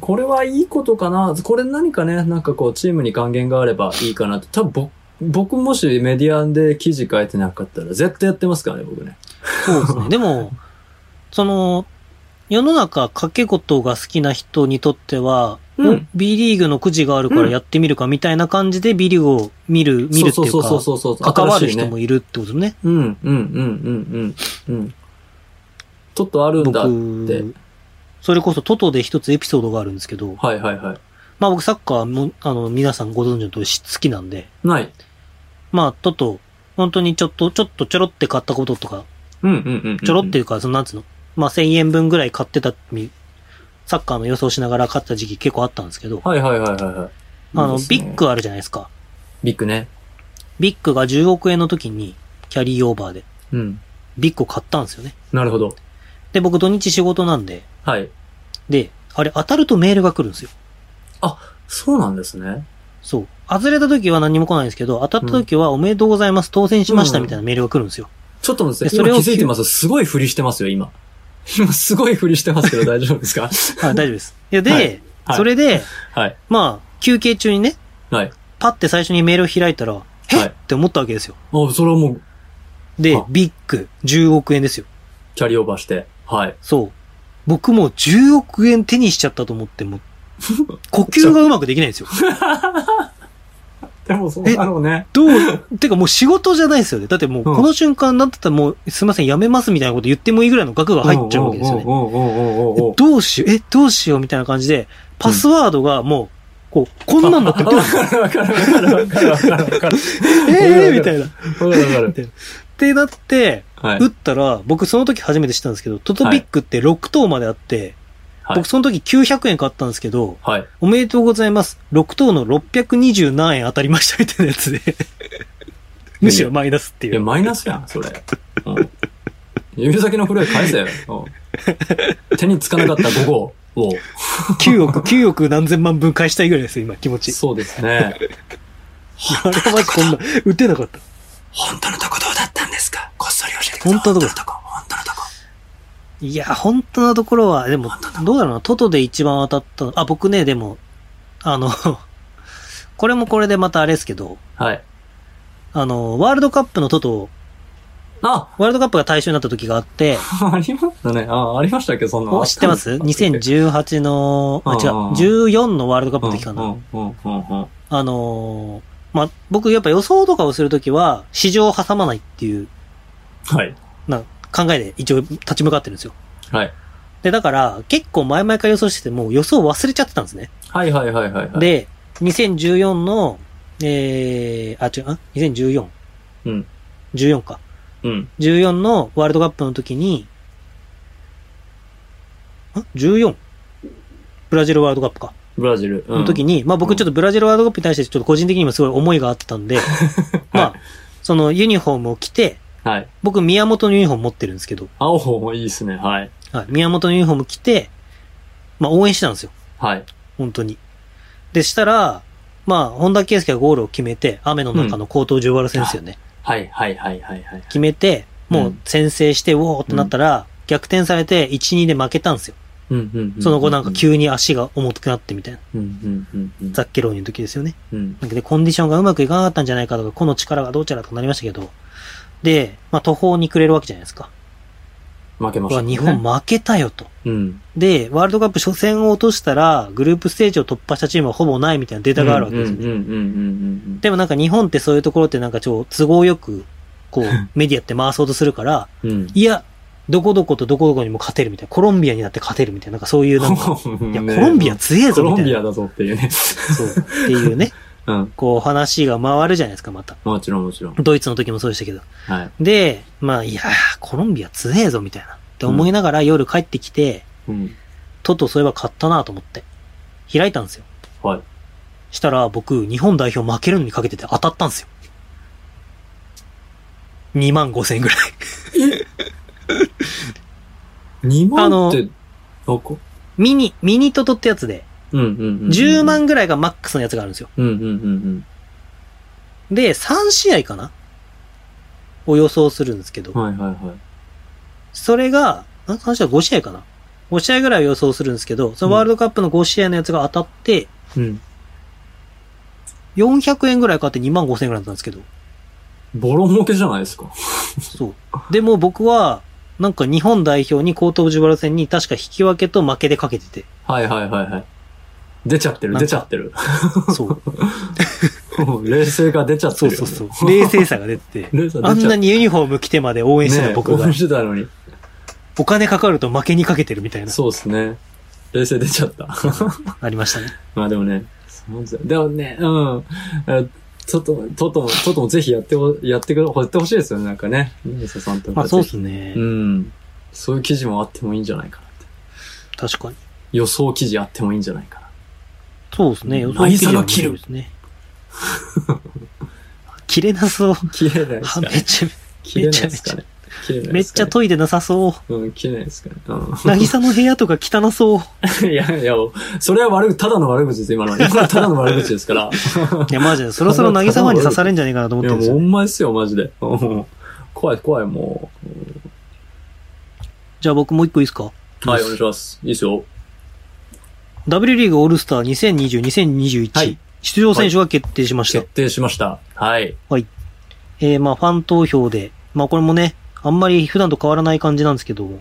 Speaker 3: これはいいことかな。これ何かね、なんかこう、チームに還元があればいいかなって。多分僕、僕もしメディアで記事書いてなかったら、絶対やってますからね、僕ね。
Speaker 2: そうですね。でも、その、世の中掛け事が好きな人にとっては、
Speaker 3: うん
Speaker 2: お B リーグのくじがあるからやってみるかみたいな感じで B リーグを見る、見るって
Speaker 3: そう
Speaker 2: い
Speaker 3: そううそう
Speaker 2: か、
Speaker 3: そうそう。
Speaker 2: 関わる
Speaker 3: 新しい
Speaker 2: 人
Speaker 3: ね
Speaker 2: もいるってことね。
Speaker 3: うん、うん、うん、うん、うん、うん。ちょっとあるんだって。
Speaker 2: 僕、それこそトトで一つエピソードがあるんですけど、
Speaker 3: はいはいは
Speaker 2: まあ僕サッカーも、あの、皆さんご存知の通りし好きなんで、
Speaker 3: い。ない。
Speaker 2: まあトト、本当にちょっと、ちょっとちょろって買ったこととか、
Speaker 3: うん、うん、うんうん。
Speaker 2: ちょろっていうか、そのなんつうの、まあ1000円分ぐらい買ってた、みサッカーの予想しながら買ってた時期結構あったんですけど、
Speaker 3: はいはいはいはいはい。
Speaker 2: あの、
Speaker 3: いいですね
Speaker 2: ビッ。グあるじゃないですか。
Speaker 3: ビッグね。
Speaker 2: ビッグが10億円の時に、キャリーオーバーで、
Speaker 3: うん。
Speaker 2: ビッグを買ったんですよね。
Speaker 3: なるほど。
Speaker 2: で、僕土日仕事なんで、
Speaker 3: はい。
Speaker 2: で、あれ当たるとメールが来るんですよ。
Speaker 3: そうなんですね。
Speaker 2: そう。外れた時は何も来ないんですけど、当たった時はおめでとうございます、当選しましたみたいなメールが来るんです よ。
Speaker 3: ちょっと待って、
Speaker 2: えそれ
Speaker 3: 今
Speaker 2: を
Speaker 3: 気づいてますすごい振りしてますよ、今。 今すごい振りしてますけど大丈夫ですか
Speaker 2: はい、大丈夫です。いや、で、
Speaker 3: はいはい
Speaker 2: それで、
Speaker 3: はい。
Speaker 2: まあ、休憩中にね、
Speaker 3: はい。
Speaker 2: パって最初にメールを開いたら、へっ、
Speaker 3: はい
Speaker 2: って思ったわけですよ。
Speaker 3: あ、それはもう、
Speaker 2: で
Speaker 3: あ、
Speaker 2: ビッグ、10億円ですよ。
Speaker 3: キャリーオーバーして。はい。
Speaker 2: そう。僕もう10億円手にしちゃったと思って、 もう、呼吸がうまくできないんですよ。
Speaker 3: でも、そう
Speaker 2: え
Speaker 3: だろうね。
Speaker 2: どう、てかもう仕事じゃないですよね。だってもう、
Speaker 3: うん
Speaker 2: この瞬間、なんだったらもう、すいません、やめますみたいなこと言ってもいいぐらいの額が入っちゃうわけですよね。
Speaker 3: おうおうおうおうおうおう
Speaker 2: えどうしよう、え、どうしようみたいな感じで、パスワードがもう、こう、こんなんなって
Speaker 3: あ
Speaker 2: くる
Speaker 3: わ。かるわかるわかるわかるわかるわかる。
Speaker 2: ええみたいな。っ
Speaker 3: わかるわかる。
Speaker 2: てなって、
Speaker 3: はい
Speaker 2: 打。ったら、僕その時初めて知ったんですけど、トトビックって6等まであって、
Speaker 3: はい
Speaker 2: 僕その時900円買ったんですけど、
Speaker 3: はい。
Speaker 2: おめでとうございます。6等の620何円当たりましたみたいなや つで。むしろマイナスって
Speaker 3: い
Speaker 2: い
Speaker 3: や、
Speaker 2: う。
Speaker 3: マイナスやん、それ。うん指先の震え返せよ。うん手につかなかった午後を。
Speaker 2: 9億、9億何千万分返したいぐらいですよ、今気持ち。
Speaker 3: そうですね。
Speaker 2: あれはマジこんな、打てなかった。
Speaker 3: 本当のとこどうだったんですかこっそり教えて
Speaker 2: 本当のとこ
Speaker 3: こ。本当のとこ。
Speaker 2: いや、本当のところは、でも、どうだろうな、トトで一番当たったの、あ、僕ね、でも、あの、 これもこれでまたあれですけど、
Speaker 3: はい。
Speaker 2: あの、ワールドカップのトト、
Speaker 3: あ、
Speaker 2: ワールドカップが対象になった時があって、
Speaker 3: ありましたね。あ、ありましたっけそんなの。
Speaker 2: 知ってます
Speaker 3: あったんですか
Speaker 2: ?2018 の、あ、違う、
Speaker 3: うんうん
Speaker 2: 14のワールドカップの時か
Speaker 3: う
Speaker 2: な。
Speaker 3: んうんうんうんうん。
Speaker 2: あのーまあ、僕やっぱ予想とかをするときは、市場を挟まないっていう、
Speaker 3: はい。
Speaker 2: な、考えで一応立ち向かってるんですよ。
Speaker 3: はい。
Speaker 2: で、だから、結構前々から予想してて、もう予想忘れちゃってたんですね。
Speaker 3: はいはいはいはいはい。、
Speaker 2: で、2014の、えー、あ、違う、あ ?2014。
Speaker 3: うん。
Speaker 2: 14か。
Speaker 3: うん。
Speaker 2: 14のワールドカップの時に、ん ?14? ブラジルワールドカップか。
Speaker 3: ブラジル。うん
Speaker 2: の時に、まあ僕ちょっとブラジルワールドカップに対してちょっと個人的にもすごい思いがあった んで、まあ、そのユニフォームを着て、
Speaker 3: はい。
Speaker 2: 僕宮本のユニフォーム持ってるんですけど、
Speaker 3: 青もいいですね。はい。
Speaker 2: はい、宮本のユニフォーム着て、まあ応援してたんですよ。
Speaker 3: はい。
Speaker 2: 本当に。で、したら、まあ、本田圭佑がゴールを決めて、雨の中の高等上原先生ね、
Speaker 3: はいはいはいはいはい。
Speaker 2: 決めて、もう先制して、うおーってなったら、逆転されて、1、2で負けたんですよ。
Speaker 3: うんうんう
Speaker 2: その後なんか。急に足が重くなってみたいな。
Speaker 3: うんうんうんうん。
Speaker 2: ザッケローニの時ですよね。
Speaker 3: うん。
Speaker 2: で、コンディションがうまくいかなかったんじゃないかとか、個の力がどうちゃらとかなりましたけど、で、まあ、途方に暮れるわけじゃないですか。
Speaker 3: 負けま
Speaker 2: う
Speaker 3: した
Speaker 2: わ、
Speaker 3: ね。
Speaker 2: 日本負けたよと。
Speaker 3: うん。
Speaker 2: で、ワールドカップ初戦を落としたら、グループステージを突破したチームはほぼないみたいなデータがあるわけですよね。
Speaker 3: うんうんうんうんうんうん。
Speaker 2: でもなんか日本ってそういうところってなんかちょっと都合よく、 こう、メディアって回そうとするから、
Speaker 3: うん。
Speaker 2: いや、どこどことどこどこにも勝てるみたいな、コロンビアにだって勝てるみたいな、なんかそういう なんか、いや、コロンビア強え
Speaker 3: コ
Speaker 2: ぞみ
Speaker 3: ロ
Speaker 2: た
Speaker 3: ン
Speaker 2: い
Speaker 3: ビ
Speaker 2: な。
Speaker 3: アだぞっていうね。
Speaker 2: そう。っていう ね、
Speaker 3: うん。
Speaker 2: こう話が回るじゃないですか、また。
Speaker 3: もちろんもちろん。
Speaker 2: ドイツの時もそうでしたけど。
Speaker 3: はい。
Speaker 2: で、まあ、いやー、コロンビア強えぞみたいな。って思いながら夜帰ってきて、
Speaker 3: うん。
Speaker 2: トトそういえば買ったなと思って。開いたんですよ。
Speaker 3: はい。
Speaker 2: したら僕、日本代表負けるのにかけてて当たったんですよ。2万5千円ぐらい。
Speaker 3: 2
Speaker 2: あ
Speaker 3: 万
Speaker 2: の
Speaker 3: って、どこ
Speaker 2: ミニ、ミニトトってやつで、
Speaker 3: うんうんうん。
Speaker 2: 10。万ぐらいがマックスのやつがあるんですよ。
Speaker 3: うんうんうん
Speaker 2: で、3試合かなを予想するんですけど
Speaker 3: うん。、はいはいはい。
Speaker 2: それが、あ3試合5試合かな ?5 試合ぐらいを予想するんですけど、そのワールドカップの5試合のやつが当たって、
Speaker 3: うん。
Speaker 2: 400円ぐらい買って2万5千円ぐらいだったんですけど、
Speaker 3: ボロ儲けじゃないですか。
Speaker 2: そう。でも僕は、なんか日本代表にコートオブジュバル戦に確か引き分けと負けでかけて て、
Speaker 3: はいはいはいはい。出ちゃってる、
Speaker 2: なんか
Speaker 3: 出ちゃってる。
Speaker 2: そう。
Speaker 3: もう冷静が出ちゃって
Speaker 2: そう
Speaker 3: るよ
Speaker 2: そ
Speaker 3: ね、
Speaker 2: うそう。冷静さが出てて、
Speaker 3: 冷静が
Speaker 2: あん
Speaker 3: 出ち
Speaker 2: な
Speaker 3: ゃってる。
Speaker 2: にユニフォーム着てまで応援して
Speaker 3: ね
Speaker 2: た
Speaker 3: え
Speaker 2: 僕が
Speaker 3: 応援、してたのに。
Speaker 2: お金かかると負けにかけてるみたいな、
Speaker 3: そうですね。冷静出ちゃった。
Speaker 2: ありましたね。
Speaker 3: まあでもね、そうですよでもね、うん。えちょっと、ととも、とともぜひやってほ、やってくれ、やってほしいですよね、なんかね。ミサさんとか。
Speaker 2: まあそうです
Speaker 3: ね。
Speaker 2: ね
Speaker 3: う。ん。そういう記事もあってもいいんじゃないかなって。
Speaker 2: 確かに。
Speaker 3: 予想記事あってもいいんじゃない かな。
Speaker 2: そうですね。
Speaker 3: うん
Speaker 2: 予想記事は面白い
Speaker 3: 渚が
Speaker 2: ですね。 切れなそう。
Speaker 3: 切れないです
Speaker 2: は
Speaker 3: かね
Speaker 2: めっ。ち
Speaker 3: 切れないですかね。切れな
Speaker 2: ゃ、め
Speaker 3: いで
Speaker 2: っ
Speaker 3: す
Speaker 2: ち
Speaker 3: か
Speaker 2: ゃ
Speaker 3: ね。
Speaker 2: 研いでなさそう。
Speaker 3: うん、切れないですかね。う
Speaker 2: 渚の部屋とか汚 そう。
Speaker 3: ん。いやいや、それは悪く、ただの悪口です、今 のは。今のはただの悪口ですから。
Speaker 2: いや、マジで、そろそろ渚まに刺されんじゃねえかなと思っ
Speaker 3: い
Speaker 2: て
Speaker 3: や、
Speaker 2: るん
Speaker 3: も
Speaker 2: で
Speaker 3: う
Speaker 2: す
Speaker 3: ほ
Speaker 2: よ。
Speaker 3: んまですよ、マジで。うん怖い、怖い、もう。
Speaker 2: じゃあ僕もう一個いいですか
Speaker 3: はい、お願いします。いいですよ。
Speaker 2: ?W リーグオールスター2020-2021、
Speaker 3: はい
Speaker 2: 出場選手が決定しました。
Speaker 3: 決定しました。はい。
Speaker 2: えー、まあファン投票で、まあこれもね、あんまり普段と変わらない感じなんですけども、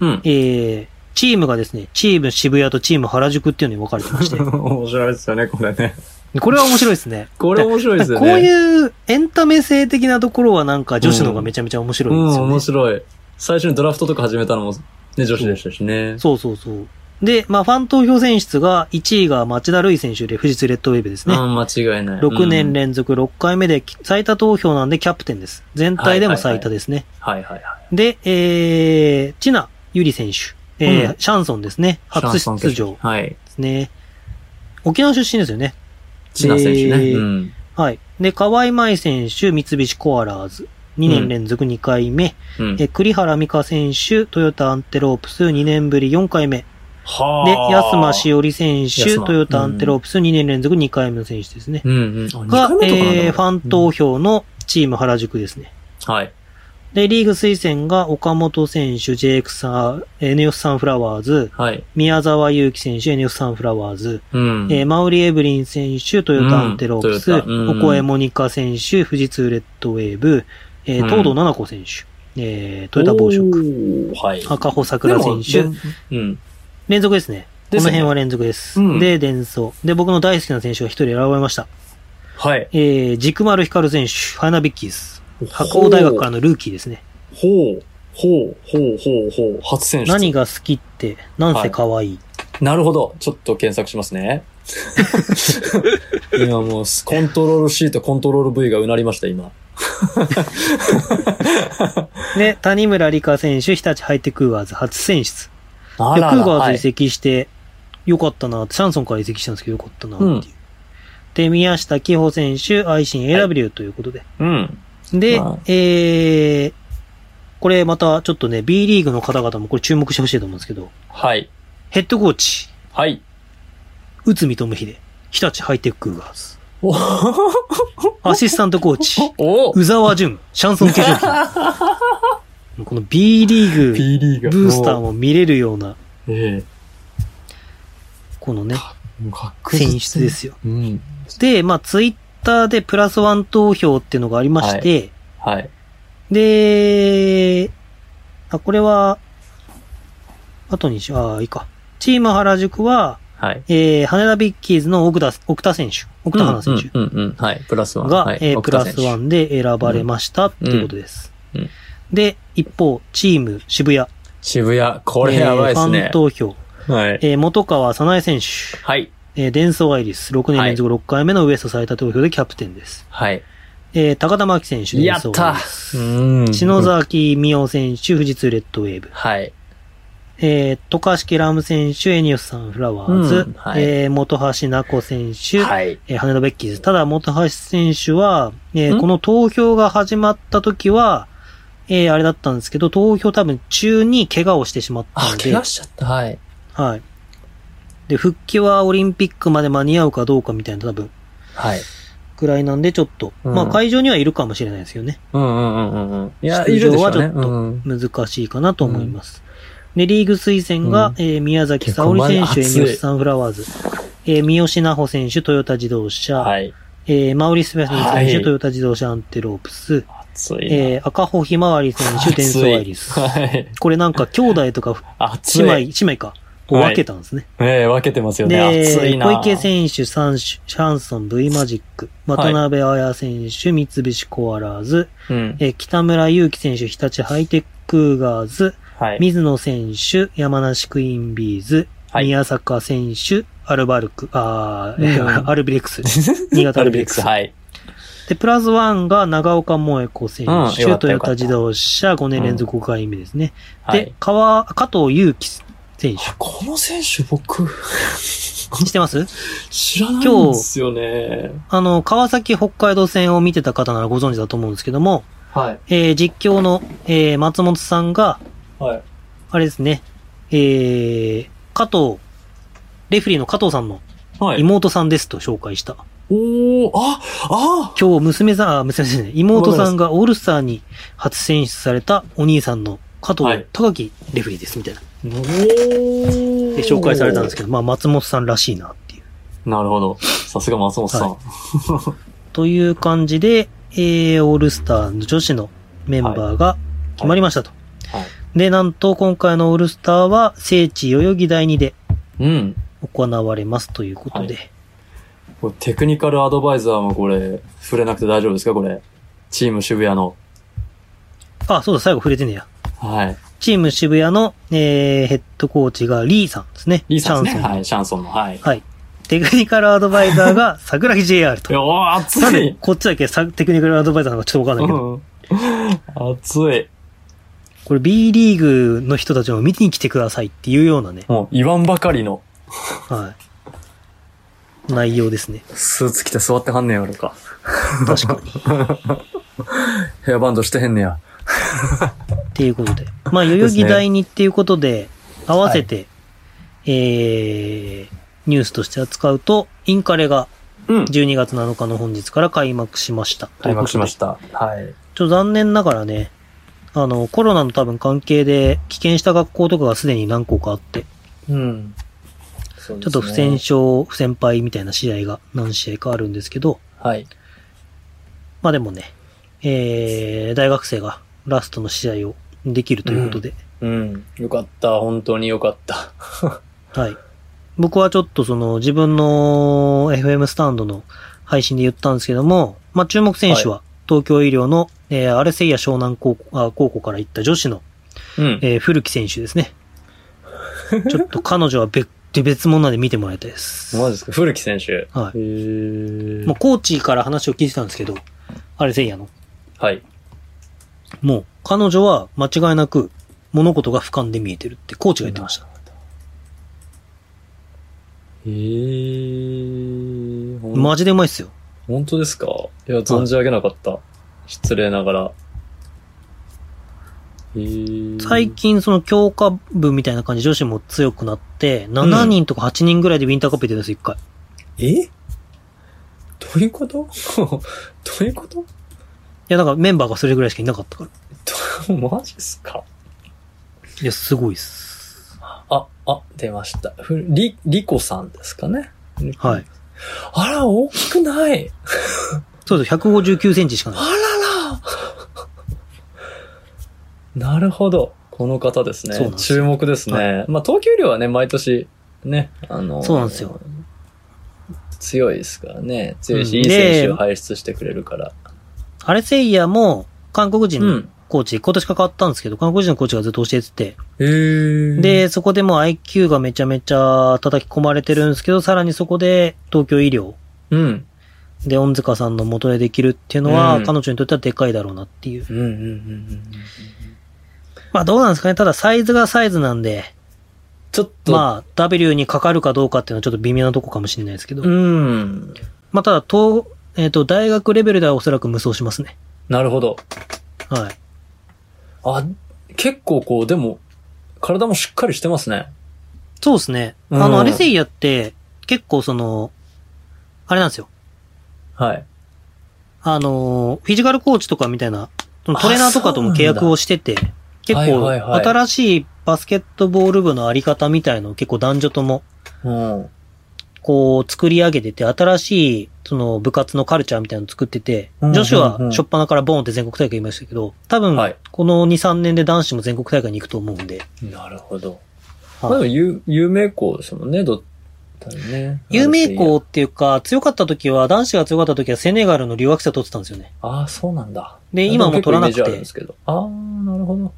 Speaker 3: うん。
Speaker 2: えー、チームがですね、チーム渋谷とチーム原宿っていうのに分かれてまし て、
Speaker 3: 面白いですよね、これね。
Speaker 2: これは面白いですね。
Speaker 3: これ面白いですよ
Speaker 2: こう
Speaker 3: ね。う
Speaker 2: いうエンタメ性的なところはなんか女子の方がめちゃめちゃ面白いんですよ
Speaker 3: ん、
Speaker 2: ね。
Speaker 3: 面白い。最初にドラフトとか始めたのも、ね、女子でしたしね。
Speaker 2: そうそうそう。で、まあファン投票選出が1位が町田瑠唯選手で富士通レッドウェーブですね。
Speaker 3: うん、間違いない。
Speaker 2: 6
Speaker 3: う
Speaker 2: 年
Speaker 3: ん
Speaker 2: 連続6回目で最多投票なんでキャプテンです。全体でも最多ですね。
Speaker 3: はいはいはい。
Speaker 2: で、えー、チナユリ選手、えー
Speaker 3: うん
Speaker 2: シャンソンですね。初出場で
Speaker 3: はい。
Speaker 2: すね。沖縄出身ですよね。
Speaker 3: 千奈選手ね。
Speaker 2: で
Speaker 3: うん。
Speaker 2: はい。で、河合麻衣選手、三菱コアラーズ。2年連続2回目。
Speaker 3: うん。
Speaker 2: えー栗原美香選手、トヨタアンテロープス2年ぶり4回目。
Speaker 3: は
Speaker 2: で、
Speaker 3: あ
Speaker 2: 安間しおり選手、
Speaker 3: 安間
Speaker 2: トヨタアンテロープス2年連続2回目の選手ですね。
Speaker 3: うんうん。
Speaker 2: が、
Speaker 3: あ二回目とかなんだ
Speaker 2: えーファン投票のチーム原宿ですね。
Speaker 3: はい。
Speaker 2: で、リーグ推薦が岡本選手、JX さん、NF サンフラワーズ、
Speaker 3: はい。
Speaker 2: 宮沢祐樹選手、NF サンフラワーズ、
Speaker 3: うん。
Speaker 2: えーマウリ・エブリン選手、トヨタアンテロープス、
Speaker 3: うんトヨタうん
Speaker 2: おこえモニカ選手、富士通レッドウェーブ、えー
Speaker 3: うん
Speaker 2: 東堂七子選手、えートヨタ暴食、
Speaker 3: おーはい。
Speaker 2: 赤穂桜選
Speaker 3: で
Speaker 2: 手
Speaker 3: も、でうん。
Speaker 2: 連続ですね。こ
Speaker 3: で
Speaker 2: の
Speaker 3: すよね
Speaker 2: 辺は連続です。
Speaker 3: うん
Speaker 2: で、伝送。で、僕の大好きな選手が一人選ばれました。
Speaker 3: はい。
Speaker 2: えー、軸丸光選手、花ビッキーズ。白鴎大学からのルーキーですね。
Speaker 3: ほう。ほう、ほう、ほう、ほう、初選手。
Speaker 2: 何が好きって、なんせ可愛い
Speaker 3: なるほど。ちょっと検索します ね。今もう、コントロール C とコントロール V がうなりました、今。
Speaker 2: で、谷村理香選手、日立ハイテクーガーズ初選出。
Speaker 3: あ
Speaker 2: で、クーガー
Speaker 3: は
Speaker 2: ズ移
Speaker 3: い。
Speaker 2: 籍して、よかったな、シャンソンから移籍したんですけど、よかったな、っていう。
Speaker 3: うん
Speaker 2: で、宮下紀穂選手、愛心 AW ということで。
Speaker 3: うん。
Speaker 2: で、
Speaker 3: まあ
Speaker 2: えー、これまたちょっとね、B リーグの方々もこれ注目してほしいと思うんですけど、
Speaker 3: はい。
Speaker 2: ヘッドコーチ、
Speaker 3: はい。
Speaker 2: 内海智秀、日立ハイテクーガーズ。
Speaker 3: おお
Speaker 2: アシスタントコーチ、
Speaker 3: お
Speaker 2: 宇沢淳、シャンソン化粧品。 もうこの B リー
Speaker 3: !P リー
Speaker 2: グ、
Speaker 3: が。
Speaker 2: ブースターも見れるような、
Speaker 3: おえ
Speaker 2: このね、
Speaker 3: えもう確実
Speaker 2: 選出で。すよ。
Speaker 3: うん。
Speaker 2: で、まあ、ツイッターでプラスワン投票っていうのがありまして、
Speaker 3: はい。
Speaker 2: で、あ、これは、後にし、ああ、いいか。チーム原宿は、
Speaker 3: はい。
Speaker 2: えー、羽田ビッキーズの奥田、奥田選手、奥田花選手
Speaker 3: うんうんうんうん。はい。プラスワン。
Speaker 2: が、
Speaker 3: はい
Speaker 2: えープラスワ
Speaker 3: ン。
Speaker 2: ンで選ばれましたっていうことです。
Speaker 3: うんうん
Speaker 2: で、一方、チーム渋谷。
Speaker 3: 渋谷。これやばいです
Speaker 2: えーファ
Speaker 3: ね
Speaker 2: ン。投票。
Speaker 3: はい。
Speaker 2: えー元川早苗選手。
Speaker 3: はい。
Speaker 2: えー、伝送アイリス。6年連続6回目のウエスト最多投票でキャプテンです。
Speaker 3: はい。
Speaker 2: えー高田真希選手、
Speaker 3: や
Speaker 2: 伝
Speaker 3: っ
Speaker 2: 送
Speaker 3: た
Speaker 2: アイリス。
Speaker 3: うん。
Speaker 2: 篠崎美桜選手、富士通レッドウェーブ。
Speaker 3: はい。
Speaker 2: えー、渡嘉敷ラム選手、エニオスさん、フラワーズ。
Speaker 3: うんはい
Speaker 2: えー元橋な子選手、
Speaker 3: はい。
Speaker 2: えー羽田ベッキーズ。ただ、元橋選手は、えー
Speaker 3: ん
Speaker 2: この投票が始まった時は、えーあれだったんですけど、投票多分中に怪我をしてしまった
Speaker 3: あ
Speaker 2: の、で、
Speaker 3: 怪我しちゃった。はい。
Speaker 2: はい。で、復帰はオリンピックまで間に合うかどうかみたいな多分、
Speaker 3: はい。
Speaker 2: くらいなんでちょっと、
Speaker 3: うん
Speaker 2: まあ会場にはいるかもしれないですよね。
Speaker 3: うんうんうんうんうん。いや、い
Speaker 2: 出場
Speaker 3: るでしょ
Speaker 2: は
Speaker 3: う
Speaker 2: ち
Speaker 3: ね。
Speaker 2: ょっと
Speaker 3: うん
Speaker 2: 難しいかなと思います。で、リーグ推薦が、
Speaker 3: うん
Speaker 2: えー宮崎沙織選手、エ
Speaker 3: 結構まだ熱い
Speaker 2: ニオスサンフラワーズ、えー三好奈穂選手、トヨタ自動車、
Speaker 3: はい。
Speaker 2: えーマウリス・ベスニー選手、
Speaker 3: はい
Speaker 2: トヨタ自動車アンテロープス、
Speaker 3: 熱いな。
Speaker 2: えー赤穂ひまわり選手、デンソーアイリス。
Speaker 3: はい。
Speaker 2: これなんか兄弟とか、
Speaker 3: 熱
Speaker 2: 姉
Speaker 3: い。
Speaker 2: 妹、姉妹か、こう分けたんですね。
Speaker 3: ええ、分けてますよね。
Speaker 2: で、
Speaker 3: 熱いな。
Speaker 2: 小池選手、サンシュシャンソン、V マジック、渡辺彩選手、三菱コアラーズ、
Speaker 3: うん。
Speaker 2: えー北村祐希選手、日立ハイテックーガーズ、
Speaker 3: はい。
Speaker 2: 水野選手、山梨クイーンビーズ、
Speaker 3: はい
Speaker 2: 宮坂選手、アルバルク、あー、
Speaker 3: う ん
Speaker 2: アルビレックス。新潟
Speaker 3: ア
Speaker 2: ア
Speaker 3: ル
Speaker 2: ル
Speaker 3: ビ
Speaker 2: ビレッ
Speaker 3: レック
Speaker 2: ク
Speaker 3: ス。
Speaker 2: ス
Speaker 3: はい。
Speaker 2: で、プラスワンが長岡萌子選
Speaker 3: うんよかった
Speaker 2: 手、
Speaker 3: よかった
Speaker 2: トヨタ自動車5年連続5回目ですね。
Speaker 3: は
Speaker 2: で
Speaker 3: い、。
Speaker 2: 川、加藤祐希選手。
Speaker 3: この選手僕、
Speaker 2: 知ってます
Speaker 3: 知らないんですよね。
Speaker 2: あの、川崎北海道戦を見てた方ならご存知だと思うんですけども、
Speaker 3: はい。
Speaker 2: えー実況の、えー松本さんが、
Speaker 3: はい。
Speaker 2: あれですね、えー、加藤、レフェリーの加藤さんの
Speaker 3: はい。
Speaker 2: 妹さんですと紹介した。
Speaker 3: おー、あ、あ、
Speaker 2: 今日娘さん、あ、娘さんね、妹さんがオールスターに初選出されたお兄さんの加
Speaker 3: はい
Speaker 2: 藤高木レフェリーです、みたいな。
Speaker 3: おー。
Speaker 2: で、紹介されたんですけ
Speaker 3: ど。
Speaker 2: ど、まあ、松本さんらしいなっていう。
Speaker 3: なるほど。さすが松本さん。
Speaker 2: という感じで、えー、オールスターの女子のメンバーが決まりましたと。
Speaker 3: はいは
Speaker 2: で、なんと今回のオールスターは聖地代々木第2で
Speaker 3: うん。
Speaker 2: 行われますということで。
Speaker 3: これテクニカルアドバイザーもこれ、触れなくて大丈夫ですかこれ。チーム渋谷の。
Speaker 2: あ、そうだ、最後触れてねえや。
Speaker 3: はい。
Speaker 2: チーム渋谷の、えー、ヘッドコーチがリーさんですね。
Speaker 3: リーさんで
Speaker 2: シ
Speaker 3: す
Speaker 2: ャンソン
Speaker 3: ね。はい。シャンソンの。はい。
Speaker 2: はい。テクニカルアドバイザー が桜木 JR と。
Speaker 3: おー、
Speaker 2: なん
Speaker 3: 熱
Speaker 2: で
Speaker 3: い
Speaker 2: こっちだけさテクニカルアドバイザーなのかちょっとわかんないけど、
Speaker 3: うん。熱い。
Speaker 2: これ B リーグの人たちも見に来てくださいっていうようなね、
Speaker 3: もう、言わんばかりの。
Speaker 2: はい。内容ですね。
Speaker 3: スーツ着て座ってはんねやろか。
Speaker 2: 確かに。っ
Speaker 3: ヘアバンドしてへんねや。
Speaker 2: ていうことで。まあ、代々木第二っていうことで、合わせて、えー、ニュースとして扱うと、インカレが
Speaker 3: うん。
Speaker 2: 12月7日の本日から開幕しました。
Speaker 3: 開幕しま
Speaker 2: た。
Speaker 3: した。はい。
Speaker 2: ちょっと残念ながらね、あの、コロナの多分関係で、棄権した学校とかがすでに何校かあって、
Speaker 3: うん。ちょ
Speaker 2: ちょっと不戦勝、不戦敗みたいな試合が何試合かあるんですけど、
Speaker 3: はい。
Speaker 2: まあでもね、えー、大学生がラストの試合をできるということで、
Speaker 3: うん。よかった。本当によかった。
Speaker 2: はい。僕はちょっとその自分の FM スタンドの配信で言ったんですけども、まあ注目選手は東京医療の、えーアルセイヤ湘南高校あ高校から行った女子の、
Speaker 3: うん。
Speaker 2: えー古木選手です ね。ちょっと彼女は別、別物なんで見てもらいたいです。
Speaker 3: マジですか古木選手。へ
Speaker 2: はい。
Speaker 3: ー
Speaker 2: もうコーチから話を聞いてたんですけど、アルセイヤの。
Speaker 3: はい。
Speaker 2: もう、彼女は間違いなく物事が俯瞰で見えてるってコーチが言ってました。
Speaker 3: へー。ほん
Speaker 2: マジでうまいっすよ。
Speaker 3: 本当ですかいや、存じ上げなかった。失礼ながら。へー。
Speaker 2: 最近その強化部みたいな感じ女子も強くなって、7人とか8人ぐらいでウィンターカップ行ってたんですよ、一回。
Speaker 3: えどういうこと どういうこと
Speaker 2: いや、だからメンバーがそれぐらいしかいなかったから。
Speaker 3: どマジっすか
Speaker 2: いや、すごいっす。
Speaker 3: あ、あ、出ました。ふり、りこさんですかね。
Speaker 2: はい。。
Speaker 3: あら、大きくない。
Speaker 2: そうです、159センチしかない。
Speaker 3: あらら。なるほど。この方ですね。
Speaker 2: そうなんです
Speaker 3: 注目ですね。まあ、東京量はね、毎年ね、あのー
Speaker 2: そうなんですよ。
Speaker 3: 強いですからね。強いし、
Speaker 2: うん
Speaker 3: いい
Speaker 2: で
Speaker 3: 選手を輩出してくれるから。
Speaker 2: アレセイヤも、韓国人
Speaker 3: う
Speaker 2: の
Speaker 3: ん。
Speaker 2: コーチ、今年関わったんですけど、韓国人のコーチがずっと教えてて、
Speaker 3: へー、
Speaker 2: で、そこでもう IQ がめちゃめちゃ叩き込まれてるんですけど、さらにそこで東京医療
Speaker 3: うん。
Speaker 2: で恩塚さんの元でできるっていうのは、
Speaker 3: うん
Speaker 2: 彼女にとってはでかいだろうなっていう。
Speaker 3: うんうんうんうん。
Speaker 2: まあどうなんですかね。ただサイズがサイズなんで、
Speaker 3: ちょっと、
Speaker 2: まあ W にかかるかどうかっていうのはちょっと微妙なとこかもしれないですけど。
Speaker 3: うん。
Speaker 2: まあただ、東、えっ、と、大学レベルではおそらく無双しますね。
Speaker 3: なるほど。
Speaker 2: はい。
Speaker 3: あ、結構こう、でも、体もしっかりしてますね。
Speaker 2: そうですね。
Speaker 3: うん
Speaker 2: あの、アレセイヤって、結構その、あれなんですよ。
Speaker 3: はい。
Speaker 2: あの、フィジカルコーチとかみたいな、そのトレーナーとかとも
Speaker 3: あ
Speaker 2: 契
Speaker 3: そうなん
Speaker 2: 約
Speaker 3: だ
Speaker 2: をしてて、結
Speaker 3: はい
Speaker 2: 構、
Speaker 3: はいはい
Speaker 2: 新しいバスケットボール部のあり方みたいのを結構男女とも、
Speaker 3: うん。
Speaker 2: こう、作り上げてて、新しい、その、部活のカルチャーみたいなの作ってて、
Speaker 3: うん
Speaker 2: 女子は
Speaker 3: うんうん
Speaker 2: 初っ端からボーンって全国大会行きましたけど、多分
Speaker 3: はい、
Speaker 2: この2、3年で男子も全国大会に行くと思うんで、
Speaker 3: なるほど。まあで
Speaker 2: は
Speaker 3: も、
Speaker 2: い
Speaker 3: 有有名校ですもんね、どっ、だよね。
Speaker 2: 有名校っていうか、強かった時は、男子が強かった時はセネガルの留学生取ってたんですよね。
Speaker 3: ああ、そうなんだ。
Speaker 2: で
Speaker 3: あ
Speaker 2: 今も
Speaker 3: 結構
Speaker 2: 取らなくて
Speaker 3: イメージあるんですけど。ああ、なるほど。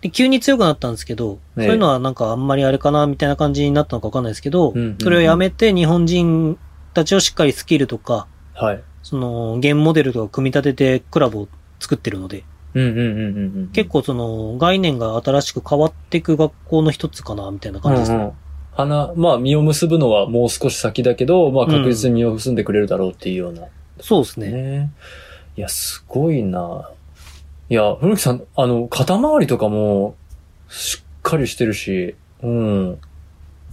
Speaker 2: で、急に強くなったんですけど、
Speaker 3: ええ
Speaker 2: そういうのはなんかあんまりあれかな、みたいな感じになったのかわかんないですけど、
Speaker 3: うんうんうん
Speaker 2: それをやめて日本人たちをしっかりスキルとか、
Speaker 3: はい。
Speaker 2: その、ゲームモデルとか組み立ててクラブを作ってるので、
Speaker 3: うんうんうんうんうん。
Speaker 2: 結構その、概念が新しく変わっていく学校の一つかな、みたいな感じですね。
Speaker 3: うんうん花、まあ、実を結ぶのはもう少し先だけど、まあ、確実に実を結んでくれるだろうっていうような。
Speaker 2: そうですね。
Speaker 3: ね。いや、すごいな。いや、古木さん、あの、肩周りとかも、しっかりしてるし、うん。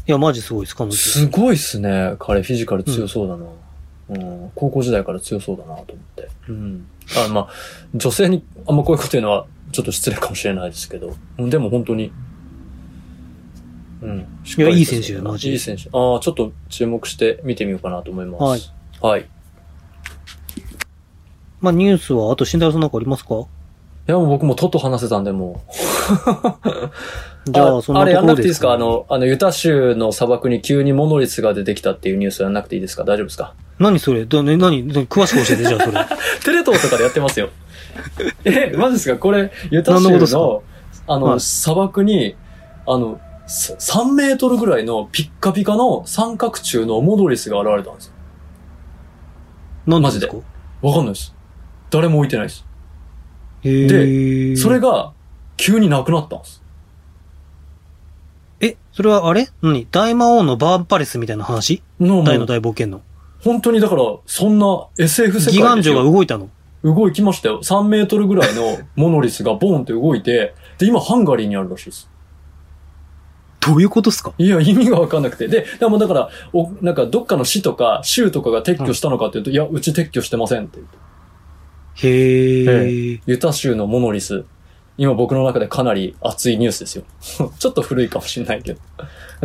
Speaker 2: いや、マジすごいです、彼女。
Speaker 3: すごいっすね。彼、フィジカル強そうだな。うん、高校時代から強そうだなと思って。うん。あまあ、女性にあんまこういうこと言うのは、ちょっと失礼かもしれないですけど、うんでも本当に、うん。しっかり
Speaker 2: いやいい
Speaker 3: してそ
Speaker 2: 選
Speaker 3: う
Speaker 2: 手だよ
Speaker 3: だな
Speaker 2: マジで
Speaker 3: いい選手。ああ、ちょっと注目して見てみようかなと思います。はい。はい。
Speaker 2: まあ、ニュースは、あと、慎太郎さんなんかありますか
Speaker 3: いや、もう僕もとっと話せたんで、もう。
Speaker 2: じゃあ、そんな
Speaker 3: あれ
Speaker 2: と
Speaker 3: やん
Speaker 2: ころ
Speaker 3: なくて
Speaker 2: で
Speaker 3: いいですかあの、あの、ユタ州の砂漠に急にモノリスが出てきたっていうニュースやんなくていいですか大丈夫ですか
Speaker 2: 何それだね何何詳しく教えて、じゃあ、それ。
Speaker 3: テレ東とかでやってますよ。 え、マジですかこれ、ユタ
Speaker 2: 何の
Speaker 3: 州
Speaker 2: こと
Speaker 3: の、
Speaker 2: ですか
Speaker 3: あの、
Speaker 2: はい
Speaker 3: 砂漠に、あの、さ3メートルぐらいのピッカピカの三角柱のモドリスが現れたんですよ。
Speaker 2: 何
Speaker 3: マジで
Speaker 2: ですか
Speaker 3: わかんないです。誰も置いてないです。
Speaker 2: へー
Speaker 3: それが、急になくなったんです。
Speaker 2: え、それはあれ何大魔王のバーンパレスみたいな話
Speaker 3: の
Speaker 2: 大の
Speaker 3: もう
Speaker 2: 大冒険の。
Speaker 3: 本当にだから、そんな SF 世界です
Speaker 2: ギ
Speaker 3: よ
Speaker 2: ガンジョが動いたの。
Speaker 3: 動きましたよ。3メートルぐらいのモノリスがボーンって動いて、で、今ハンガリーにあるらしいです。
Speaker 2: どういうことっすか
Speaker 3: いや、意味がわかんなくて。で、でもだから、お、なんかどっかの市とか州とかが撤去したのかっていうと、いや、うち撤去してませんって言って。
Speaker 2: へー。
Speaker 3: ユタ州のモノリス。今僕の中でかなり熱いニュースですよ。 ちょっと古いかもしれないけど。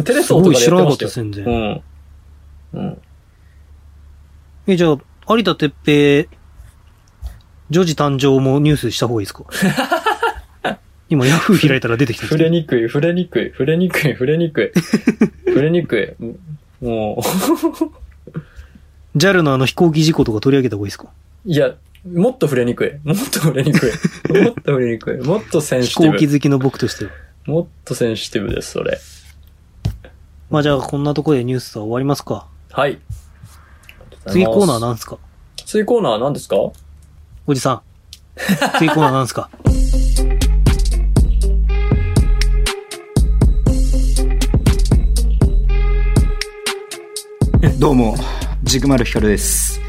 Speaker 3: テレ
Speaker 2: す
Speaker 3: 東と
Speaker 2: ご
Speaker 3: か
Speaker 2: い
Speaker 3: で
Speaker 2: 知
Speaker 3: や
Speaker 2: ら
Speaker 3: って
Speaker 2: なか
Speaker 3: ま
Speaker 2: っ
Speaker 3: した
Speaker 2: た、全
Speaker 3: よ。う
Speaker 2: 然。
Speaker 3: ん。うん。
Speaker 2: え、じゃあ、有田哲平、女児誕生もニュースした方がいい ですか今、ヤフー開いたら出てきたんです
Speaker 3: 触
Speaker 2: け
Speaker 3: れ
Speaker 2: ど
Speaker 3: にくい、触れにくい、触れにくい、触れにくい。触れにくい。もう。
Speaker 2: JAL のあの飛行機事故とか取り上げた方がいいですか
Speaker 3: いや、もっと触れにくい。もっと触れにくい。もっと触れにくい。もっとセンシ
Speaker 2: 飛
Speaker 3: テ
Speaker 2: 行機
Speaker 3: ィ
Speaker 2: 好きの僕としては。
Speaker 3: ブ。もっとセンシティブです、それ。
Speaker 2: まあじゃあ、こんなところでニュースは終わりますか。
Speaker 3: はい。
Speaker 2: 次コーナー
Speaker 3: な
Speaker 2: なんですか
Speaker 3: 次コーナー何ですか
Speaker 2: おじさん。次コーナーなんです か
Speaker 1: どうも、ジグマルヒカルです。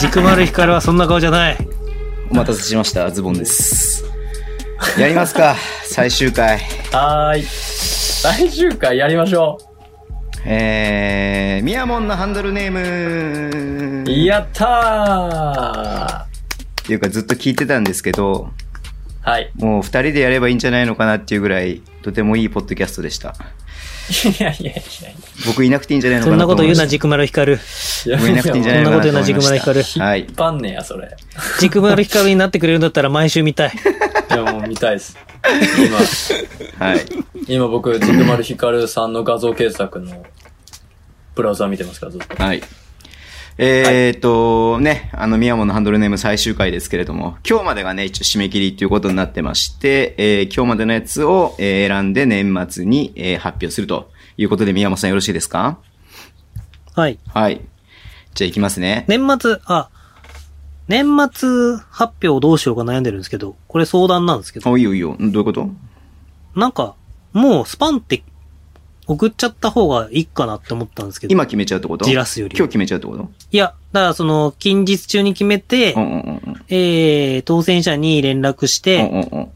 Speaker 2: 軸丸光はそんな顔じゃない。
Speaker 1: お待たせしました、ズボンです。やります か、最終回。
Speaker 3: はーい。最終回やりましょ
Speaker 1: えー、ミヤモンのハンドルネーム
Speaker 3: う。やった
Speaker 1: っていうかずっと聞いてたんですけど、
Speaker 3: ーはい。
Speaker 1: もう二人でやればいいんじゃないのかなっていうぐらい、とてもいいポッドキャストでした。
Speaker 3: いやいやい
Speaker 1: 僕いなくていいんじゃないの
Speaker 2: そ
Speaker 1: か
Speaker 2: ん
Speaker 1: な
Speaker 2: な
Speaker 1: と
Speaker 2: こと
Speaker 1: 思い
Speaker 2: 言
Speaker 1: ました
Speaker 2: うな、軸丸光。
Speaker 3: や。
Speaker 1: 僕いなくていいんじゃないのかなと思いました。
Speaker 2: そんなこと言うなジグマルヒカル
Speaker 1: はい。
Speaker 2: 軸丸光になってくれるんだったら毎週見たい。
Speaker 3: いやや、もう見たいです。
Speaker 1: はい。
Speaker 3: 今、今僕、ジグマルヒカルさんの画像検索のブラウザー見てますから、ずっと。
Speaker 1: はい。えー、っと、ね、あの、ミヤモンのハンドルネーム最終回ですけれども、今日までがね、一応締め切りということになってまして、えー今日までのやつを、えー選んで年末に、えー発表するということで、ミヤモンさんよろしいですか
Speaker 2: はい。
Speaker 1: はい。じゃあ行きますね。
Speaker 2: 年末、あ、年末発表どうしようか悩んでるんですけど、これ相談なんですけど、
Speaker 1: おいいよいいよ。んどういうこと
Speaker 2: なんか、もうスパンって送っちゃった方がいいかなって思ったんですけど、
Speaker 1: 今決めちゃうってこと
Speaker 2: じらすより
Speaker 1: 今日決めちゃうってこと
Speaker 2: いや、だからその、近日中に決めて、
Speaker 1: うんうんうんうん。
Speaker 2: えー、当選者に連絡し
Speaker 1: う
Speaker 2: て、
Speaker 1: んうんうん。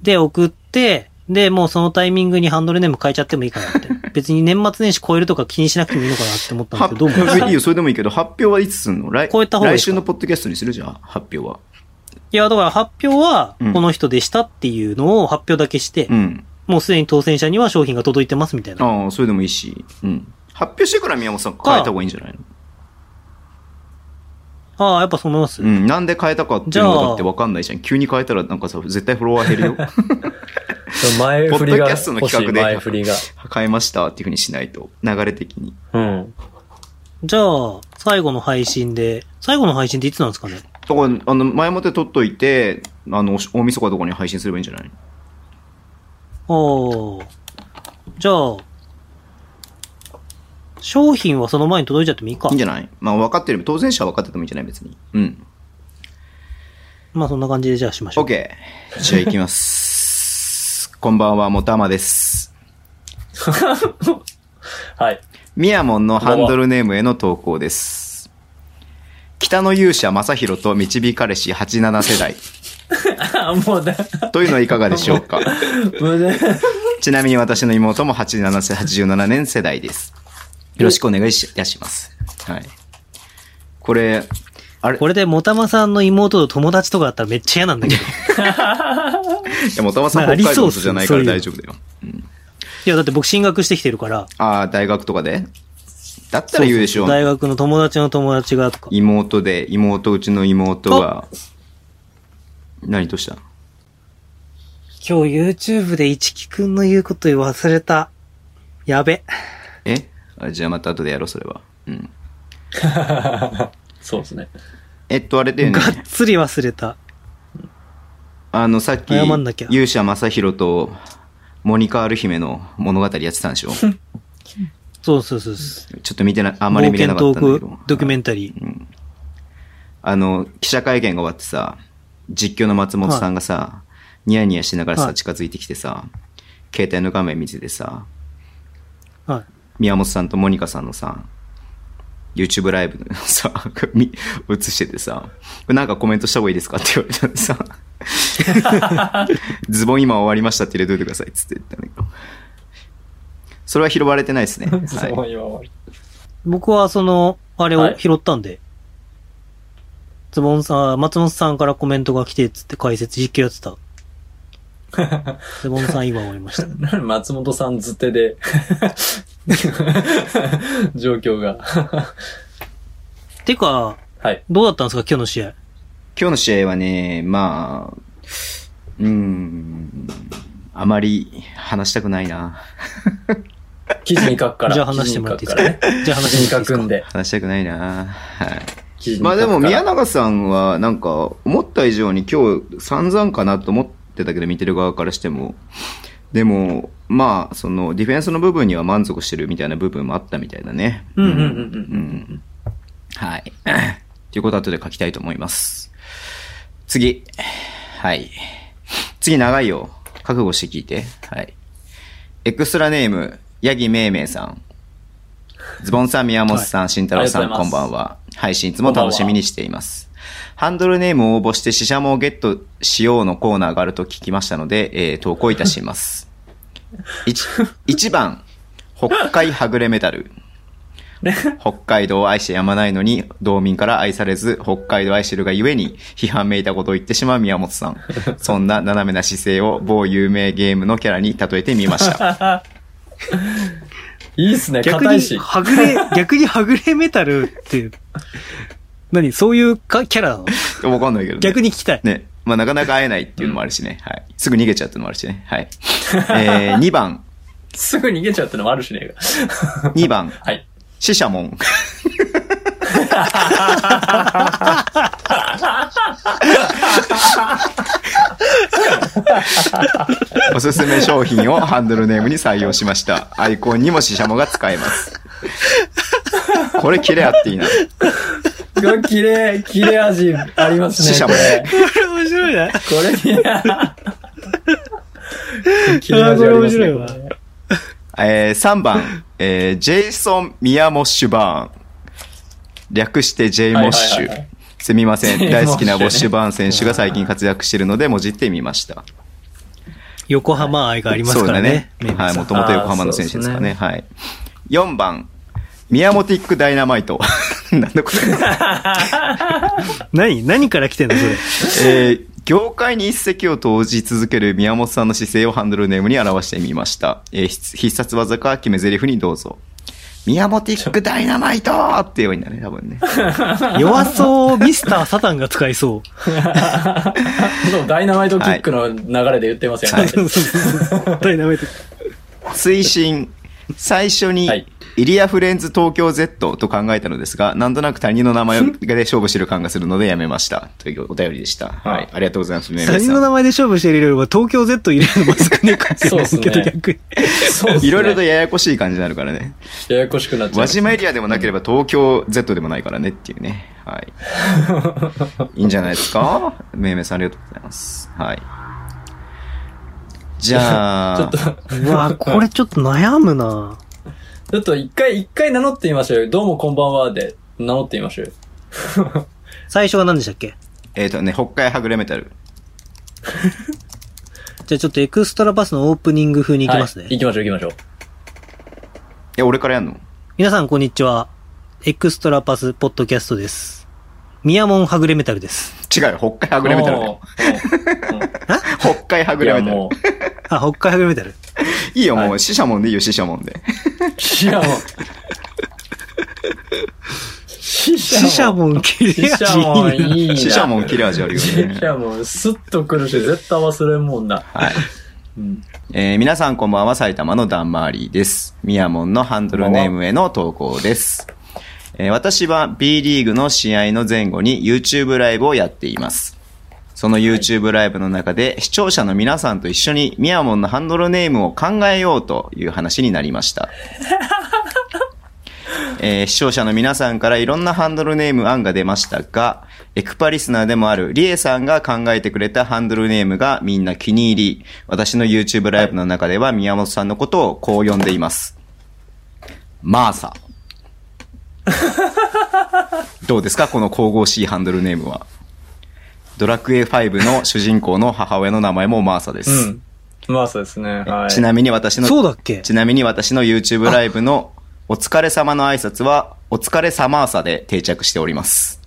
Speaker 2: で、送って、で、もうそのタイミングにハンドルネーム変えちゃってもいいかな って。別に年末年始超えるとか気にしなくてもいいのかなって思ったんです
Speaker 1: 発
Speaker 2: けど、どう思います
Speaker 1: 表、いいよ、それでもいいけど、発表はいつすんの来
Speaker 2: 超えた方が
Speaker 1: 来
Speaker 2: いいです
Speaker 1: 週
Speaker 2: か
Speaker 1: のポッドキャストにするじゃあ、発表は。
Speaker 2: いや、だから発表は
Speaker 1: うん、
Speaker 2: この人でしたっていうのを発表だけして、
Speaker 1: うん。
Speaker 2: もうすでに当選者には商品が届いてますみたいな。
Speaker 1: ああ、それでもいいし。うん。発表してから宮本さん変えた方がいいんじゃないの
Speaker 2: ああ、やっぱそう思います。
Speaker 1: うん。なんで変えたかっていうのがだってわかんないじゃん。急に変えたらなんかさ、絶対フォロワー減るよ。
Speaker 3: 前振り
Speaker 1: ポッド
Speaker 3: が
Speaker 1: キャストの
Speaker 3: 欲し
Speaker 1: 企
Speaker 3: い、
Speaker 1: 画で
Speaker 3: 前振りが。
Speaker 1: 変えましたっていうふうにしないと。流れ的に。
Speaker 3: うん。
Speaker 2: じゃあ、最後の配信で、最後の配信っていつなんですかね
Speaker 1: だから、あの、前もって撮っといて、あの、おし大晦日とかに配信すればいいんじゃない
Speaker 2: ああ。じゃあ、商品はその前に届いちゃってもいいか
Speaker 1: いいんじゃないまあ分かってる、当選者は分かっててもいいんじゃない別に。 うん。
Speaker 2: まあそんな感じでじゃあしましょう。
Speaker 1: OK。じゃあ行きます。こんばんは、もたまです。
Speaker 3: はい。
Speaker 1: ミヤモンのハンドルネームへの投稿です。北の勇者正宏と導かれし87世代。
Speaker 3: あ、もうだ、
Speaker 1: というのはいかがでしょう か
Speaker 3: もうね
Speaker 1: ちなみに私の妹も87世、87年世代です。よろしくお願いしいたします。はい。これ、あれ
Speaker 2: これでもたまさんの妹と友達とかだったらめっちゃ嫌な んだけど。い
Speaker 1: いや、もたまさん
Speaker 2: まあ
Speaker 1: 北海道
Speaker 2: あ
Speaker 1: の
Speaker 2: りそう
Speaker 1: 人
Speaker 2: っす
Speaker 1: じゃないから
Speaker 2: そういう
Speaker 1: 大丈夫だよ。
Speaker 2: やだって僕進学してきてるから。
Speaker 1: ああ、大学とかでだったら言うでしょ
Speaker 2: そうそうそう大学の友達の友達がとか。
Speaker 1: 妹で、妹、うちの妹が、何とした
Speaker 2: 今日 YouTube で一木くんの言うこと忘れた。やべ。
Speaker 1: えあじゃあまた後でやろう、それは。うん。
Speaker 3: そうですね。
Speaker 1: えっと、あれだよね
Speaker 2: が。っつり忘れた。
Speaker 1: あの、さっき、
Speaker 2: 謝んなきゃ
Speaker 1: 勇者正宏と、モニカアル姫の物語やってたんでしょち
Speaker 2: そうそうそうそう。
Speaker 1: ょっと見てな、あんまり見れなかったんだ
Speaker 2: 冒
Speaker 1: け
Speaker 2: 険ト
Speaker 1: ど
Speaker 2: ー。クドキュメンタリー。
Speaker 1: あの、記者会見が終わってさ、実況の松本さんがさ、ニヤニヤしながら
Speaker 2: は
Speaker 1: さ、
Speaker 2: い
Speaker 1: 近づいてきてさ、携帯の画面見ててさ、
Speaker 2: はい。
Speaker 1: 宮本さんとモニカさんのさ、YouTube ライブのさ、み映しててさ、これなんかコメントした方がいいですかって言われたんでさ、 ズボン今終わりましたって入れといてくださいっつって言ったんだけど。それは拾われてないです ね。
Speaker 3: そう
Speaker 1: はい。
Speaker 3: 今終わり
Speaker 2: 僕はその、あれ
Speaker 3: は
Speaker 2: を
Speaker 3: い
Speaker 2: 拾ったんで。ズボンさん、松本さんからコメントが来てっつって解説実況やってた。ズボンさん今終わりました。
Speaker 3: なんで松本さんずてで、状況が。
Speaker 2: てか、
Speaker 3: はい。
Speaker 2: どうだったんですか今日の試合。
Speaker 1: 今日の試合はね、まあ、うーん、あまり話したくないな。
Speaker 3: 記事に書くから。
Speaker 2: じゃあ話してもらっていい
Speaker 3: 記
Speaker 2: で
Speaker 3: 事に書
Speaker 2: す
Speaker 3: く
Speaker 2: かじゃあ
Speaker 3: ら
Speaker 2: 話
Speaker 3: ね記
Speaker 2: してもらっていいで
Speaker 3: 事
Speaker 2: すか
Speaker 3: に書くんで。
Speaker 1: 話したくないな。はい。
Speaker 3: 記事に書く
Speaker 1: まあ
Speaker 3: から
Speaker 1: でも宮永さんはなんか思った以上に今日散々かなと思ってたけど見てる側からしてもでもまあそのディフェンスの部分には満足してるみたいな部分もあったみたいだね
Speaker 3: うんうんうんうん
Speaker 1: うんはいということは後で書きたいと思います次はい次長いよ覚悟して聞いてはいエクストラネームヤギめいめいさんズボンさん、宮本さん、慎太郎さ
Speaker 3: あ
Speaker 1: ん、
Speaker 3: りがと
Speaker 1: こ
Speaker 3: うござい
Speaker 1: ん
Speaker 3: ます
Speaker 1: ばんは。配信いつも楽しみにしています。ハンドルネームを応募して、死者もゲットしようのコーナーがあると聞きましたので、えー投稿いたします。1, 番、北海はぐれメタル。北海道を愛してやまないのに、道民から愛されず、北海道を愛してるがゆえに、批判めいたことを言ってしまう宮本さん。そんな斜めな姿勢を某有名ゲームのキャラに例えてみました。
Speaker 3: いいっすね、
Speaker 2: 逆
Speaker 3: 硬い
Speaker 2: に、
Speaker 3: し。
Speaker 2: はぐれ、逆にはぐれメタルって、何そういうかキャラなの
Speaker 1: わかんないけどね。
Speaker 2: 逆に聞きたい。
Speaker 1: ね。まあ、なかなか会えないっていうのもあるしね。はい。すぐ逃げちゃうっていうのもあるしね。はい。えー、2番、
Speaker 3: すぐ逃げちゃうってのもあるしねえか。
Speaker 1: 2番、
Speaker 3: はい。
Speaker 1: 死者もん。 おすすめ商品をハンドルネームに採用しました。アイコンにもシシャモが使えます。これ切れ合っていいな。
Speaker 3: うわ切れ、切れ味ありますね。
Speaker 1: 死者もね
Speaker 3: こ
Speaker 2: これ面白いね。
Speaker 3: れ。これ、いや。切れ味ありますね。
Speaker 2: あーこれ面白いわ
Speaker 3: これ
Speaker 1: えー3番、 えージェイソン・ミヤモッシュバーン。略して J モッシ
Speaker 3: はいはいはいは
Speaker 1: ュ。すみませ
Speaker 3: J
Speaker 1: ん。大好きな
Speaker 3: モ
Speaker 1: モ
Speaker 3: ッ
Speaker 1: ッ
Speaker 3: シ
Speaker 1: シ
Speaker 3: ュね
Speaker 1: ュバーン選手が最近活躍しているので、もじってみました。
Speaker 2: 横浜愛がありますからね。
Speaker 1: そうだね。はい、もと
Speaker 2: も。
Speaker 1: もと横浜の選手ですからね。はい。4番、ミヤモティックダイナマイト。 なんだこれ。
Speaker 2: 何何から来てんのそれ。
Speaker 1: えー業界に一石を投じ続ける宮本さんの姿勢をハンドルネームに表してみました。えー必必殺技か決め台詞にどうぞ。宮本ティックダイナマイトってようになるね、多分ね。
Speaker 2: 弱そう、ミスターサタンが使いそう。
Speaker 3: そうダイナマイトキックの流れで言ってますよね。
Speaker 2: ダイナマイト。
Speaker 1: 推進。最初に
Speaker 3: はい、
Speaker 1: イリア・フレンズ東京 Z と考えたのですが、なんとなく他人の名前で勝負してる感がするのでやめました。というお便りでした。はい。ありがとうござ います。宮
Speaker 2: 他
Speaker 1: 本さ
Speaker 2: 人
Speaker 1: ん
Speaker 2: の名前で勝負してるよりは東京 Z 入れるのも少ないかもしれない
Speaker 3: そうっ
Speaker 2: けど、
Speaker 3: すね
Speaker 2: 逆に。
Speaker 3: そうっすね
Speaker 1: いろいろとややこしい感じになるからね。
Speaker 3: ややこしくなっちゃう。
Speaker 1: 輪島エリアでもなければ東京 Z でもないからねっていうね。はい。 いいんじゃないですかめいめいさんありがとうございます。はい。じゃあ、
Speaker 3: ちょっと、ち
Speaker 2: うわこれちょっと悩むな
Speaker 3: ょっと一回、一回名乗ってみましょうよ。どうもこんばんはで、名乗ってみましょうよ。
Speaker 2: 最初は何でしたっけ
Speaker 1: えっ、とね、北海はぐれメタル。
Speaker 2: じゃあちょっとエクストラパスのオープニング風に行きますね。
Speaker 3: はい行きましょう、行きましょう。
Speaker 1: え、俺からやんの
Speaker 2: 皆さんこんにちは。エクストラパスポッドキャストです。ミヤモンはぐれメタルです。
Speaker 1: 違うよ、北海はぐれメタルだよ。
Speaker 3: おーおー
Speaker 1: 北海はぐ
Speaker 3: い
Speaker 1: れ
Speaker 3: や、
Speaker 1: メタル。
Speaker 3: もう、
Speaker 2: あ、北海はぐれメタル。
Speaker 1: いいよ、も
Speaker 3: は
Speaker 1: う、死者もんでいいよ、死者もんで。
Speaker 3: いや、もう。死
Speaker 2: シシャモン切れ
Speaker 3: 死
Speaker 2: 味
Speaker 3: 者も
Speaker 2: いいない
Speaker 3: いな。
Speaker 1: 死者もん切れ味あるよ
Speaker 3: 死
Speaker 1: ね。
Speaker 3: 者もスッと来るし、絶対忘れんもんな。
Speaker 1: はい。
Speaker 3: うん。
Speaker 1: えー皆さんこんばんは、埼玉のダンマーリーです。ミヤモンのハンドルネームへの投稿です。えー私は B リーグの試合の前後に YouTube ライブをやっています。その YouTube ライブの中で視聴者の皆さんと一緒にミヤモンのハンドルネームを考えようという話になりました。えー視聴者の皆さんからいろんなハンドルネーム案が出ましたが、エクパリスナーでもあるリエさんが考えてくれたハンドルネームがみんな気に入り、私の YouTube ライブの中では宮本さんのことをこう呼んでいます。マー サ。どうですかこの神々しいハンドルネームは。ドラクエ5の主人公の母親の名前もマーサです。
Speaker 3: うん。まあそうですね。はい。
Speaker 1: ちなみに私の
Speaker 2: そうだっけ
Speaker 1: ちなみに私の YouTube ライブのお疲れ様の挨拶は、お疲れ様朝で定着しております。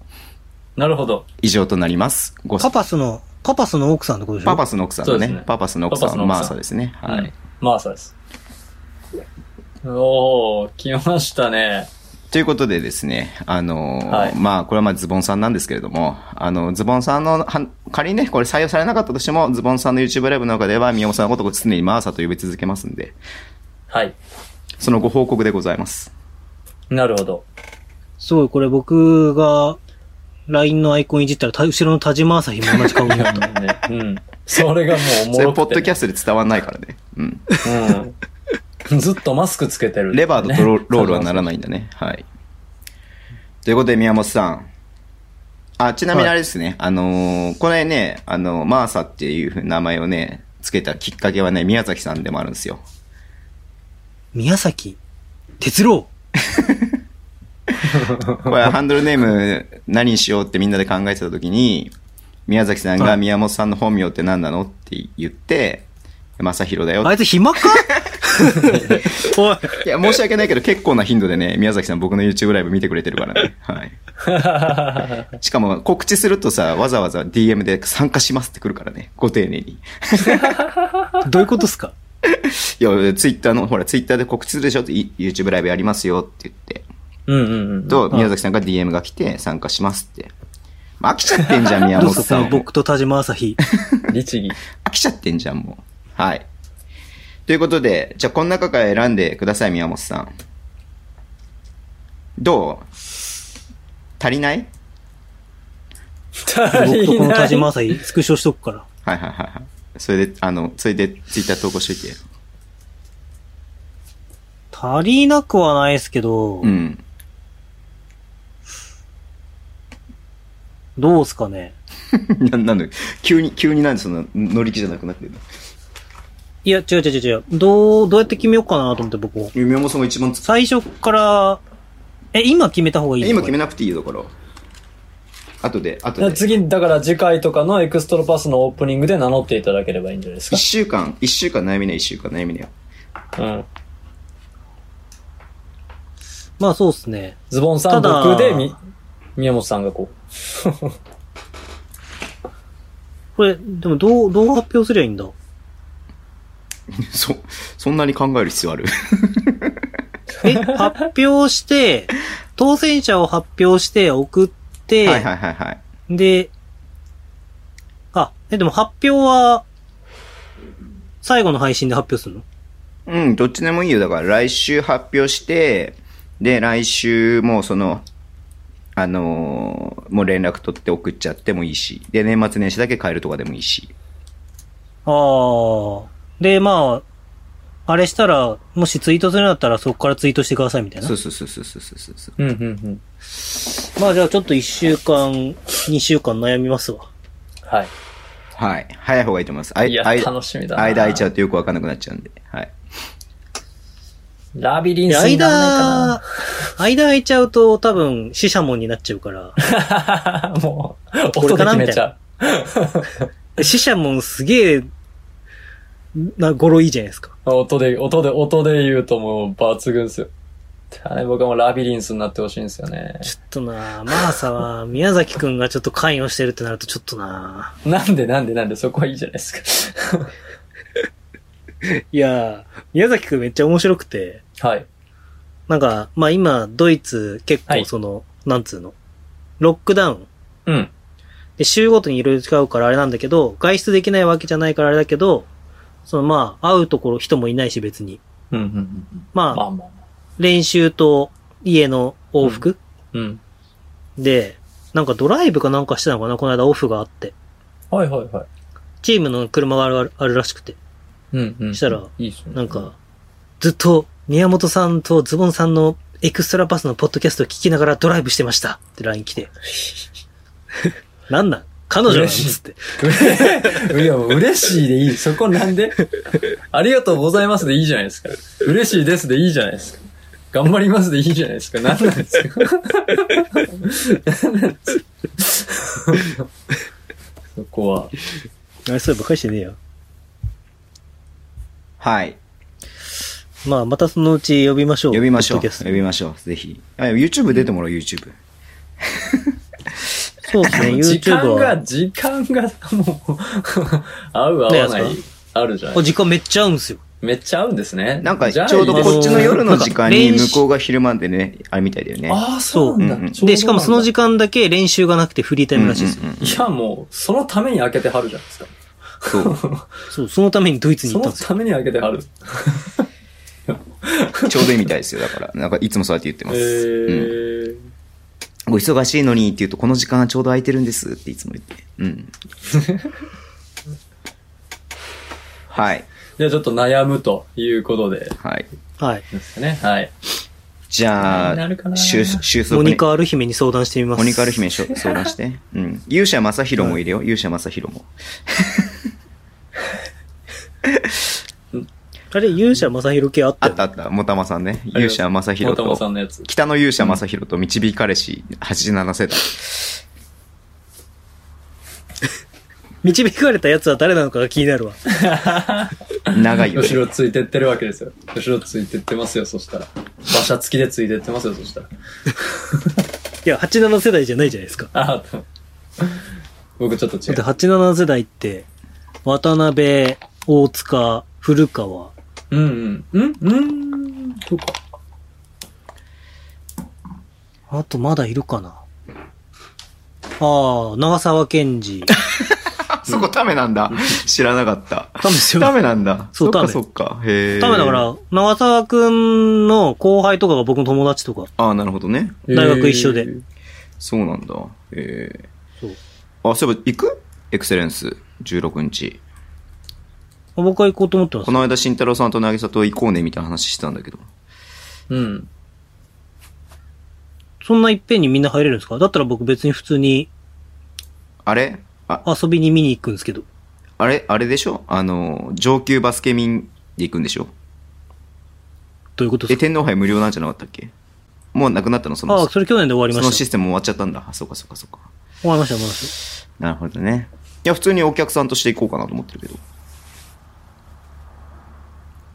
Speaker 3: なるほど。
Speaker 1: 以上となります。ご
Speaker 2: パパスの、パパスの奥さんってことでしょ
Speaker 1: パパスの奥さん
Speaker 3: そ
Speaker 1: の
Speaker 3: うで
Speaker 1: ね
Speaker 3: すね
Speaker 1: パパスの奥さ
Speaker 3: パ
Speaker 1: ん
Speaker 3: パスの
Speaker 1: の
Speaker 3: 奥さん
Speaker 1: マーサですね。は
Speaker 3: う
Speaker 1: い
Speaker 3: ん。。まあそうです。おー、来ましたね。
Speaker 1: ということでですね、あのー
Speaker 3: はい
Speaker 1: まあ、これはまあズボンさんなんですけれども、あの、ズボンさんの、はん仮にね、これ採用されなかったとしても、ズボンさんの YouTube ライブの中では、宮本さんのことを常にマーサと呼び続けますんで、
Speaker 3: はい。
Speaker 1: そのご報告でございます。
Speaker 3: なるほど。
Speaker 2: すごい、これ僕が LINE のアイコンいじったら、た後ろの田島朝日も同じ顔に
Speaker 3: いや
Speaker 2: なっ
Speaker 3: も
Speaker 2: た。
Speaker 3: うねうん。それがもうお
Speaker 1: そ
Speaker 3: も
Speaker 1: れ、
Speaker 3: ろ
Speaker 1: ポ
Speaker 3: く
Speaker 1: ッドキ
Speaker 3: て。
Speaker 1: ャストで伝わんないからね。うん。
Speaker 3: うん。ずっとマスクつけてる。
Speaker 1: レバーとロロールはなら
Speaker 3: な
Speaker 1: ない
Speaker 3: い。
Speaker 1: んだね。はい。ということで、宮本さん。あ、ちなみにあれですね。あのーこれね、あのマーサっていう風な名前をね、つけたきっかけはね、宮崎さんでもあるんですよ。
Speaker 2: 宮崎哲郎
Speaker 1: これ、ハンドルネー ム何にしようってみんなで考えてた時に、宮崎さん
Speaker 2: は
Speaker 1: が
Speaker 2: い
Speaker 1: 宮本さんの本名って何なのって言って、正宏だよ
Speaker 2: あ
Speaker 1: っ
Speaker 2: いつ 暇かおい。
Speaker 1: て。いや、申し訳ないけど結構な頻度でね、宮崎さん僕の YouTube ライブ見てくれてるから ね。はい。しかも告知するとさ、わざわざ DM で参加しますってくるからね。ご丁寧に。
Speaker 2: どういうことっすか
Speaker 1: いや、ツイッターの、ほら、ツイッターで告知するでしょって、い YouTube ライブやりますよって言って。
Speaker 3: うんうんうん。
Speaker 1: と、宮崎さんが DM が来て、参加しますって。飽きちゃってんじゃん、宮
Speaker 2: どう
Speaker 1: 本
Speaker 2: す
Speaker 1: さ
Speaker 2: か
Speaker 1: ん。
Speaker 2: 僕と田島朝 日。
Speaker 3: 律儀。
Speaker 1: 飽きちゃってんじゃん、もう。はい。ということで、じゃあこの中から選んでください、宮本さん。どう足りない
Speaker 3: 足
Speaker 2: 僕と
Speaker 3: り
Speaker 2: この
Speaker 3: な
Speaker 2: 田
Speaker 3: い
Speaker 2: 島朝日、スクショしとくから。
Speaker 1: はいはいはいはい。それで、あの、それでツイッター投稿しといて。
Speaker 2: 足りなくはないですけど、
Speaker 1: うん。
Speaker 2: どうすかね。
Speaker 1: ななんで、急に、急になんでそんな乗り気じゃなくなってるの
Speaker 2: いや、違う違う違う違う。どう、どうやって決めようかなと思って僕も。
Speaker 1: 宮本さんが一番つ
Speaker 2: 最初から、え、今決めた方がいい
Speaker 1: 今決め
Speaker 2: な
Speaker 1: なくていいよ、だから。後で、後
Speaker 3: だ
Speaker 1: で。
Speaker 3: 次、だから次回とかのエクストラパスのオープニングで名乗っていただければいいんじゃないです
Speaker 1: 一週間、一週間悩みね、一週間悩みね。
Speaker 3: か。うん。
Speaker 2: まあそうっすね。
Speaker 3: ズボンさ
Speaker 2: た
Speaker 3: ん、
Speaker 2: だ
Speaker 3: 僕で、み、宮本さんがこ
Speaker 2: これ、でもどう、どう発表すりゃいいんだ
Speaker 1: そ、そんなに考える必要ある
Speaker 2: え、発表 して、当選者を発表して送って、
Speaker 1: はいはいはいはい。
Speaker 2: で、あ、え、でも発表は、最後の配信で発表するの
Speaker 1: うん、どっちでもいいよ。だから来週発表して、で、来週もうその、あのーもう連絡取って送っちゃってもいいし、で、年末年始だけ変えるとかでもいいし。
Speaker 2: ああ。で、まあ、あれしたら、もしツイートするんだったらそこからツイートしてくださいみたいな
Speaker 1: そう。そうそうそうそうそうそう。
Speaker 3: う。うん、うん、うん。
Speaker 2: まあじゃあちょっと1週間、2週間悩みますわ。
Speaker 3: はい。
Speaker 1: はい。早い方がいいと思います。あ
Speaker 3: いや、
Speaker 1: あ
Speaker 3: 楽しみだな。
Speaker 1: 間空いちゃうとよくわかんなくなっちゃうんで。はい。
Speaker 3: ラビリンスになら
Speaker 2: 間、間空いちゃうと多分死者門になっちゃう から。
Speaker 3: ないかな。 もう、
Speaker 2: これか
Speaker 3: 音で
Speaker 2: な
Speaker 3: 決めちゃ
Speaker 2: 死者門すげえ、な、語呂いいじゃないですか。
Speaker 3: う。音で、音で、音で言うともう抜群ですよ。あれ僕はもうラビリンスになってほしいんですよね。
Speaker 2: ちょっとなマーサは宮崎くんがちょっと関与してるってなるとちょっとな
Speaker 3: なんでなんでなんでそこはいいじゃないです
Speaker 2: いや宮崎くんめっちゃ面白くて、
Speaker 3: か。 はい。
Speaker 2: なんか、まあ今、ドイツ結
Speaker 3: は
Speaker 2: 構
Speaker 3: い
Speaker 2: その、なんつうの、ロックダウン。
Speaker 3: うん。
Speaker 2: で、週ごとにいろいろ使うからあれなんだけど、外出できないわけじゃないからあれだけど、そのまあ、会うところ人もいないし別に。
Speaker 3: うん、うん、うん。
Speaker 2: まあ、
Speaker 3: まあまあ。
Speaker 2: 練習と家の往復、
Speaker 3: うん。
Speaker 2: で、なんかドライブかなんかしてたのかなこの間オフがあって。
Speaker 3: はいはいはい。
Speaker 2: チームの車があるあるらしくて。
Speaker 3: うん、うん。
Speaker 2: したら、
Speaker 3: いいっすね。
Speaker 2: なんか、ずっと宮本さんとズボンさんのエクストラパスのポッドキャストを聞きながらドライブしてましたって LINE 来 て。なんなん彼女なんで
Speaker 3: 嬉しい
Speaker 2: すって。
Speaker 3: いや、もう嬉しいでいい。そこなんでありがとうございますでいいじゃないですか。嬉しいですでいいじゃないですか。頑張りますでいいじゃないですか。なんなんですか。何なんですかそこは。
Speaker 2: あれ、そうばっかりしてねえよ。
Speaker 1: はい。
Speaker 2: まあ、またそのうち呼びましょう。
Speaker 1: 呼びましょう。
Speaker 2: ポッドキャスト
Speaker 1: 呼びましょう。ぜひ。あ YouTube 出てもらう、YouTube。
Speaker 2: そうですね、
Speaker 3: 時
Speaker 2: YouTube
Speaker 3: 間が、
Speaker 2: は。
Speaker 3: 時間が、もう、合う合わない
Speaker 2: ねえ、
Speaker 3: あるじゃな
Speaker 2: お
Speaker 3: い。
Speaker 2: 時間めっちゃ合うんすよ。
Speaker 3: めっちゃ合うんですね。
Speaker 1: なんか、ち
Speaker 3: じゃあ
Speaker 1: ょうどこっちの夜の時間に
Speaker 2: なんか
Speaker 1: 向こうが昼間でね、あれみたいだよね。
Speaker 3: ああ、そうなん
Speaker 1: うんうん
Speaker 3: だ。ちょうどなんだ
Speaker 2: で、しかもその時間だけ練習がなくてフリータイムらしいですよ。
Speaker 1: うんうんうん
Speaker 3: いや、もう、そのために開けてはるじゃないですか。
Speaker 1: そう。
Speaker 2: そう、そのためにドイツに行った
Speaker 3: その
Speaker 2: んですよ。
Speaker 3: ために開けてはる。
Speaker 1: ちょうどいいみたいですよ。だから、なんか、いつもそうやって言って
Speaker 3: え
Speaker 1: ます。うん
Speaker 3: ー。
Speaker 1: ご忙しいのにって言うと、この時間はちょうど空いてるんですっていつも言って。 うん。はい。
Speaker 3: じゃあちょっと悩むということで、
Speaker 1: はい。
Speaker 2: はい。
Speaker 3: ですね。はい。
Speaker 1: じゃ
Speaker 3: なるか
Speaker 1: あ、
Speaker 3: な
Speaker 1: 収収束
Speaker 2: モ
Speaker 1: に
Speaker 2: ニ。カ・アル姫に相談してみます。
Speaker 1: モニカル。姫しょ相談して。うん。勇者正宏もいるよ。勇者正宏も。
Speaker 2: あれ、勇者正宏系あっ
Speaker 1: あ
Speaker 2: たよ
Speaker 1: っ。たあった。もたまさんね。勇者正
Speaker 3: も
Speaker 1: 宏
Speaker 3: たもさ
Speaker 1: と、
Speaker 3: んのやつ。
Speaker 1: 北の勇者正宏と導かれし87世代。
Speaker 2: 導かれたやつは誰なのかが気になるわ。
Speaker 1: 長いよね。
Speaker 3: 後ろついてってるわけですよ。後ろついてってますよ、そしたら。馬車付きでついてってますよ、そしたら。
Speaker 2: いや、87世代じゃないじゃないですか。
Speaker 3: あ ー僕ちょっと違
Speaker 2: だって
Speaker 3: う。
Speaker 2: 87世代って、渡辺、大塚、古川。
Speaker 3: うんうん。うんうん。そうか。
Speaker 2: あとまだいるかなああ、長沢健二。
Speaker 1: あそこタメなんだ。知らなかった。
Speaker 2: ダメですよ。
Speaker 1: タメなんだ。
Speaker 2: そう
Speaker 1: っか
Speaker 2: タメ
Speaker 1: そっか。へえ。
Speaker 2: ダメだか。ら、長沢くんの後輩とかが僕の友達とか。
Speaker 1: ああ、なるほどね。
Speaker 2: 大学一緒で
Speaker 3: えー
Speaker 1: そうなんだ。へえ。
Speaker 2: そう。
Speaker 1: あ、そういえば行くエクセレンス。16日。
Speaker 2: 僕は行こうと思ってま
Speaker 1: こ
Speaker 2: す。
Speaker 1: の間、慎太郎さんと渚と行こうね、みたいな話してたんだけど。
Speaker 3: うん。
Speaker 2: そんないっぺんにみんな入れるんですかだったら僕別に普通に
Speaker 1: あれあ、
Speaker 2: 遊びに見に行くんですけど。
Speaker 1: あれあれでしょあの、上級バスケ民で行くんでしょ
Speaker 2: どういうことで
Speaker 1: え、
Speaker 2: すか
Speaker 1: 天皇杯無料なんじゃなかったっけもうなくなったのその
Speaker 2: ああ、それ去年で終わり
Speaker 1: そ
Speaker 2: ま
Speaker 1: の
Speaker 2: し
Speaker 1: シ
Speaker 2: た。
Speaker 1: ステム終わっちゃったんだ。あ、そうかそうかそうか。
Speaker 2: 終わりました、終わりまし
Speaker 1: なるほどね。いや、普通にお客さんとして行こうかなと思ってるけど。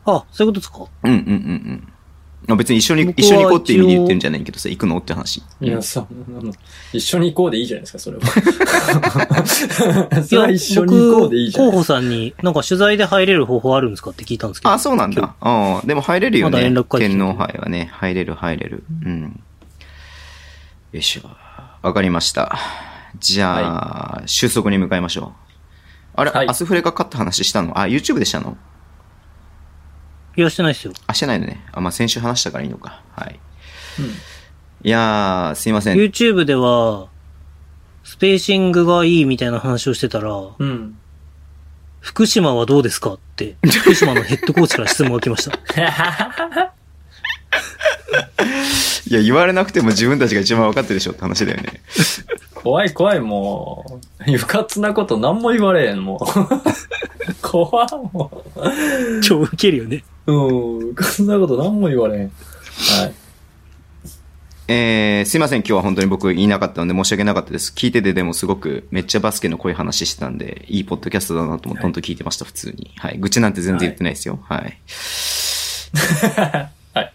Speaker 2: た。ああ、そういうことですか
Speaker 1: うんうんうんうんまあ。別に一緒に、
Speaker 2: 僕は
Speaker 1: 一緒に行こうっていう意味で言ってるんじゃないけどさ、行くのって話。
Speaker 3: いや、さ、あの一緒に行こうでいいじゃないですか、それ は。それは一緒に行こうでいいじゃ
Speaker 2: 僕候
Speaker 3: ないで
Speaker 2: 補さんに、なんか取材で入れる方法あるんですかって聞いたんですけど。
Speaker 1: あ、そうなんだ。うん。でも入れるよ
Speaker 2: まだ
Speaker 1: ね。
Speaker 2: 連絡会
Speaker 1: 天皇杯はね。入れる入れる。うん。よいしょ。わかりました。じゃあ、収束に向かいましょう。あれ、
Speaker 3: はい
Speaker 1: アスフレが勝った話したのあ、YouTube でしたの
Speaker 2: いや、してないですよ。
Speaker 1: あ、してないのね。あ、まあ、先週話したからいいのか。はい。
Speaker 3: うん
Speaker 1: いやー、すいません。
Speaker 2: YouTube では、スペーシングがいいみたいな話をしてたら、
Speaker 3: うん。
Speaker 2: 福島はどうですかって、福島のヘッドコーチから質問が来ました。
Speaker 1: いや、言われなくても自分たちが一番わかってるでしょって話だよね。
Speaker 3: 怖い怖い、もう。 不活なこと何も言われへん、もう。 怖い、も
Speaker 2: 超ウケるよね。
Speaker 3: う。うん、不活なこと何も言われへん。はい。
Speaker 1: えー、すいません、今日は本当に僕言いなかったので申し訳なかったです。聞いててでもすごくめっちゃバスケの濃い話してたんで、いいポッドキャストだなと思って、本当聞いてました、普通に。はい。愚痴なんて全然言ってないですよ。はい。
Speaker 3: はい。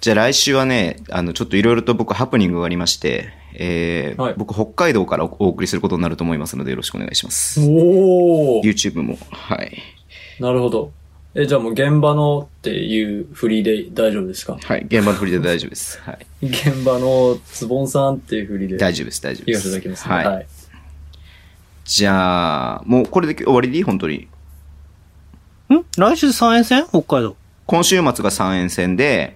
Speaker 1: じゃあ来週はね、あの、ちょっといろいろと僕ハプニングがありまして、えー
Speaker 3: はい
Speaker 1: 僕北海道からおお送りすることになると思いますのでよろしくお願いします。
Speaker 3: おー
Speaker 1: YouTube も。はい。
Speaker 3: なるほど。え、じゃあもう現場のっていう振りで大丈夫ですか
Speaker 1: はい。現場の振りで大丈夫です。はい。
Speaker 3: 現場のズボンさんっていう振りで
Speaker 1: 大丈夫です、大丈夫で
Speaker 3: 言わ
Speaker 1: す。
Speaker 3: せていただきます、
Speaker 1: はい。
Speaker 3: はい。
Speaker 1: じゃあ、もうこれで終わりでいい本当に。
Speaker 2: ん来週3円戦北海道。
Speaker 1: 今週末が3円戦で、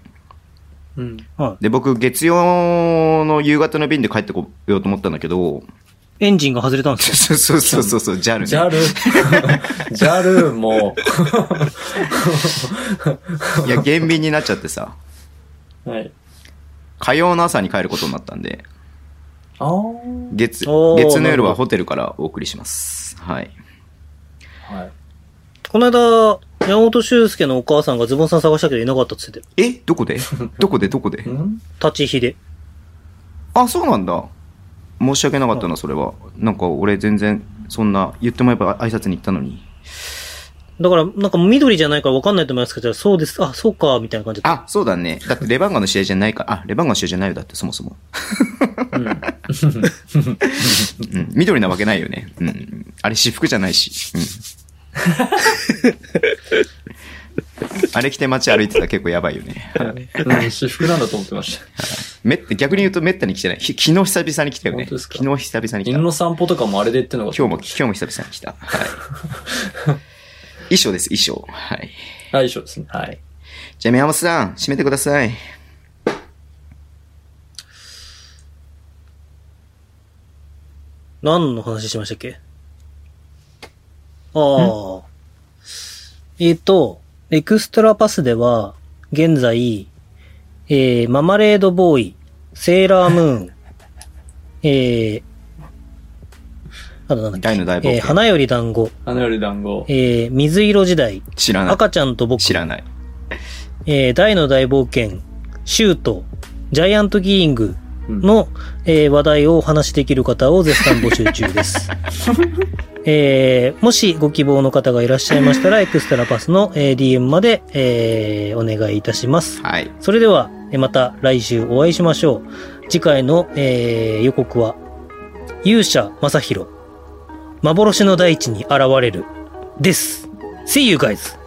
Speaker 3: うん。
Speaker 2: は
Speaker 1: で、僕、月曜の夕方の便で帰ってこようと思ったんだけど、
Speaker 2: い。エンジンが外れたんですよ。
Speaker 1: そうそうそうそうそう、JAL ね。
Speaker 3: ジャル、 ジャルも
Speaker 1: いや、減便になっちゃってさ、
Speaker 3: う、はい。
Speaker 1: 火曜の朝に帰ることになったんで、
Speaker 3: あー
Speaker 1: 月、月
Speaker 2: おー
Speaker 1: の夜
Speaker 2: なるほ
Speaker 1: は
Speaker 2: ど
Speaker 1: ホテルからお送りします。はい。
Speaker 3: はい。
Speaker 2: この間、山本修介のお母さんがズボンさん探したけどいなかったっつってて。
Speaker 1: えどこでどこでどこで
Speaker 3: ん
Speaker 2: 立ち火で。
Speaker 1: あ、そうなんだ。申し訳なかったな、それは。なんか、俺全然、そんな、言ってもらえば挨拶に行ったのに。
Speaker 2: だから、なんか緑じゃないから分かんないと思いますけど、そうです。あ、そうか、みたいな感じだっ
Speaker 1: あ、そうだね。だって、レバンガの試合じゃないから、あ、レバンガの試合じゃないよ、だって、そもそも。うん、緑なわけないよね。うん。あれ、私服じゃないし。うん。あれ着て街歩いてたら結構やばいよね。
Speaker 3: うん、私服なんだと思ってました。
Speaker 1: めっ逆に言うとめったに着てない。ひ昨日久々に来たよね。
Speaker 3: 本当ですか
Speaker 1: 昨日久々に来た。
Speaker 3: 犬
Speaker 1: 今
Speaker 3: の散歩とかもあれで言ってんのか
Speaker 1: 日も、今日も久々に来た。はい。衣装です、衣装。はい。
Speaker 3: あ、一緒ですね。はい。
Speaker 1: じゃあ、宮本さん、締めてください。
Speaker 2: た。何の話しましたっけああ。えっ、と、エクストラパスでは、現在、えー、ママレードボーイ、セーラームーン、えー、あとなんだっけ
Speaker 1: 大の大冒険
Speaker 2: えー花より団子、
Speaker 3: あのより団子。
Speaker 2: えー、水色時代、
Speaker 1: 知らない。
Speaker 2: 赤ちゃんと僕、
Speaker 1: 知らない。
Speaker 2: えー大の大冒険、シュート、ジャイアントギーイングの、えー話題をお話しできる方を絶賛募集中です。えーもしご希望の方がいらっしゃいましたら、エクストラパスの、えー DM まで、えーお願いいたします。
Speaker 1: はい。
Speaker 2: それでは、えーまた来週お会いしましょう。次回の、えー予告は、勇者正宏、幻の大地に現れる、です。See you guys!